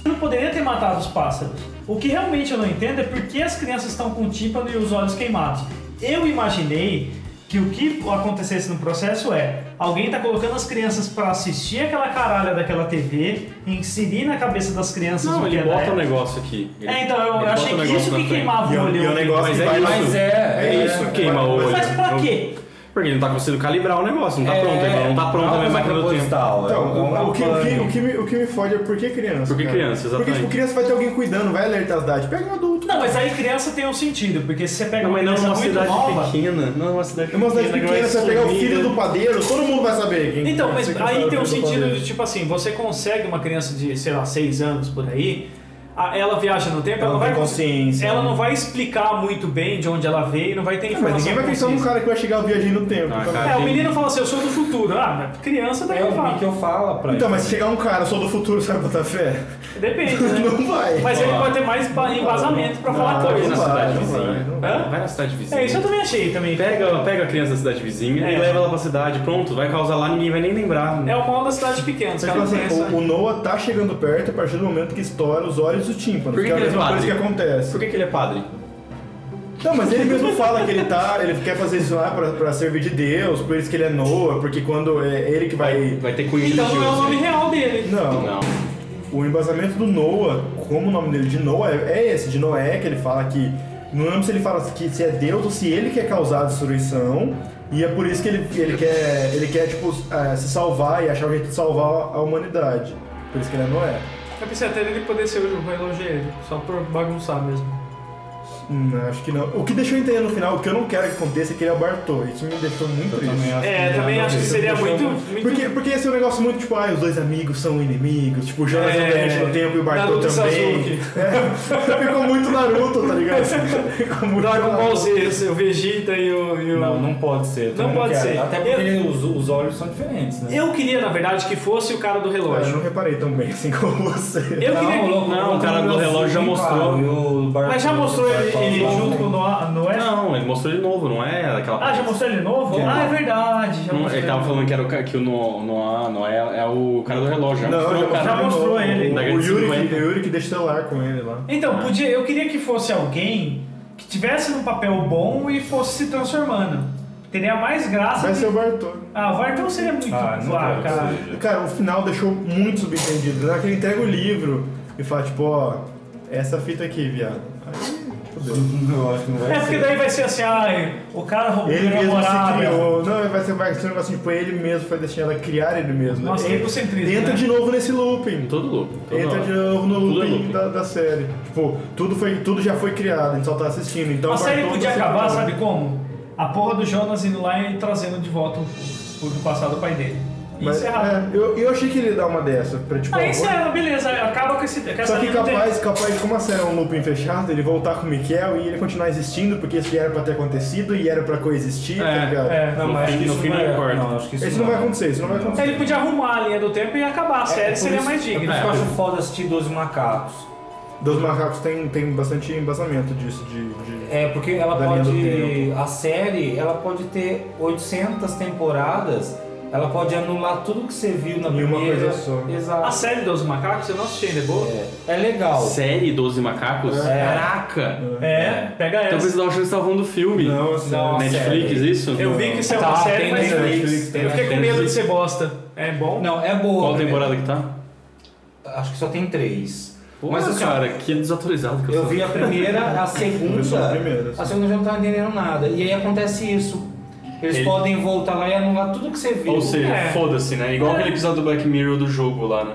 Speaker 2: Eu não poderia ter matado os pássaros. O que realmente eu não entendo é por que as crianças estão com o tímpano e os olhos queimados. Eu imaginei que o que acontecesse no processo é alguém tá colocando as crianças pra assistir aquela caralha daquela TV, inserir na cabeça das crianças o
Speaker 4: Não,
Speaker 2: que
Speaker 4: ele
Speaker 2: é
Speaker 4: bota
Speaker 2: da-
Speaker 4: um negócio aqui. Ele-
Speaker 2: É, então eu,
Speaker 4: ele
Speaker 2: eu
Speaker 4: bota
Speaker 2: achei
Speaker 4: um
Speaker 2: que
Speaker 4: negócio
Speaker 2: isso
Speaker 4: na
Speaker 2: que
Speaker 4: frente.
Speaker 2: queimava
Speaker 3: E é
Speaker 2: o
Speaker 3: um-
Speaker 2: olho.
Speaker 3: e é um negócio
Speaker 4: Mas
Speaker 3: que
Speaker 4: é
Speaker 3: vai lá-
Speaker 4: isso.
Speaker 5: Mas é,
Speaker 4: É isso que queima o olho.
Speaker 2: Mas pra quê?
Speaker 4: Porque ele não tá conseguindo calibrar o negócio, não tá
Speaker 5: É,
Speaker 4: pronto, ainda não tá pronto
Speaker 5: é
Speaker 4: a
Speaker 3: Ah,
Speaker 5: uma
Speaker 4: minha
Speaker 5: coisa
Speaker 4: máquina do tempo.
Speaker 5: proposital, é um- é
Speaker 3: Então,
Speaker 5: uma
Speaker 3: o, que, o, que,
Speaker 5: pane.
Speaker 3: o, que me, o que me fode é por que criança?
Speaker 4: Por que
Speaker 3: cara?
Speaker 4: criança,
Speaker 3: Porque,
Speaker 4: exatamente.
Speaker 3: tipo, criança vai ter alguém cuidando, vai alertar as idades. Pega um adulto.
Speaker 2: Não, mas aí criança tem um sentido, porque se você pega
Speaker 4: Não,
Speaker 2: uma
Speaker 4: mas não
Speaker 2: criança
Speaker 4: numa
Speaker 2: é muito
Speaker 4: cidade
Speaker 2: nova...
Speaker 4: pequena. Não numa cidade
Speaker 3: É uma cidade
Speaker 4: que
Speaker 3: pequena,
Speaker 4: vai
Speaker 3: você vai pegar o
Speaker 4: sumir,
Speaker 3: filho
Speaker 4: né?
Speaker 3: do padeiro, todo mundo vai saber quem
Speaker 2: Então, mas
Speaker 3: quem que é o
Speaker 2: aí tem um
Speaker 3: filho do
Speaker 2: sentido
Speaker 3: padeiro.
Speaker 2: de, tipo assim, você consegue uma criança de, sei lá, 6 anos por aí, a- ela viaja no tempo,
Speaker 3: Ela
Speaker 2: ela,
Speaker 3: não
Speaker 2: não vai
Speaker 3: tem consciência,
Speaker 2: Ela
Speaker 3: né?
Speaker 2: não vai explicar muito bem de onde ela veio, não vai ter
Speaker 3: Não, É, mas
Speaker 2: informação.
Speaker 3: ninguém vai pensar num
Speaker 2: concisa.
Speaker 3: cara que vai chegar viajando no tempo.
Speaker 4: Ah,
Speaker 3: então-
Speaker 4: cara.
Speaker 2: É, o menino fala assim, eu sou do futuro. Ah, mas criança daí
Speaker 5: É
Speaker 2: eu
Speaker 5: o
Speaker 2: falo.
Speaker 5: que eu falo pra
Speaker 3: Então,
Speaker 5: ele.
Speaker 3: mas se chegar um cara, sou do futuro, [LAUGHS] sabe botar fé?
Speaker 2: Depende, né?
Speaker 3: um [LAUGHS] Não vai.
Speaker 2: Mas ele pode ter mais ba- embasamento pra falar
Speaker 3: Não,
Speaker 4: Vai
Speaker 2: coisa.
Speaker 4: na
Speaker 3: vai,
Speaker 4: cidade
Speaker 3: não
Speaker 4: vizinha.
Speaker 3: vai, não
Speaker 2: vai.
Speaker 4: Vai na cidade vizinha.
Speaker 2: É, isso eu também achei também.
Speaker 4: Pega, pega a criança da cidade vizinha
Speaker 2: É.
Speaker 4: e leva ela pra cidade. Pronto, vai causar lá, ninguém vai nem lembrar.
Speaker 2: É o mal da cidade pequena, os
Speaker 3: Você
Speaker 2: caras
Speaker 3: fala
Speaker 2: não
Speaker 3: assim,
Speaker 2: conhecem.
Speaker 3: o, o Noah tá chegando perto a partir do momento que estoura os olhos e os tímpanos,
Speaker 4: Por que
Speaker 3: que é a
Speaker 4: que ele é
Speaker 3: mesma coisa
Speaker 4: padre?
Speaker 3: que acontece.
Speaker 4: Por que, que ele é padre?
Speaker 3: Não, mas ele mesmo fala que ele tá, ele quer fazer isso lá pra, pra servir de Deus, por isso que ele é Noah, porque quando é ele que vai...
Speaker 4: Vai ter cunho
Speaker 2: Então não é o nome
Speaker 4: religioso.
Speaker 2: real dele.
Speaker 3: Não,
Speaker 4: Não.
Speaker 3: o embasamento do Noah, como o nome dele de Noah é, é esse, de Noé, que ele fala que. Não lembro se ele fala que se é Deus ou se ele quer causar a destruição. E é por isso que ele, que ele quer, ele quer tipo, eh, se salvar e achar o jeito de salvar a humanidade. Por isso que ele é Noé.
Speaker 2: Eu pensei até ele poder ser o relogeiro, só por bagunçar mesmo.
Speaker 3: Hum, acho que não. O que deixou eu entender no final, o que eu não quero que aconteça, é que ele abartou. Isso me deixou muito triste.
Speaker 2: É, também acho que seria
Speaker 3: Deixou
Speaker 2: muito.
Speaker 3: muito-
Speaker 2: muito-
Speaker 3: Porque, porque esse é um negócio muito tipo, ah, os dois amigos são inimigos, tipo, o Jonas
Speaker 2: É,
Speaker 3: é, no tempo e o Bartô
Speaker 2: Naruto e
Speaker 3: também. É, ficou muito Naruto, tá ligado? Ficou muito
Speaker 2: Dragon Ball
Speaker 3: Naruto.
Speaker 2: Z, assim, o Vegeta e o. e o-
Speaker 5: Não, não pode ser. eu
Speaker 2: Não
Speaker 5: também
Speaker 2: pode
Speaker 5: quero.
Speaker 2: ser.
Speaker 5: Até porque os, os olhos são diferentes, né?
Speaker 2: Eu queria, na verdade, que fosse o cara do
Speaker 3: Eu não
Speaker 2: relógio.
Speaker 3: reparei tão bem assim como você.
Speaker 2: Eu
Speaker 5: não,
Speaker 2: queria.
Speaker 5: louco,
Speaker 4: não,
Speaker 5: louco,
Speaker 4: o cara do
Speaker 5: meu
Speaker 4: relógio já
Speaker 5: filho,
Speaker 4: mostrou.
Speaker 5: cara, e o Bar-
Speaker 2: Mas já mostrou ele,
Speaker 5: Bar-
Speaker 2: ele
Speaker 5: Bar-
Speaker 2: junto com o Noé? Noé?
Speaker 4: Não, ele mostrou de novo, não é aquela
Speaker 2: Ah, já mostrou ele novo?
Speaker 5: Já.
Speaker 2: Ah, é verdade.
Speaker 5: Hum,
Speaker 2: Já
Speaker 4: Não,
Speaker 2: mostrou.
Speaker 4: ele tava falando que, era o, ca- que o No- Noah, Noé é o cara do relógio.
Speaker 3: Não,
Speaker 4: mostrou
Speaker 3: já
Speaker 4: o cara
Speaker 2: já
Speaker 4: do
Speaker 2: mostrou
Speaker 4: relógio.
Speaker 2: ele.
Speaker 4: Da
Speaker 3: O
Speaker 4: grande
Speaker 3: Yuri, que,
Speaker 4: 50.
Speaker 3: o Yuri que deixa o celular com ele lá.
Speaker 2: Então, podia, eu queria que fosse alguém que tivesse um papel bom e fosse se transformando. Teria mais graça.
Speaker 3: Vai
Speaker 2: que-
Speaker 3: ser o Bartô.
Speaker 2: Ah, o Vartão seria muito.
Speaker 5: Ah,
Speaker 2: Ah,
Speaker 5: não quero que
Speaker 2: cara.
Speaker 5: seja.
Speaker 3: Cara, o final deixou muito subentendido. Né? Que ele entrega o livro e fala, tipo, ó, essa fita aqui, viado. Aí, fodeu.
Speaker 5: Eu acho que não vai
Speaker 2: É, porque
Speaker 5: ser.
Speaker 2: daí vai ser assim, ai, o cara roubou
Speaker 3: Ele
Speaker 2: minha
Speaker 3: mesmo se
Speaker 2: namorada.
Speaker 3: criou. Não, vai ser, vai ser um negócio tipo, ele mesmo foi deixando ela criar ele mesmo. né?
Speaker 2: Nossa,
Speaker 3: Ele-
Speaker 2: egocentrismo,
Speaker 3: Entra
Speaker 2: né?
Speaker 3: de novo nesse looping.
Speaker 4: Todo louco. toda
Speaker 3: Entra
Speaker 4: hora.
Speaker 3: de novo no
Speaker 4: Então, Tudo é
Speaker 3: looping
Speaker 4: looping.
Speaker 3: da, da série. Tipo, tudo, foi, tudo já foi criado, a gente só tá assistindo. Então
Speaker 2: A série
Speaker 3: Bartô
Speaker 2: podia
Speaker 3: tá sendo
Speaker 2: acabar,
Speaker 3: criado.
Speaker 2: sabe como? A porra do Jonas indo lá e trazendo de volta o o do passado o pai dele. E
Speaker 3: Mas,
Speaker 2: encerrar.
Speaker 3: é, eu, eu achei que ele ia dar uma dessa. Pra, tipo,
Speaker 2: Aí
Speaker 3: ó,
Speaker 2: encerra, beleza, acaba com esse. Com essa
Speaker 3: Só que
Speaker 2: linha do tempo.
Speaker 3: capaz, capaz de como a série é um looping fechado, ele voltar com o Miquel e ele continuar existindo, porque isso era pra ter acontecido e era pra coexistir, tá
Speaker 4: É,
Speaker 3: ligado?
Speaker 2: é. Então,
Speaker 5: Não,
Speaker 4: No
Speaker 5: mas acho
Speaker 4: fim-
Speaker 5: que
Speaker 4: no
Speaker 5: isso
Speaker 4: fim não
Speaker 5: vai-
Speaker 4: importa.
Speaker 5: Não, é. acho que isso
Speaker 3: Isso não vai acontecer, isso não vai acontecer.
Speaker 2: Ele podia arrumar a linha do tempo e acabar a série,
Speaker 5: É,
Speaker 2: seria
Speaker 5: por
Speaker 2: mais
Speaker 5: isso-
Speaker 2: digno.
Speaker 5: É por isso que eu acho foda assistir 12 macacos.
Speaker 3: Dos macacos tem, tem bastante embasamento disso, de. de-
Speaker 5: É, porque ela
Speaker 3: Da linha do
Speaker 5: pode. A série, ela pode ter 800 temporadas, ela pode anular tudo que você viu na
Speaker 3: Em uma
Speaker 5: primeira.
Speaker 3: coisa só.
Speaker 2: A
Speaker 5: Exato.
Speaker 2: série dos macacos, eu não assisti ainda, é boa?
Speaker 5: É, é legal.
Speaker 4: Série 12 Macacos?
Speaker 5: É.
Speaker 4: Caraca!
Speaker 2: É, pega essa.
Speaker 4: Então vocês dão uma chance de estar falando do filme.
Speaker 3: Não, assim,
Speaker 5: Não,
Speaker 4: Netflix,
Speaker 5: série.
Speaker 4: isso?
Speaker 2: Eu vi que isso é
Speaker 5: Tá,
Speaker 2: uma série,
Speaker 5: tem
Speaker 2: mas eu-
Speaker 5: Netflix, tem
Speaker 2: eu fiquei com medo de
Speaker 4: Netflix.
Speaker 2: ser bosta. É bom?
Speaker 5: Não, é boa.
Speaker 4: Qual
Speaker 5: né?
Speaker 4: temporada que tá?
Speaker 5: Acho que só tem três.
Speaker 4: Mas,
Speaker 5: assim,
Speaker 4: cara, que desatualizado que eu,
Speaker 5: Eu
Speaker 4: sou.
Speaker 5: vi a primeira, a
Speaker 3: [LAUGHS]
Speaker 5: segunda.
Speaker 3: Eu vi só a primeira,
Speaker 5: A segunda eu já não tava entendendo nada. E aí acontece isso. Eles
Speaker 4: Ele-
Speaker 5: podem voltar lá e anular tudo que você viu.
Speaker 4: Ou seja,
Speaker 2: É.
Speaker 4: foda-se, né? Igual aquele episódio do Black Mirror do jogo lá, né?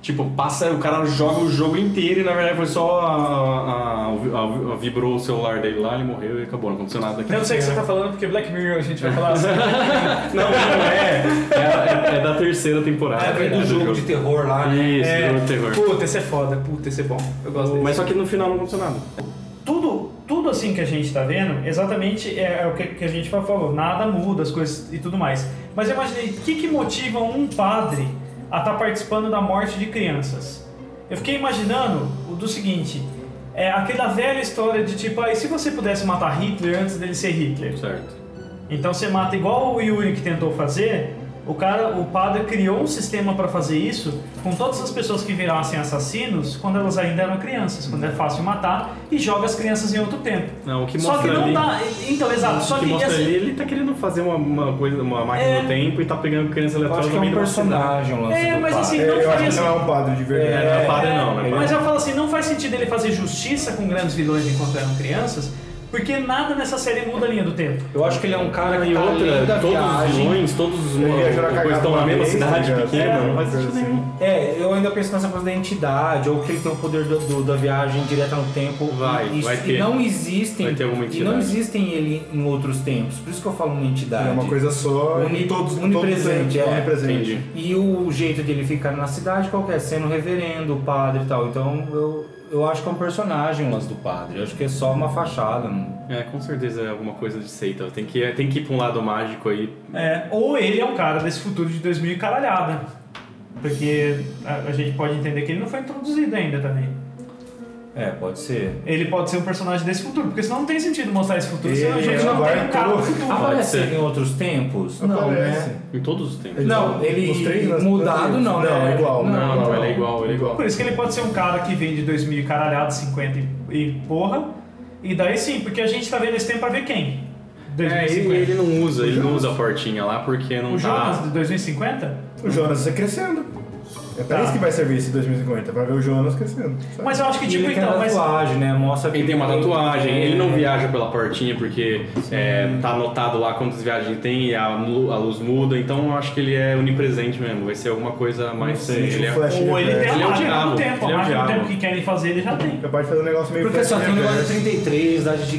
Speaker 4: Tipo, passa, o cara joga o jogo inteiro e na verdade foi só a, a- a- a- vibrou o celular dele lá, ele morreu e acabou, não aconteceu nada aqui.
Speaker 2: Eu não sei o que você tá falando, porque Black Mirror a gente vai falar assim.
Speaker 4: Não, não é. É, é- é da terceira temporada.
Speaker 5: É, vem do jogo de terror lá, né?
Speaker 4: Isso,
Speaker 2: É,
Speaker 4: jogo de terror.
Speaker 2: Puta, esse é foda, puta, esse é bom. Eu gosto desse.
Speaker 4: Mas só que no final não aconteceu nada.
Speaker 2: tudo, tudo assim que a gente tá vendo, exatamente é, é o que, que a gente falou, nada muda, as coisas e tudo mais. Mas eu imaginei, o que, que motiva um padre a estar participando da morte de crianças? Eu fiquei imaginando o do seguinte, é aquela velha história de tipo, ah, e se você pudesse matar Hitler antes dele ser Hitler?
Speaker 4: Certo.
Speaker 2: Então você mata igual o Yuri que tentou fazer. O cara, o padre criou um sistema pra fazer isso com todas as pessoas que virassem assassinos quando elas ainda eram crianças, quando é fácil matar e joga as crianças em outro tempo.
Speaker 4: Não, o que
Speaker 2: Só que
Speaker 4: mostra
Speaker 2: não
Speaker 4: ali-
Speaker 2: dá, então exato, só
Speaker 4: que
Speaker 2: que,
Speaker 4: mostra
Speaker 2: assim,
Speaker 4: ali, ele tá querendo fazer uma, uma coisa, uma máquina
Speaker 2: É.
Speaker 4: do tempo e tá pegando criança
Speaker 5: Eu
Speaker 4: aleatória
Speaker 5: acho que é
Speaker 4: no meio
Speaker 5: um
Speaker 4: da cidade.
Speaker 5: personagem o lance
Speaker 2: É,
Speaker 5: do
Speaker 2: mas
Speaker 5: padre.
Speaker 2: assim,
Speaker 3: É,
Speaker 2: não
Speaker 3: eu acho
Speaker 2: faria
Speaker 3: que não é um padre de verdade.
Speaker 4: É, não é padre não, né?
Speaker 2: mas eu falo assim, não faz sentido ele fazer justiça com grandes vilões enquanto eram crianças, Porque nada nessa série muda a linha do tempo.
Speaker 5: Eu acho que ele é um cara que
Speaker 4: E
Speaker 5: tá além da
Speaker 4: outra, todos os
Speaker 5: viagem.
Speaker 4: vilões, todos os
Speaker 3: Ele ia
Speaker 4: coisas
Speaker 3: jurar cagado
Speaker 4: estão na
Speaker 3: uma
Speaker 4: mesma
Speaker 3: vez,
Speaker 4: cidade
Speaker 3: tá ligado?
Speaker 4: pequena, né?
Speaker 2: É,
Speaker 4: não faz
Speaker 3: mas
Speaker 4: sentido
Speaker 3: assim-
Speaker 4: nenhum.
Speaker 5: É, eu ainda penso nessa coisa da entidade, ou que ele tem o poder do, do- da viagem direta no tempo.
Speaker 4: Vai,
Speaker 5: e,
Speaker 4: vai
Speaker 5: e
Speaker 4: ter.
Speaker 5: não existem.
Speaker 4: Vai ter alguma
Speaker 5: E não
Speaker 4: entidade.
Speaker 5: existem ele em outros tempos. Por isso que eu falo uma entidade.
Speaker 3: É uma coisa só.
Speaker 5: Uni-
Speaker 3: todos,
Speaker 5: unipresente,
Speaker 3: todos,
Speaker 5: é.
Speaker 3: Unipresente.
Speaker 4: Entendi.
Speaker 5: E o jeito de ele ficar na cidade qual que é? Sendo reverendo, padre e tal. Então eu, eu acho que é um personagem o lance do padre. Eu acho que é só uma fachada. não-
Speaker 4: É, com certeza é alguma coisa de seita. Tem que, tem que ir pra um lado mágico aí.
Speaker 2: É, ou ele é um cara desse futuro de 2000 e caralhada. Porque a, a gente pode entender que ele não foi introduzido ainda também.
Speaker 5: É, pode ser.
Speaker 2: Ele pode ser um personagem desse futuro, porque senão não tem sentido mostrar esse futuro, senão a
Speaker 3: Ele
Speaker 2: gente não tem um
Speaker 3: abarcou.
Speaker 2: cara do futuro.
Speaker 5: Aparece
Speaker 4: ser.
Speaker 5: em outros tempos? Não,
Speaker 3: Aparece.
Speaker 5: né?
Speaker 4: Em todos os tempos.
Speaker 5: Não, ele
Speaker 3: Os três nas-
Speaker 5: mudado
Speaker 3: Não,
Speaker 5: não, né?
Speaker 3: igual,
Speaker 4: Não, não,
Speaker 5: então.
Speaker 4: ele é igual, ele é igual.
Speaker 2: Por isso que ele pode ser um cara que vem de 2000 e caralhado, 50 e, e porra. E daí sim, porque a gente tá vendo esse tempo pra ver quem?
Speaker 4: É,
Speaker 2: 2050.
Speaker 4: ele, ele não usa, ele não usa a portinha lá porque não
Speaker 2: O
Speaker 4: tá.
Speaker 2: Jonas de 2050?
Speaker 3: O Jonas está crescendo. É pra
Speaker 2: Tá.
Speaker 3: isso que vai servir esse 2050, pra ver o Jonas crescendo. sabe?
Speaker 2: Mas eu acho que,
Speaker 5: E
Speaker 2: tipo,
Speaker 5: ele tem
Speaker 2: então,
Speaker 5: a
Speaker 2: mas.
Speaker 5: tatuagem, né? Mostra que
Speaker 4: Ele tem uma tatuagem,
Speaker 5: é.
Speaker 4: ele não viaja pela portinha porque é, tá anotado lá quantas viagens ele tem e a, lu- a luz muda, então eu acho que ele é onipresente mesmo, vai ser alguma coisa mais.
Speaker 3: sei,
Speaker 4: ele é-
Speaker 3: tipo Flash.
Speaker 2: Ou ele tem a
Speaker 4: Ele é
Speaker 2: máquina
Speaker 4: o
Speaker 2: do
Speaker 4: diabo.
Speaker 2: tempo, a
Speaker 4: Ele é o
Speaker 2: máquina do
Speaker 4: diabo.
Speaker 2: tempo que querem fazer, ele já tem.
Speaker 3: Capaz de fazer um negócio meio
Speaker 5: Porque só
Speaker 3: Flash
Speaker 5: tem o negócio
Speaker 3: Reverse.
Speaker 5: de 33, idade de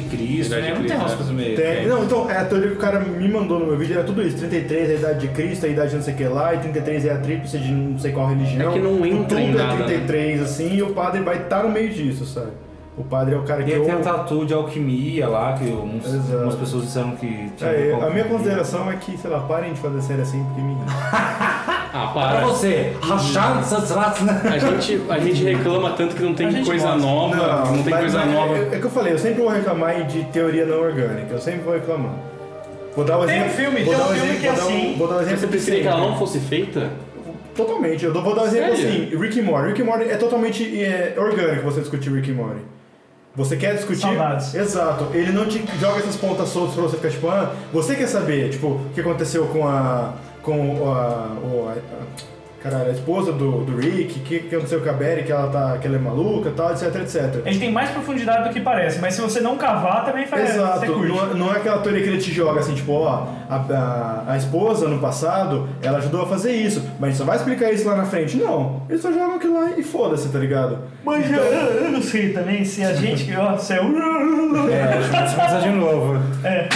Speaker 4: Idade
Speaker 5: Cristo, né?
Speaker 4: de
Speaker 5: não tem
Speaker 4: Cristo,
Speaker 5: umas
Speaker 4: né?
Speaker 5: coisas meio. assim.
Speaker 3: Tem- Não, então, é a teoria que o cara me mandou no meu vídeo era tudo isso. 33 é a idade de Cristo, a idade de não sei o que lá, e 33 é a tríplice de não sei qual religião.
Speaker 4: É que não entra
Speaker 3: tudo
Speaker 4: em
Speaker 3: é
Speaker 4: nada, né?
Speaker 3: 33, assim, e o padre vai estar no meio disso, sabe? O padre é o cara
Speaker 5: E
Speaker 3: que
Speaker 5: aí
Speaker 3: ou...
Speaker 5: tem a tatu de alquimia lá, que uns,
Speaker 3: Exato.
Speaker 5: umas pessoas disseram que tinha.
Speaker 3: É, a
Speaker 5: alquimia.
Speaker 3: minha consideração é que, sei lá, parem de fazer série assim, porque me...
Speaker 4: Ah,
Speaker 5: Pra
Speaker 4: para!
Speaker 5: você, rachar essas ratas, né?
Speaker 4: A gente, a gente reclama tanto que não
Speaker 2: A
Speaker 4: tem
Speaker 2: gente
Speaker 4: coisa
Speaker 2: gosta.
Speaker 4: nova, não, tem
Speaker 3: mas-
Speaker 4: coisa
Speaker 3: mas é-
Speaker 4: nova.
Speaker 3: É, que eu falei, eu sempre vou reclamar de teoria não orgânica, eu sempre vou reclamar. Vou dar um
Speaker 2: Tem um
Speaker 3: exemplo.
Speaker 2: filme,
Speaker 3: vou
Speaker 2: tem
Speaker 3: dar
Speaker 2: um filme
Speaker 3: exemplo,
Speaker 2: que é
Speaker 3: vou dar um-
Speaker 2: assim.
Speaker 3: Vou dar um exemplo
Speaker 4: Você
Speaker 3: de
Speaker 4: preferia que ela
Speaker 3: sempre.
Speaker 4: não fosse feita?
Speaker 3: Totalmente, eu vou dar um exemplo
Speaker 4: Sério?
Speaker 3: assim, Rick e Morty. Rick e Morty é totalmente é, orgânico você discutir Rick e Morty. Você quer discutir?
Speaker 2: Saudades.
Speaker 3: Exato. Ele não te joga essas pontas soltas pra você ficar tipo, ah, você quer saber, tipo, o que aconteceu com a. com a. o- a- a- caralho, a esposa do, do Rick, o que, que aconteceu com a Barry, que ela tá. que ela é maluca e tal, etc, etc.
Speaker 2: Ele tem mais profundidade do que parece, mas se você não cavar, também faz. Você
Speaker 3: Exato,
Speaker 2: curte.
Speaker 3: não, não é aquela teoria que ele te joga assim, tipo, ó, a, a, a esposa no passado, ela ajudou a fazer isso, mas a gente só vai explicar isso lá na frente. Não, eles só jogam aquilo lá e foda-se, tá ligado?
Speaker 2: Mas eu, eu não sei também se a gente que. Ó, se é.
Speaker 5: É, deixa eu começar de novo.
Speaker 2: É.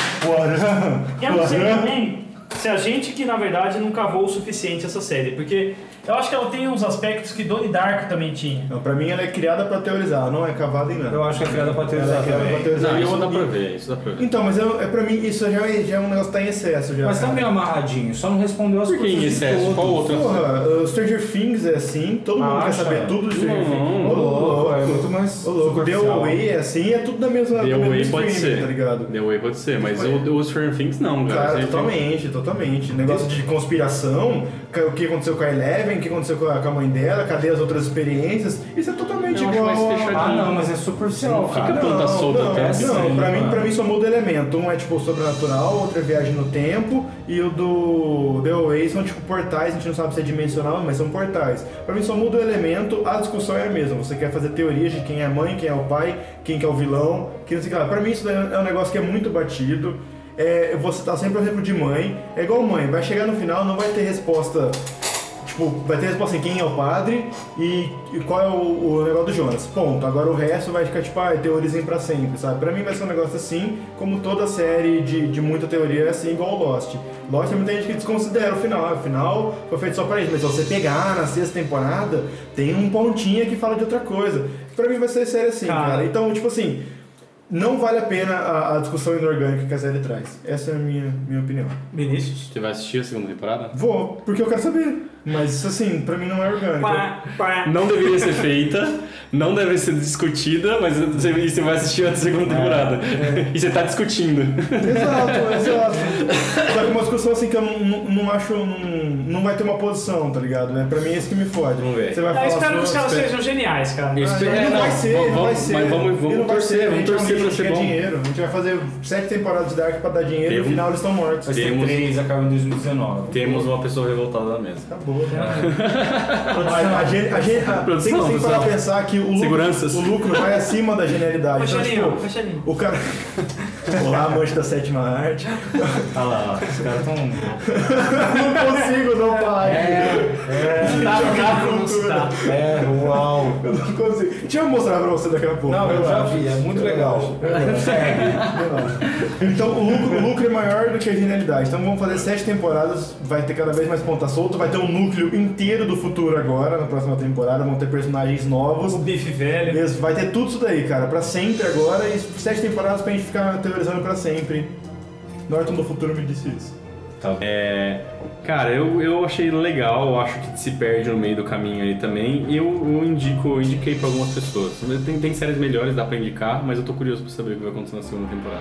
Speaker 2: Eu não sei também se a gente que na verdade não cavou o suficiente essa série, porque eu acho que ela tem uns aspectos que Donnie Dark também tinha.
Speaker 3: Não, pra mim ela é criada pra teorizar, ela não é cavada em nada.
Speaker 5: Eu acho que é criada pra
Speaker 3: Ela
Speaker 5: teorizar
Speaker 3: é criada pra
Speaker 5: também.
Speaker 3: teorizar.
Speaker 4: Não, isso
Speaker 3: Isso-
Speaker 4: dá pra ver, isso dá pra ver.
Speaker 3: Então, mas eu, é pra mim isso já é, já é um negócio que tá em excesso já.
Speaker 5: Mas tá
Speaker 3: cara.
Speaker 5: meio amarradinho, só não respondeu as
Speaker 4: Por que
Speaker 5: coisas.
Speaker 4: em
Speaker 5: de
Speaker 4: excesso?
Speaker 5: todos.
Speaker 4: Qual outra?
Speaker 3: Porra, o Stranger Things é assim, todo mundo quer
Speaker 5: Acha?
Speaker 3: saber tudo do Stranger
Speaker 4: Não,
Speaker 3: Things. Ô,
Speaker 5: Ô, louco, um
Speaker 3: louco.
Speaker 5: é muito mais.
Speaker 3: Ô, louco, The
Speaker 5: superficial.
Speaker 3: Way é assim, é tudo da mesma
Speaker 4: The
Speaker 3: do mesmo
Speaker 4: Way pode
Speaker 3: streaming,
Speaker 4: ser.
Speaker 3: tá ligado?
Speaker 4: The Way pode ser, mas o, o Stranger Things não, cara.
Speaker 3: Cara,
Speaker 4: Stranger Things-
Speaker 3: totalmente, totalmente. Negócio de conspiração, ca- o que aconteceu com a Eleven, o que aconteceu com a, com a mãe dela, cadê as outras experiências. Isso é totalmente
Speaker 4: Eu acho
Speaker 3: igual.
Speaker 4: mais
Speaker 3: ao-
Speaker 4: fechadinho.
Speaker 5: Ah, não, mas é superficial,
Speaker 4: Assim, Fica
Speaker 5: cara.
Speaker 4: bom. ponta solta
Speaker 3: não,
Speaker 4: até
Speaker 3: Não,
Speaker 5: assim,
Speaker 3: pra mim,
Speaker 5: mano.
Speaker 3: pra mim só muda elemento. Um é tipo sobrenatural, outro é viagem no tempo, e o do The Away são tipo portais, a gente não sabe se é dimensional, mas são portais. Pra mim só muda o elemento, a discussão é a mesma. Você quer fazer teorias de quem é a mãe, quem é o pai, quem que é o vilão, quem não sei o que lá. Pra mim isso daí é um negócio que é muito batido. É, você tá sempre o exemplo de mãe, é igual mãe, vai chegar no final, não vai ter resposta Tipo, vai ter resposta assim, quem é o padre e, e qual é o, o negócio do Jonas. Ponto. Agora o resto vai ficar tipo, ah, teorizem pra sempre, sabe? Pra mim vai ser um negócio assim, como toda série de, de muita teoria é assim, igual o Lost. Lost tem muita gente que desconsidera o final. ah, O final foi feito só pra isso. Mas se você pegar na sexta temporada, tem um pontinha que fala de outra coisa. Pra mim vai ser série assim,
Speaker 2: Cara.
Speaker 3: cara. Então, tipo assim, não vale a pena a, a discussão inorgânica que a série traz. Essa é a minha, minha opinião.
Speaker 2: Vinícius?
Speaker 4: Você vai assistir a segunda temporada?
Speaker 3: Vou, porque eu quero saber. Mas isso assim, pra mim não é orgânico.
Speaker 4: Não deveria ser feita, não deve ser discutida, mas você, e você vai É, assistir a segunda temporada. E você tá discutindo.
Speaker 3: Exato, exato. Só que umas discussão assim que eu não, não- não acho. Não, não vai ter uma posição, tá ligado? Né? Pra mim é isso que me fode.
Speaker 4: Vamos ver.
Speaker 3: Você vai
Speaker 2: Eu
Speaker 3: falar
Speaker 2: espero que Tá os
Speaker 3: sobre-
Speaker 2: caras sejam geniais, cara.
Speaker 4: Isso.
Speaker 3: Ah,
Speaker 4: É,
Speaker 3: não,
Speaker 4: não,
Speaker 3: vai ser,
Speaker 4: vamos-
Speaker 3: não vai ser.
Speaker 4: mas vamos-
Speaker 3: E
Speaker 4: vamos
Speaker 3: não vai
Speaker 4: torcer,
Speaker 3: ser,
Speaker 4: vamos
Speaker 3: gente,
Speaker 4: torcer
Speaker 3: a gente
Speaker 4: pra ser
Speaker 3: quer
Speaker 4: bom.
Speaker 3: dinheiro. A gente vai fazer sete temporadas de Dark pra dar dinheiro e no
Speaker 4: Temos-
Speaker 3: final eles estão mortos.
Speaker 5: Mas tem
Speaker 4: Temos- um-
Speaker 5: três, acaba em 2019.
Speaker 4: Temos uma pessoa revoltada na mesa.
Speaker 3: Acabou, né? Mas a gente, a gente a- tem que
Speaker 4: Produção,
Speaker 3: sempre
Speaker 4: produção.
Speaker 3: parar pra pensar que o lucro,
Speaker 4: Seguranças.
Speaker 3: o lucro vai acima da genialidade. Então,
Speaker 2: Fechadinho,
Speaker 3: tipo,
Speaker 2: fechadinho.
Speaker 3: o [LAUGHS] cara. Olá, amante da sétima arte.
Speaker 5: Olha
Speaker 4: Ah
Speaker 5: lá, os caras estão.
Speaker 3: Não consigo não falar aqui.
Speaker 2: Tá, tá, não se dá.
Speaker 5: É, uau.
Speaker 3: Eu não consigo. Deixa eu mostrar pra você daqui a pouco.
Speaker 5: Não, eu já
Speaker 3: acho.
Speaker 5: vi, é muito
Speaker 3: Eu
Speaker 5: legal.
Speaker 3: acho, eu acho. Então o lucro, o lucro é maior do que a genialidade. Então vamos fazer sete temporadas, vai ter cada vez mais ponta solta, vai ter um núcleo inteiro do futuro agora, na próxima temporada, vão ter personagens novos.
Speaker 2: O bife velho.
Speaker 3: Beleza, Vai ter tudo isso daí, cara, pra sempre agora e sete temporadas pra gente ficar teorizando pra sempre. Norton do futuro me disse isso.
Speaker 4: Cara, eu, eu achei legal, eu acho que se perde no meio do caminho aí também. E eu, eu indico, eu indiquei pra algumas pessoas. Tem, tem séries melhores, dá pra indicar, mas eu tô curioso pra saber o que vai acontecer na segunda temporada.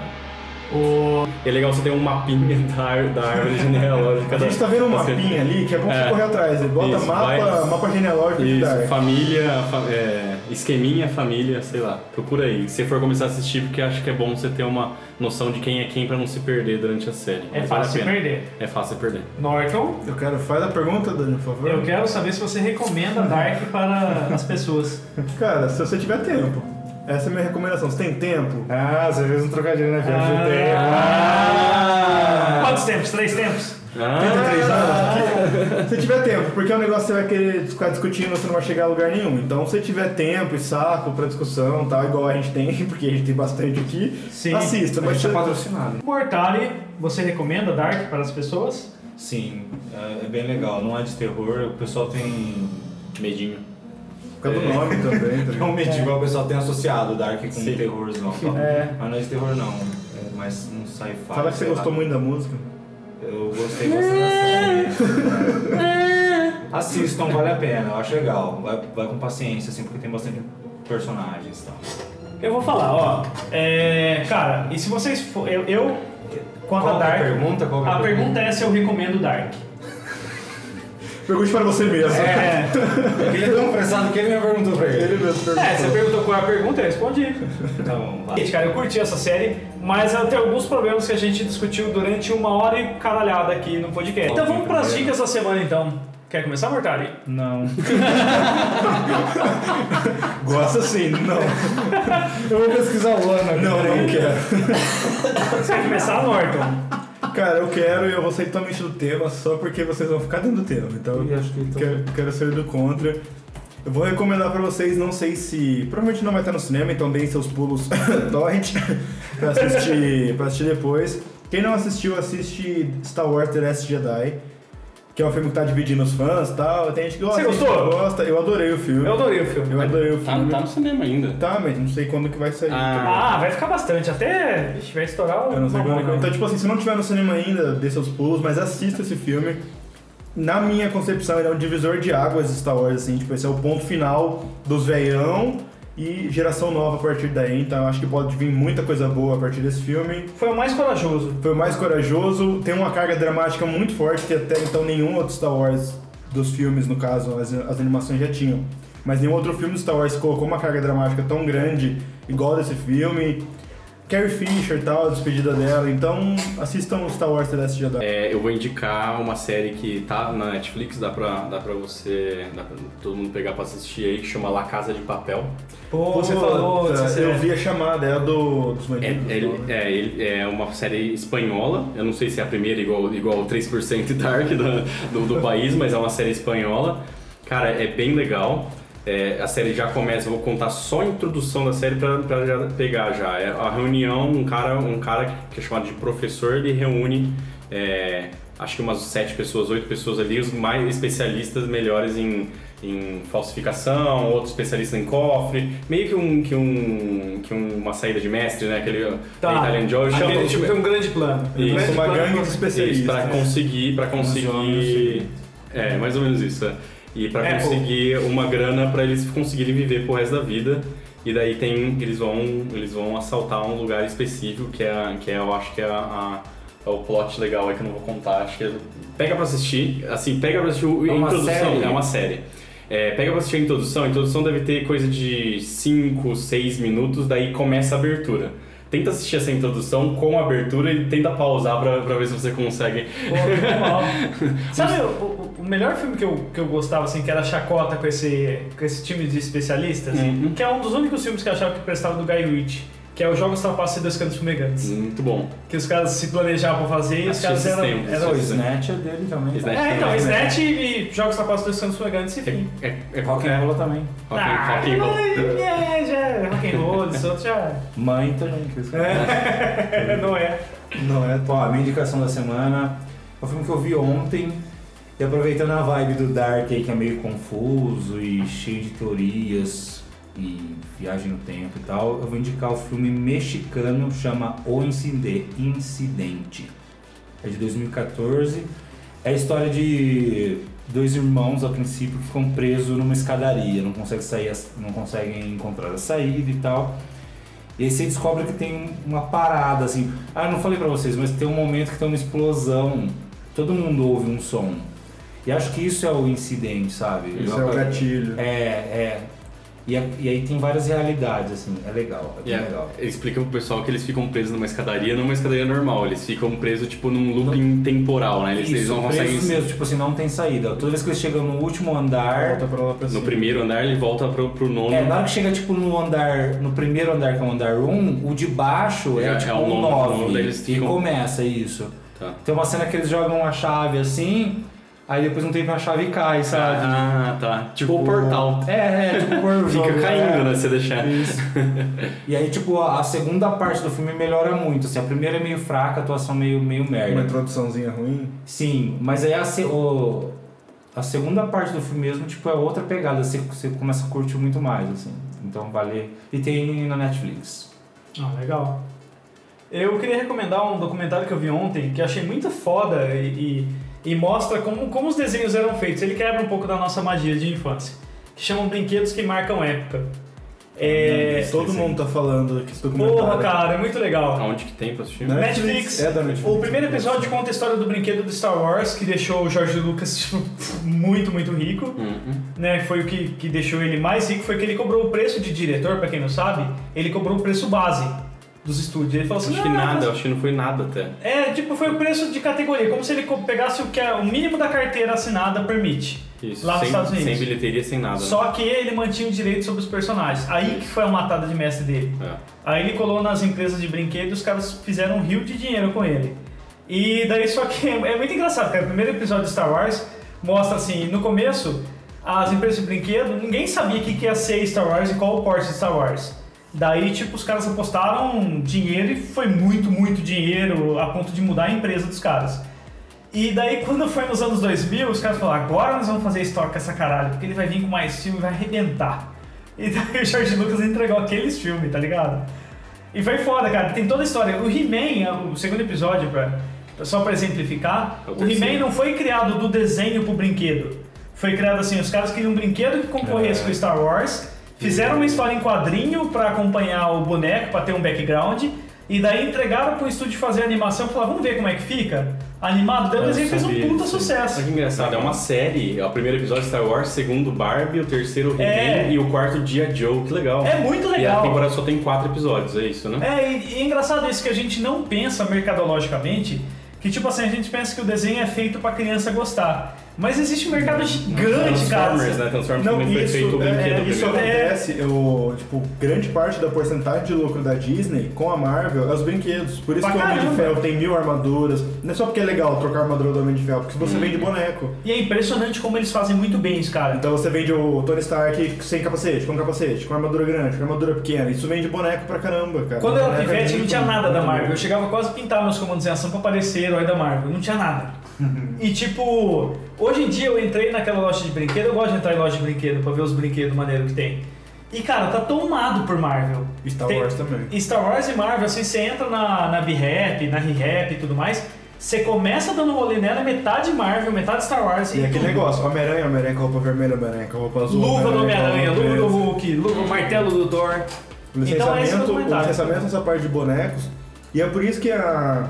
Speaker 4: É legal você ter um mapinha [LAUGHS] da, ar- da árvore genealógica.
Speaker 3: A gente tá vendo um mapinha ali que é bom você
Speaker 4: É.
Speaker 3: correr atrás, ele bota
Speaker 4: Isso,
Speaker 3: mapa,
Speaker 4: vai.
Speaker 3: mapa genealógico de
Speaker 4: Isso,
Speaker 3: Dark.
Speaker 4: família, fa- é, esqueminha, família, sei lá. Procura aí. Se for começar a assistir, porque acho que é bom você ter uma noção de quem é quem pra não se perder durante a série.
Speaker 2: É
Speaker 4: Mas vale a
Speaker 2: fácil
Speaker 4: pena.
Speaker 2: perder.
Speaker 4: É fácil perder.
Speaker 2: Norton,
Speaker 3: Eu quero, faz a pergunta, Dani, por favor.
Speaker 2: eu quero saber se você recomenda Dark para as pessoas.
Speaker 3: Cara, se você tiver tempo. Essa é a minha recomendação. Você tem tempo?
Speaker 6: Ah, você fez um trocadilho, né, filho?
Speaker 2: Ah.
Speaker 6: Ajudei.
Speaker 5: Ah!
Speaker 2: Quantos tempos? Três tempos?
Speaker 4: Ah,
Speaker 3: Se tiver tempo, porque é um negócio que você vai querer ficar discutindo, você não vai chegar a lugar nenhum. Então, se tiver tempo e saco pra discussão, tal, igual a gente tem, [LAUGHS] porque a gente tem bastante aqui,
Speaker 2: Sim.
Speaker 3: assista.
Speaker 5: Mas
Speaker 3: Mas você...
Speaker 5: isso é patrocinado.
Speaker 2: Mortale, você recomenda Dark para as pessoas?
Speaker 5: Sim, é, é bem legal. Não é de terror, o pessoal tem.
Speaker 4: medinho.
Speaker 3: Fica do
Speaker 6: [LAUGHS]
Speaker 3: nome também, tá
Speaker 5: [LAUGHS]
Speaker 6: Então,
Speaker 5: É
Speaker 3: ligado?
Speaker 5: um medieval, o pessoal tem associado o Dark com
Speaker 4: Sim.
Speaker 3: [LAUGHS]
Speaker 5: terrorzão.
Speaker 2: É.
Speaker 5: Mas não é de terror, não. É mais um sci-fi.
Speaker 3: Fala que você
Speaker 5: sei lá.
Speaker 3: gostou muito da música.
Speaker 5: Eu gostei bastante da série. Assistam, vale a pena, eu acho legal. Vai, vai com paciência, assim, porque tem bastante personagens e tal.
Speaker 2: Eu vou falar, ó. É, cara, e se vocês for, eu, eu quanto
Speaker 5: Qual
Speaker 2: a
Speaker 5: que é a
Speaker 2: Dark,
Speaker 5: pergunta? Qual que é a
Speaker 2: a pergunta é se eu recomendo Dark.
Speaker 3: Pergunte para você mesmo.
Speaker 5: É, ele é tão pressado que ele me perguntou pra ele.
Speaker 3: Ele mesmo perguntou.
Speaker 2: É, você perguntou qual é a pergunta, eu respondi.
Speaker 5: Tá bom, vai.
Speaker 2: Gente, cara, eu curti essa série, mas ela tem alguns problemas que a gente discutiu durante uma hora e caralhada aqui no podcast. Então vamos pras dicas da semana, então. Quer começar, Mortari?
Speaker 5: Não.
Speaker 3: Gosta sim, não.
Speaker 6: [LAUGHS] Eu vou pesquisar o ano.
Speaker 3: Não, não quero.
Speaker 2: Você quer começar, Norton?
Speaker 3: Cara, eu quero e eu vou sair totalmente do tema só porque vocês vão ficar dentro do tema. Então,
Speaker 6: E
Speaker 2: é.
Speaker 6: acho que então-
Speaker 3: quero, quero ser do contra. Eu vou recomendar pra vocês, não sei se. Provavelmente não vai estar no cinema, então deem seus pulos [LAUGHS] torrent pra assistir, pra assistir depois. Quem não assistiu, assiste Star Wars The Last Jedi, que é um filme que tá dividindo os fãs e tal. Tem gente que gosta,
Speaker 2: Você
Speaker 3: tem gente que
Speaker 2: gostou?
Speaker 3: gosta. Eu adorei o filme.
Speaker 2: Eu adorei o filme.
Speaker 3: Eu adorei o
Speaker 4: Tá,
Speaker 3: filme.
Speaker 4: tá no cinema ainda.
Speaker 3: Tá, mas não sei quando que vai sair.
Speaker 2: Ah, vai ficar bastante, até Vixe, vai estourar o.
Speaker 3: Eu não sei como é que-
Speaker 2: Não.
Speaker 3: Então, tipo assim, se não tiver no cinema ainda, dê seus pulos, mas assista esse filme. Na minha concepção, ele é um divisor de águas de Star Wars, assim, tipo, esse é o ponto final dos veião e geração nova a partir daí, então eu acho que pode vir muita coisa boa a partir desse filme.
Speaker 2: Foi o mais corajoso.
Speaker 3: Foi o mais corajoso, tem uma carga dramática muito forte que até então nenhum outro Star Wars dos filmes, no caso, as, as animações já tinham. Mas nenhum outro filme do Star Wars colocou uma carga dramática tão grande igual desse filme. Carrie Fisher e tal, a despedida dela. Então assistam o Star Wars The Last Jedi.
Speaker 4: É, eu vou indicar uma série que tá na Netflix, dá pra, dá pra você, dá pra todo mundo pegar pra assistir aí, que chama La Casa de Papel.
Speaker 2: Pô,
Speaker 3: Puta,
Speaker 2: dessa
Speaker 3: eu
Speaker 2: série.
Speaker 3: vi a chamada, é a do, dos
Speaker 4: É,
Speaker 3: bandidos. né?
Speaker 4: ele- é, ele- é uma série espanhola, eu não sei se é a primeira igual, igual 3% Dark da- do, do país, mas é uma série espanhola. Cara, é bem legal. É, a série já começa, eu vou contar só a introdução da série pra, pra já pegar já. É a reunião, um cara, um cara que é chamado de professor, ele reúne é, acho que umas sete pessoas, oito pessoas ali, os mais especialistas melhores em, em falsificação, outro especialista em cofre, meio que um que um que um- uma saída de mestre, né? Aquele
Speaker 2: Tá.
Speaker 4: Italian Job.
Speaker 2: Aquele,
Speaker 4: chama-
Speaker 2: tipo, tem um né? grande plano.
Speaker 4: Isso,
Speaker 2: Um grande
Speaker 3: uma
Speaker 2: plano
Speaker 3: gangue
Speaker 2: pra-
Speaker 3: de
Speaker 4: isso,
Speaker 3: especialistas. É.
Speaker 4: pra conseguir, para conseguir, é mais ou menos isso. é. E pra
Speaker 2: É,
Speaker 4: conseguir uma grana pra eles conseguirem viver pro resto da vida. E daí tem, eles vão, eles vão assaltar um lugar específico que é, a- que é, eu acho que é a, a- É o plot legal aí que eu não vou contar. Acho que é- pega pra assistir. Assim, pega pra assistir o-
Speaker 5: É
Speaker 4: a
Speaker 5: uma
Speaker 4: introdução.
Speaker 5: série?
Speaker 4: É uma série. É, pega pra assistir a introdução. A introdução deve ter coisa de 5, 6 minutos, daí começa a abertura. Tenta assistir essa introdução com a abertura e tenta pausar pra, pra ver se você consegue.
Speaker 2: Pô, que mal. Sabe o, o- o melhor filme que eu, que eu gostava, assim, que era Chacota com esse, com esse time de especialistas?
Speaker 4: Uhum.
Speaker 2: Que é um dos únicos filmes que eu achava que prestava do Guy Ritchie. Que é os Jogos Trapaços e Dois Cantos Fumegantes.
Speaker 4: Muito bom.
Speaker 2: Que os caras se planejavam pra fazer e os
Speaker 4: Uhum. Assisti
Speaker 2: caras
Speaker 4: esses
Speaker 2: eram...
Speaker 4: tempos,
Speaker 2: eram-
Speaker 5: o Snatch é dele também.
Speaker 4: Snatch.
Speaker 2: É, então,
Speaker 4: né? também,
Speaker 2: Snatch e Jogos Trapaços e Dois Cantos Fumegantes, enfim.
Speaker 4: É, é, é
Speaker 5: Rock and Roll também.
Speaker 4: rock
Speaker 5: Ah,
Speaker 4: and-
Speaker 2: Ah,
Speaker 4: rock and roll.
Speaker 2: é, é, já é rock and roll, esse outro já...
Speaker 5: Mãe tá também. que os caras-
Speaker 2: é, não é.
Speaker 5: Não é? Ó, a minha indicação da semana é um filme que eu vi ontem. E aproveitando a vibe do Dark aí, que é meio confuso e cheio de teorias e viagem no tempo e tal, eu vou indicar o filme mexicano chama O Incide- Incidente. É de 2014. É a história de dois irmãos a princípio que ficam presos numa escadaria, não conseguem sair, não conseguem encontrar a saída e tal. E aí você descobre que tem um- uma parada, assim. Ah, eu não falei pra vocês, mas tem um momento que tem uma explosão. Todo mundo ouve um som. E acho que isso é o incidente, sabe?
Speaker 3: Isso é o gatilho.
Speaker 5: É, é. E, a- e aí tem várias realidades, assim. É legal, é bem
Speaker 4: Yeah.
Speaker 5: legal.
Speaker 4: Ele explica pro pessoal que eles ficam presos numa escadaria, não uma escadaria normal, eles ficam presos tipo num looping temporal, né? Eles, eles não
Speaker 5: presos
Speaker 4: conseguem.
Speaker 5: mesmo, tipo assim, não tem saída. Toda vez que eles chegam no último andar,
Speaker 3: Volta pra lá pra
Speaker 4: É. No
Speaker 2: assim.
Speaker 3: cima.
Speaker 4: primeiro andar ele volta pro, pro nono.
Speaker 5: É, na hora que chega, tipo, no andar, no primeiro andar, que é o andar 1, o de baixo é,
Speaker 4: É,
Speaker 5: tipo
Speaker 4: é o
Speaker 5: um
Speaker 4: nono, o
Speaker 5: 9.
Speaker 4: nono,
Speaker 5: E
Speaker 4: eles ficam-
Speaker 5: começa isso.
Speaker 4: Tá.
Speaker 5: Tem uma cena que eles jogam a chave assim, aí depois não tem a chave cai, sabe?
Speaker 4: Ah, tá. Tipo o portal.
Speaker 5: É, é,
Speaker 4: [LAUGHS]
Speaker 5: tipo, por
Speaker 4: Fica caindo,
Speaker 2: é.
Speaker 5: né?
Speaker 4: né? Se deixar.
Speaker 5: Isso. E aí, tipo, a, a segunda parte do filme melhora muito. Assim, a primeira é meio fraca, a atuação meio, meio merda.
Speaker 3: Uma introduçãozinha ruim.
Speaker 5: Sim, mas aí a, se- o- a segunda parte do filme mesmo, tipo, é outra pegada, você, você começa a curtir muito mais, assim. Então vale. E tem na Netflix.
Speaker 2: Ah, legal. Eu queria recomendar um documentário que eu vi ontem, que eu achei muito foda e, e, e mostra como, como os desenhos eram feitos. Ele quebra um pouco da nossa magia de infância, que chamam Brinquedos que Marcam Época. É.
Speaker 3: Todo mundo tá falando que esse documentário.
Speaker 2: Porra, cara, é muito legal.
Speaker 4: Aonde que tem pra assistir?
Speaker 3: Né?
Speaker 2: Netflix.
Speaker 3: É da Netflix.
Speaker 2: O primeiro episódio conta a história do brinquedo do Star Wars, que deixou o George Lucas [LAUGHS] tipo, muito, muito rico
Speaker 4: Uhum.
Speaker 2: né, foi o que, que deixou ele mais rico, foi que ele cobrou o preço de diretor, pra quem não sabe, ele cobrou o preço base dos estúdios. Ele falou assim,
Speaker 4: Acho que
Speaker 2: "Não,
Speaker 4: nada, acho que não foi nada até.
Speaker 2: É, tipo, foi o preço de categoria, como se ele co- pegasse o que é o mínimo da carteira assinada permite.
Speaker 4: Isso.
Speaker 2: Lá nos
Speaker 4: sem,
Speaker 2: Estados
Speaker 4: sem
Speaker 2: Unidos.
Speaker 4: bilheteria, sem nada. né?
Speaker 2: Só que ele mantinha o direito sobre os personagens. Aí que foi a matada de mestre dele.
Speaker 4: É.
Speaker 2: Aí ele colou nas empresas de brinquedo e os caras fizeram um rio de dinheiro com ele. E daí só que [LAUGHS] é muito engraçado, cara. O primeiro episódio de Star Wars mostra assim, no começo, as empresas de brinquedo, ninguém sabia o que, que ia ser Star Wars e qual o porte de Star Wars. Daí, tipo, os caras apostaram dinheiro e foi muito, muito dinheiro a ponto de mudar a empresa dos caras. E daí, quando foi nos anos 2000, os caras falaram: agora nós vamos fazer estoque com essa caralho, porque ele vai vir com mais filme e vai arrebentar. [LAUGHS] E daí o George Lucas entregou aqueles filmes, tá ligado? E foi foda, cara. Tem toda a história. O He-Man, o segundo episódio, pra, só pra exemplificar,
Speaker 4: É o
Speaker 2: o
Speaker 4: terceiro.
Speaker 2: He-Man não foi criado do desenho pro brinquedo. Foi criado assim: os caras queriam um brinquedo que concorresse
Speaker 4: É.
Speaker 2: com Star Wars, fizeram uma história em quadrinho pra acompanhar o boneco, pra ter um background. E daí entregaram pro estúdio fazer a animação e falaram, vamos ver como é que fica. Animado, deu
Speaker 4: Eu
Speaker 2: desenho fez um
Speaker 4: sabia,
Speaker 2: puta
Speaker 4: sim.
Speaker 2: sucesso.
Speaker 4: Olha que engraçado, é uma série. É o primeiro episódio Star Wars, o segundo Barbie, o terceiro
Speaker 2: É.
Speaker 4: He-Man e o quarto Dia Joe. Que legal.
Speaker 2: É muito
Speaker 4: E a
Speaker 2: legal.
Speaker 4: temporada só tem quatro episódios, é isso, né?
Speaker 2: É, e, e é engraçado isso que a gente não pensa mercadologicamente, que tipo assim, a gente pensa que o desenho é feito pra criança gostar. Mas existe um mercado gigante, cara.
Speaker 4: Transformers, né? Transformers
Speaker 3: Não,
Speaker 4: também foi
Speaker 3: isso,
Speaker 4: feito o
Speaker 3: é,
Speaker 4: brinquedo
Speaker 3: isso
Speaker 4: primeiro.
Speaker 3: acontece, o, tipo, grande parte da porcentagem de lucro da Disney com a Marvel é os brinquedos. Por isso
Speaker 2: Pra
Speaker 3: que o Homem de
Speaker 2: caramba.
Speaker 3: Ferro tem mil armaduras. Não é só porque é legal trocar a armadura do Homem de Ferro, porque
Speaker 2: Uhum.
Speaker 3: você vende boneco.
Speaker 2: E é impressionante como eles fazem muito bem isso, cara.
Speaker 3: Então você vende o Tony Stark sem capacete, com capacete, com armadura grande, com armadura pequena. Isso vende boneco pra caramba, cara.
Speaker 2: Quando eu era
Speaker 3: Boneco é
Speaker 2: pivete, não
Speaker 3: muito-
Speaker 2: tinha nada da
Speaker 3: muito
Speaker 2: Marvel. Eu
Speaker 3: louco.
Speaker 2: chegava quase a pintar meus comandos em ação pra parecer herói da Marvel. Não tinha nada. E tipo, hoje em dia eu entrei naquela loja de brinquedo, eu gosto de entrar em loja de brinquedo pra ver os brinquedos maneiros que tem. E cara, tá tomado por Marvel.
Speaker 3: Star
Speaker 2: Tem-
Speaker 3: Wars também.
Speaker 2: Star Wars e Marvel, assim, você entra na, na B-Rap, na Re-Rap e tudo mais, você começa dando rolê nela, metade Marvel, metade Star Wars e,
Speaker 3: E é aquele
Speaker 2: tudo.
Speaker 3: negócio, Homem-Aranha, Homem-Aranha com roupa vermelha, Homem-Aranha com roupa azul.
Speaker 2: Luva do Homem-Aranha,
Speaker 3: com
Speaker 2: luva do
Speaker 3: roupa
Speaker 2: Hulk, luva, martelo do Thor.
Speaker 3: O
Speaker 2: Então, esse é o
Speaker 3: licenciamento, o
Speaker 2: documentário.
Speaker 3: é licenciamento nessa parte de bonecos. E é por isso que a,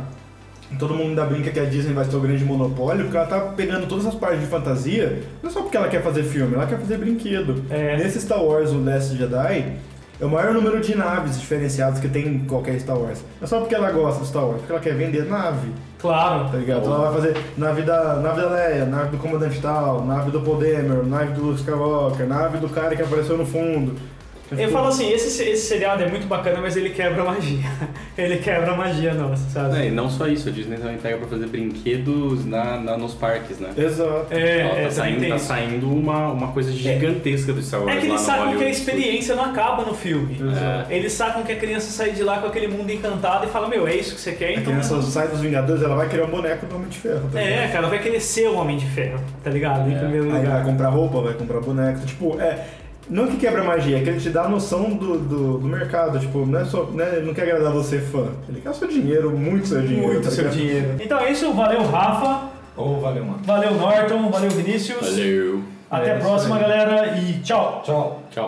Speaker 3: Todo mundo ainda brinca que a Disney vai ser o grande monopólio, porque ela tá pegando todas as partes de fantasia, não é só porque ela quer fazer filme, ela quer fazer brinquedo.
Speaker 2: É.
Speaker 3: Nesse Star Wars, o Last Jedi, é o maior número de naves diferenciadas que tem em qualquer Star Wars. Não é só porque ela gosta do Star Wars, é porque ela quer vender nave,
Speaker 2: Claro.
Speaker 3: tá ligado? Ela vai fazer nave da, nave da Leia, nave do Comandante Tal, nave do Podemero, nave do Luke Skywalker, nave do cara que apareceu no fundo.
Speaker 2: Eu falo assim, esse, esse seriado é muito bacana, mas ele quebra a magia. [LAUGHS] Ele quebra a magia nossa,
Speaker 4: É,
Speaker 2: sabe?
Speaker 4: e não só isso, a Disney também pega pra fazer brinquedos na, na- nos parques, né?
Speaker 3: Exato.
Speaker 2: É, é,
Speaker 4: Ó, tá,
Speaker 2: também
Speaker 4: saindo,
Speaker 2: tem
Speaker 4: tá
Speaker 2: isso.
Speaker 4: saindo uma, uma coisa gigantesca do Star Wars
Speaker 2: É que eles
Speaker 4: lá no
Speaker 2: sacam que a
Speaker 4: Hollywood.
Speaker 2: experiência não acaba no filme.
Speaker 3: É.
Speaker 2: Eles sacam que a criança sai de lá com aquele mundo encantado e fala, meu, é isso que você quer,
Speaker 3: A
Speaker 2: então.
Speaker 3: criança sai dos Vingadores, ela vai criar um boneco do Homem de Ferro. Tá ligado?
Speaker 2: É, cara, vai querer ser o Homem de Ferro, tá ligado? Em
Speaker 4: É.
Speaker 2: primeiro
Speaker 3: Aí vai
Speaker 2: lugar.
Speaker 3: comprar roupa, vai comprar boneco. Tipo, é. Não que quebra magia, é que ele te dá a noção do, do, do mercado. Tipo, não é só. Né, ele não quer agradar você, fã. Ele quer o seu dinheiro, muito seu dinheiro.
Speaker 2: Muito
Speaker 3: tá
Speaker 2: seu
Speaker 3: ligado?
Speaker 2: dinheiro. Então é isso, valeu Rafa,
Speaker 5: Ou valeu, mano.
Speaker 2: valeu Norton, valeu Vinícius.
Speaker 4: Valeu.
Speaker 2: Até
Speaker 3: É
Speaker 2: a
Speaker 3: isso
Speaker 2: próxima,
Speaker 3: aí.
Speaker 2: galera, e tchau!
Speaker 5: Tchau.
Speaker 4: Tchau.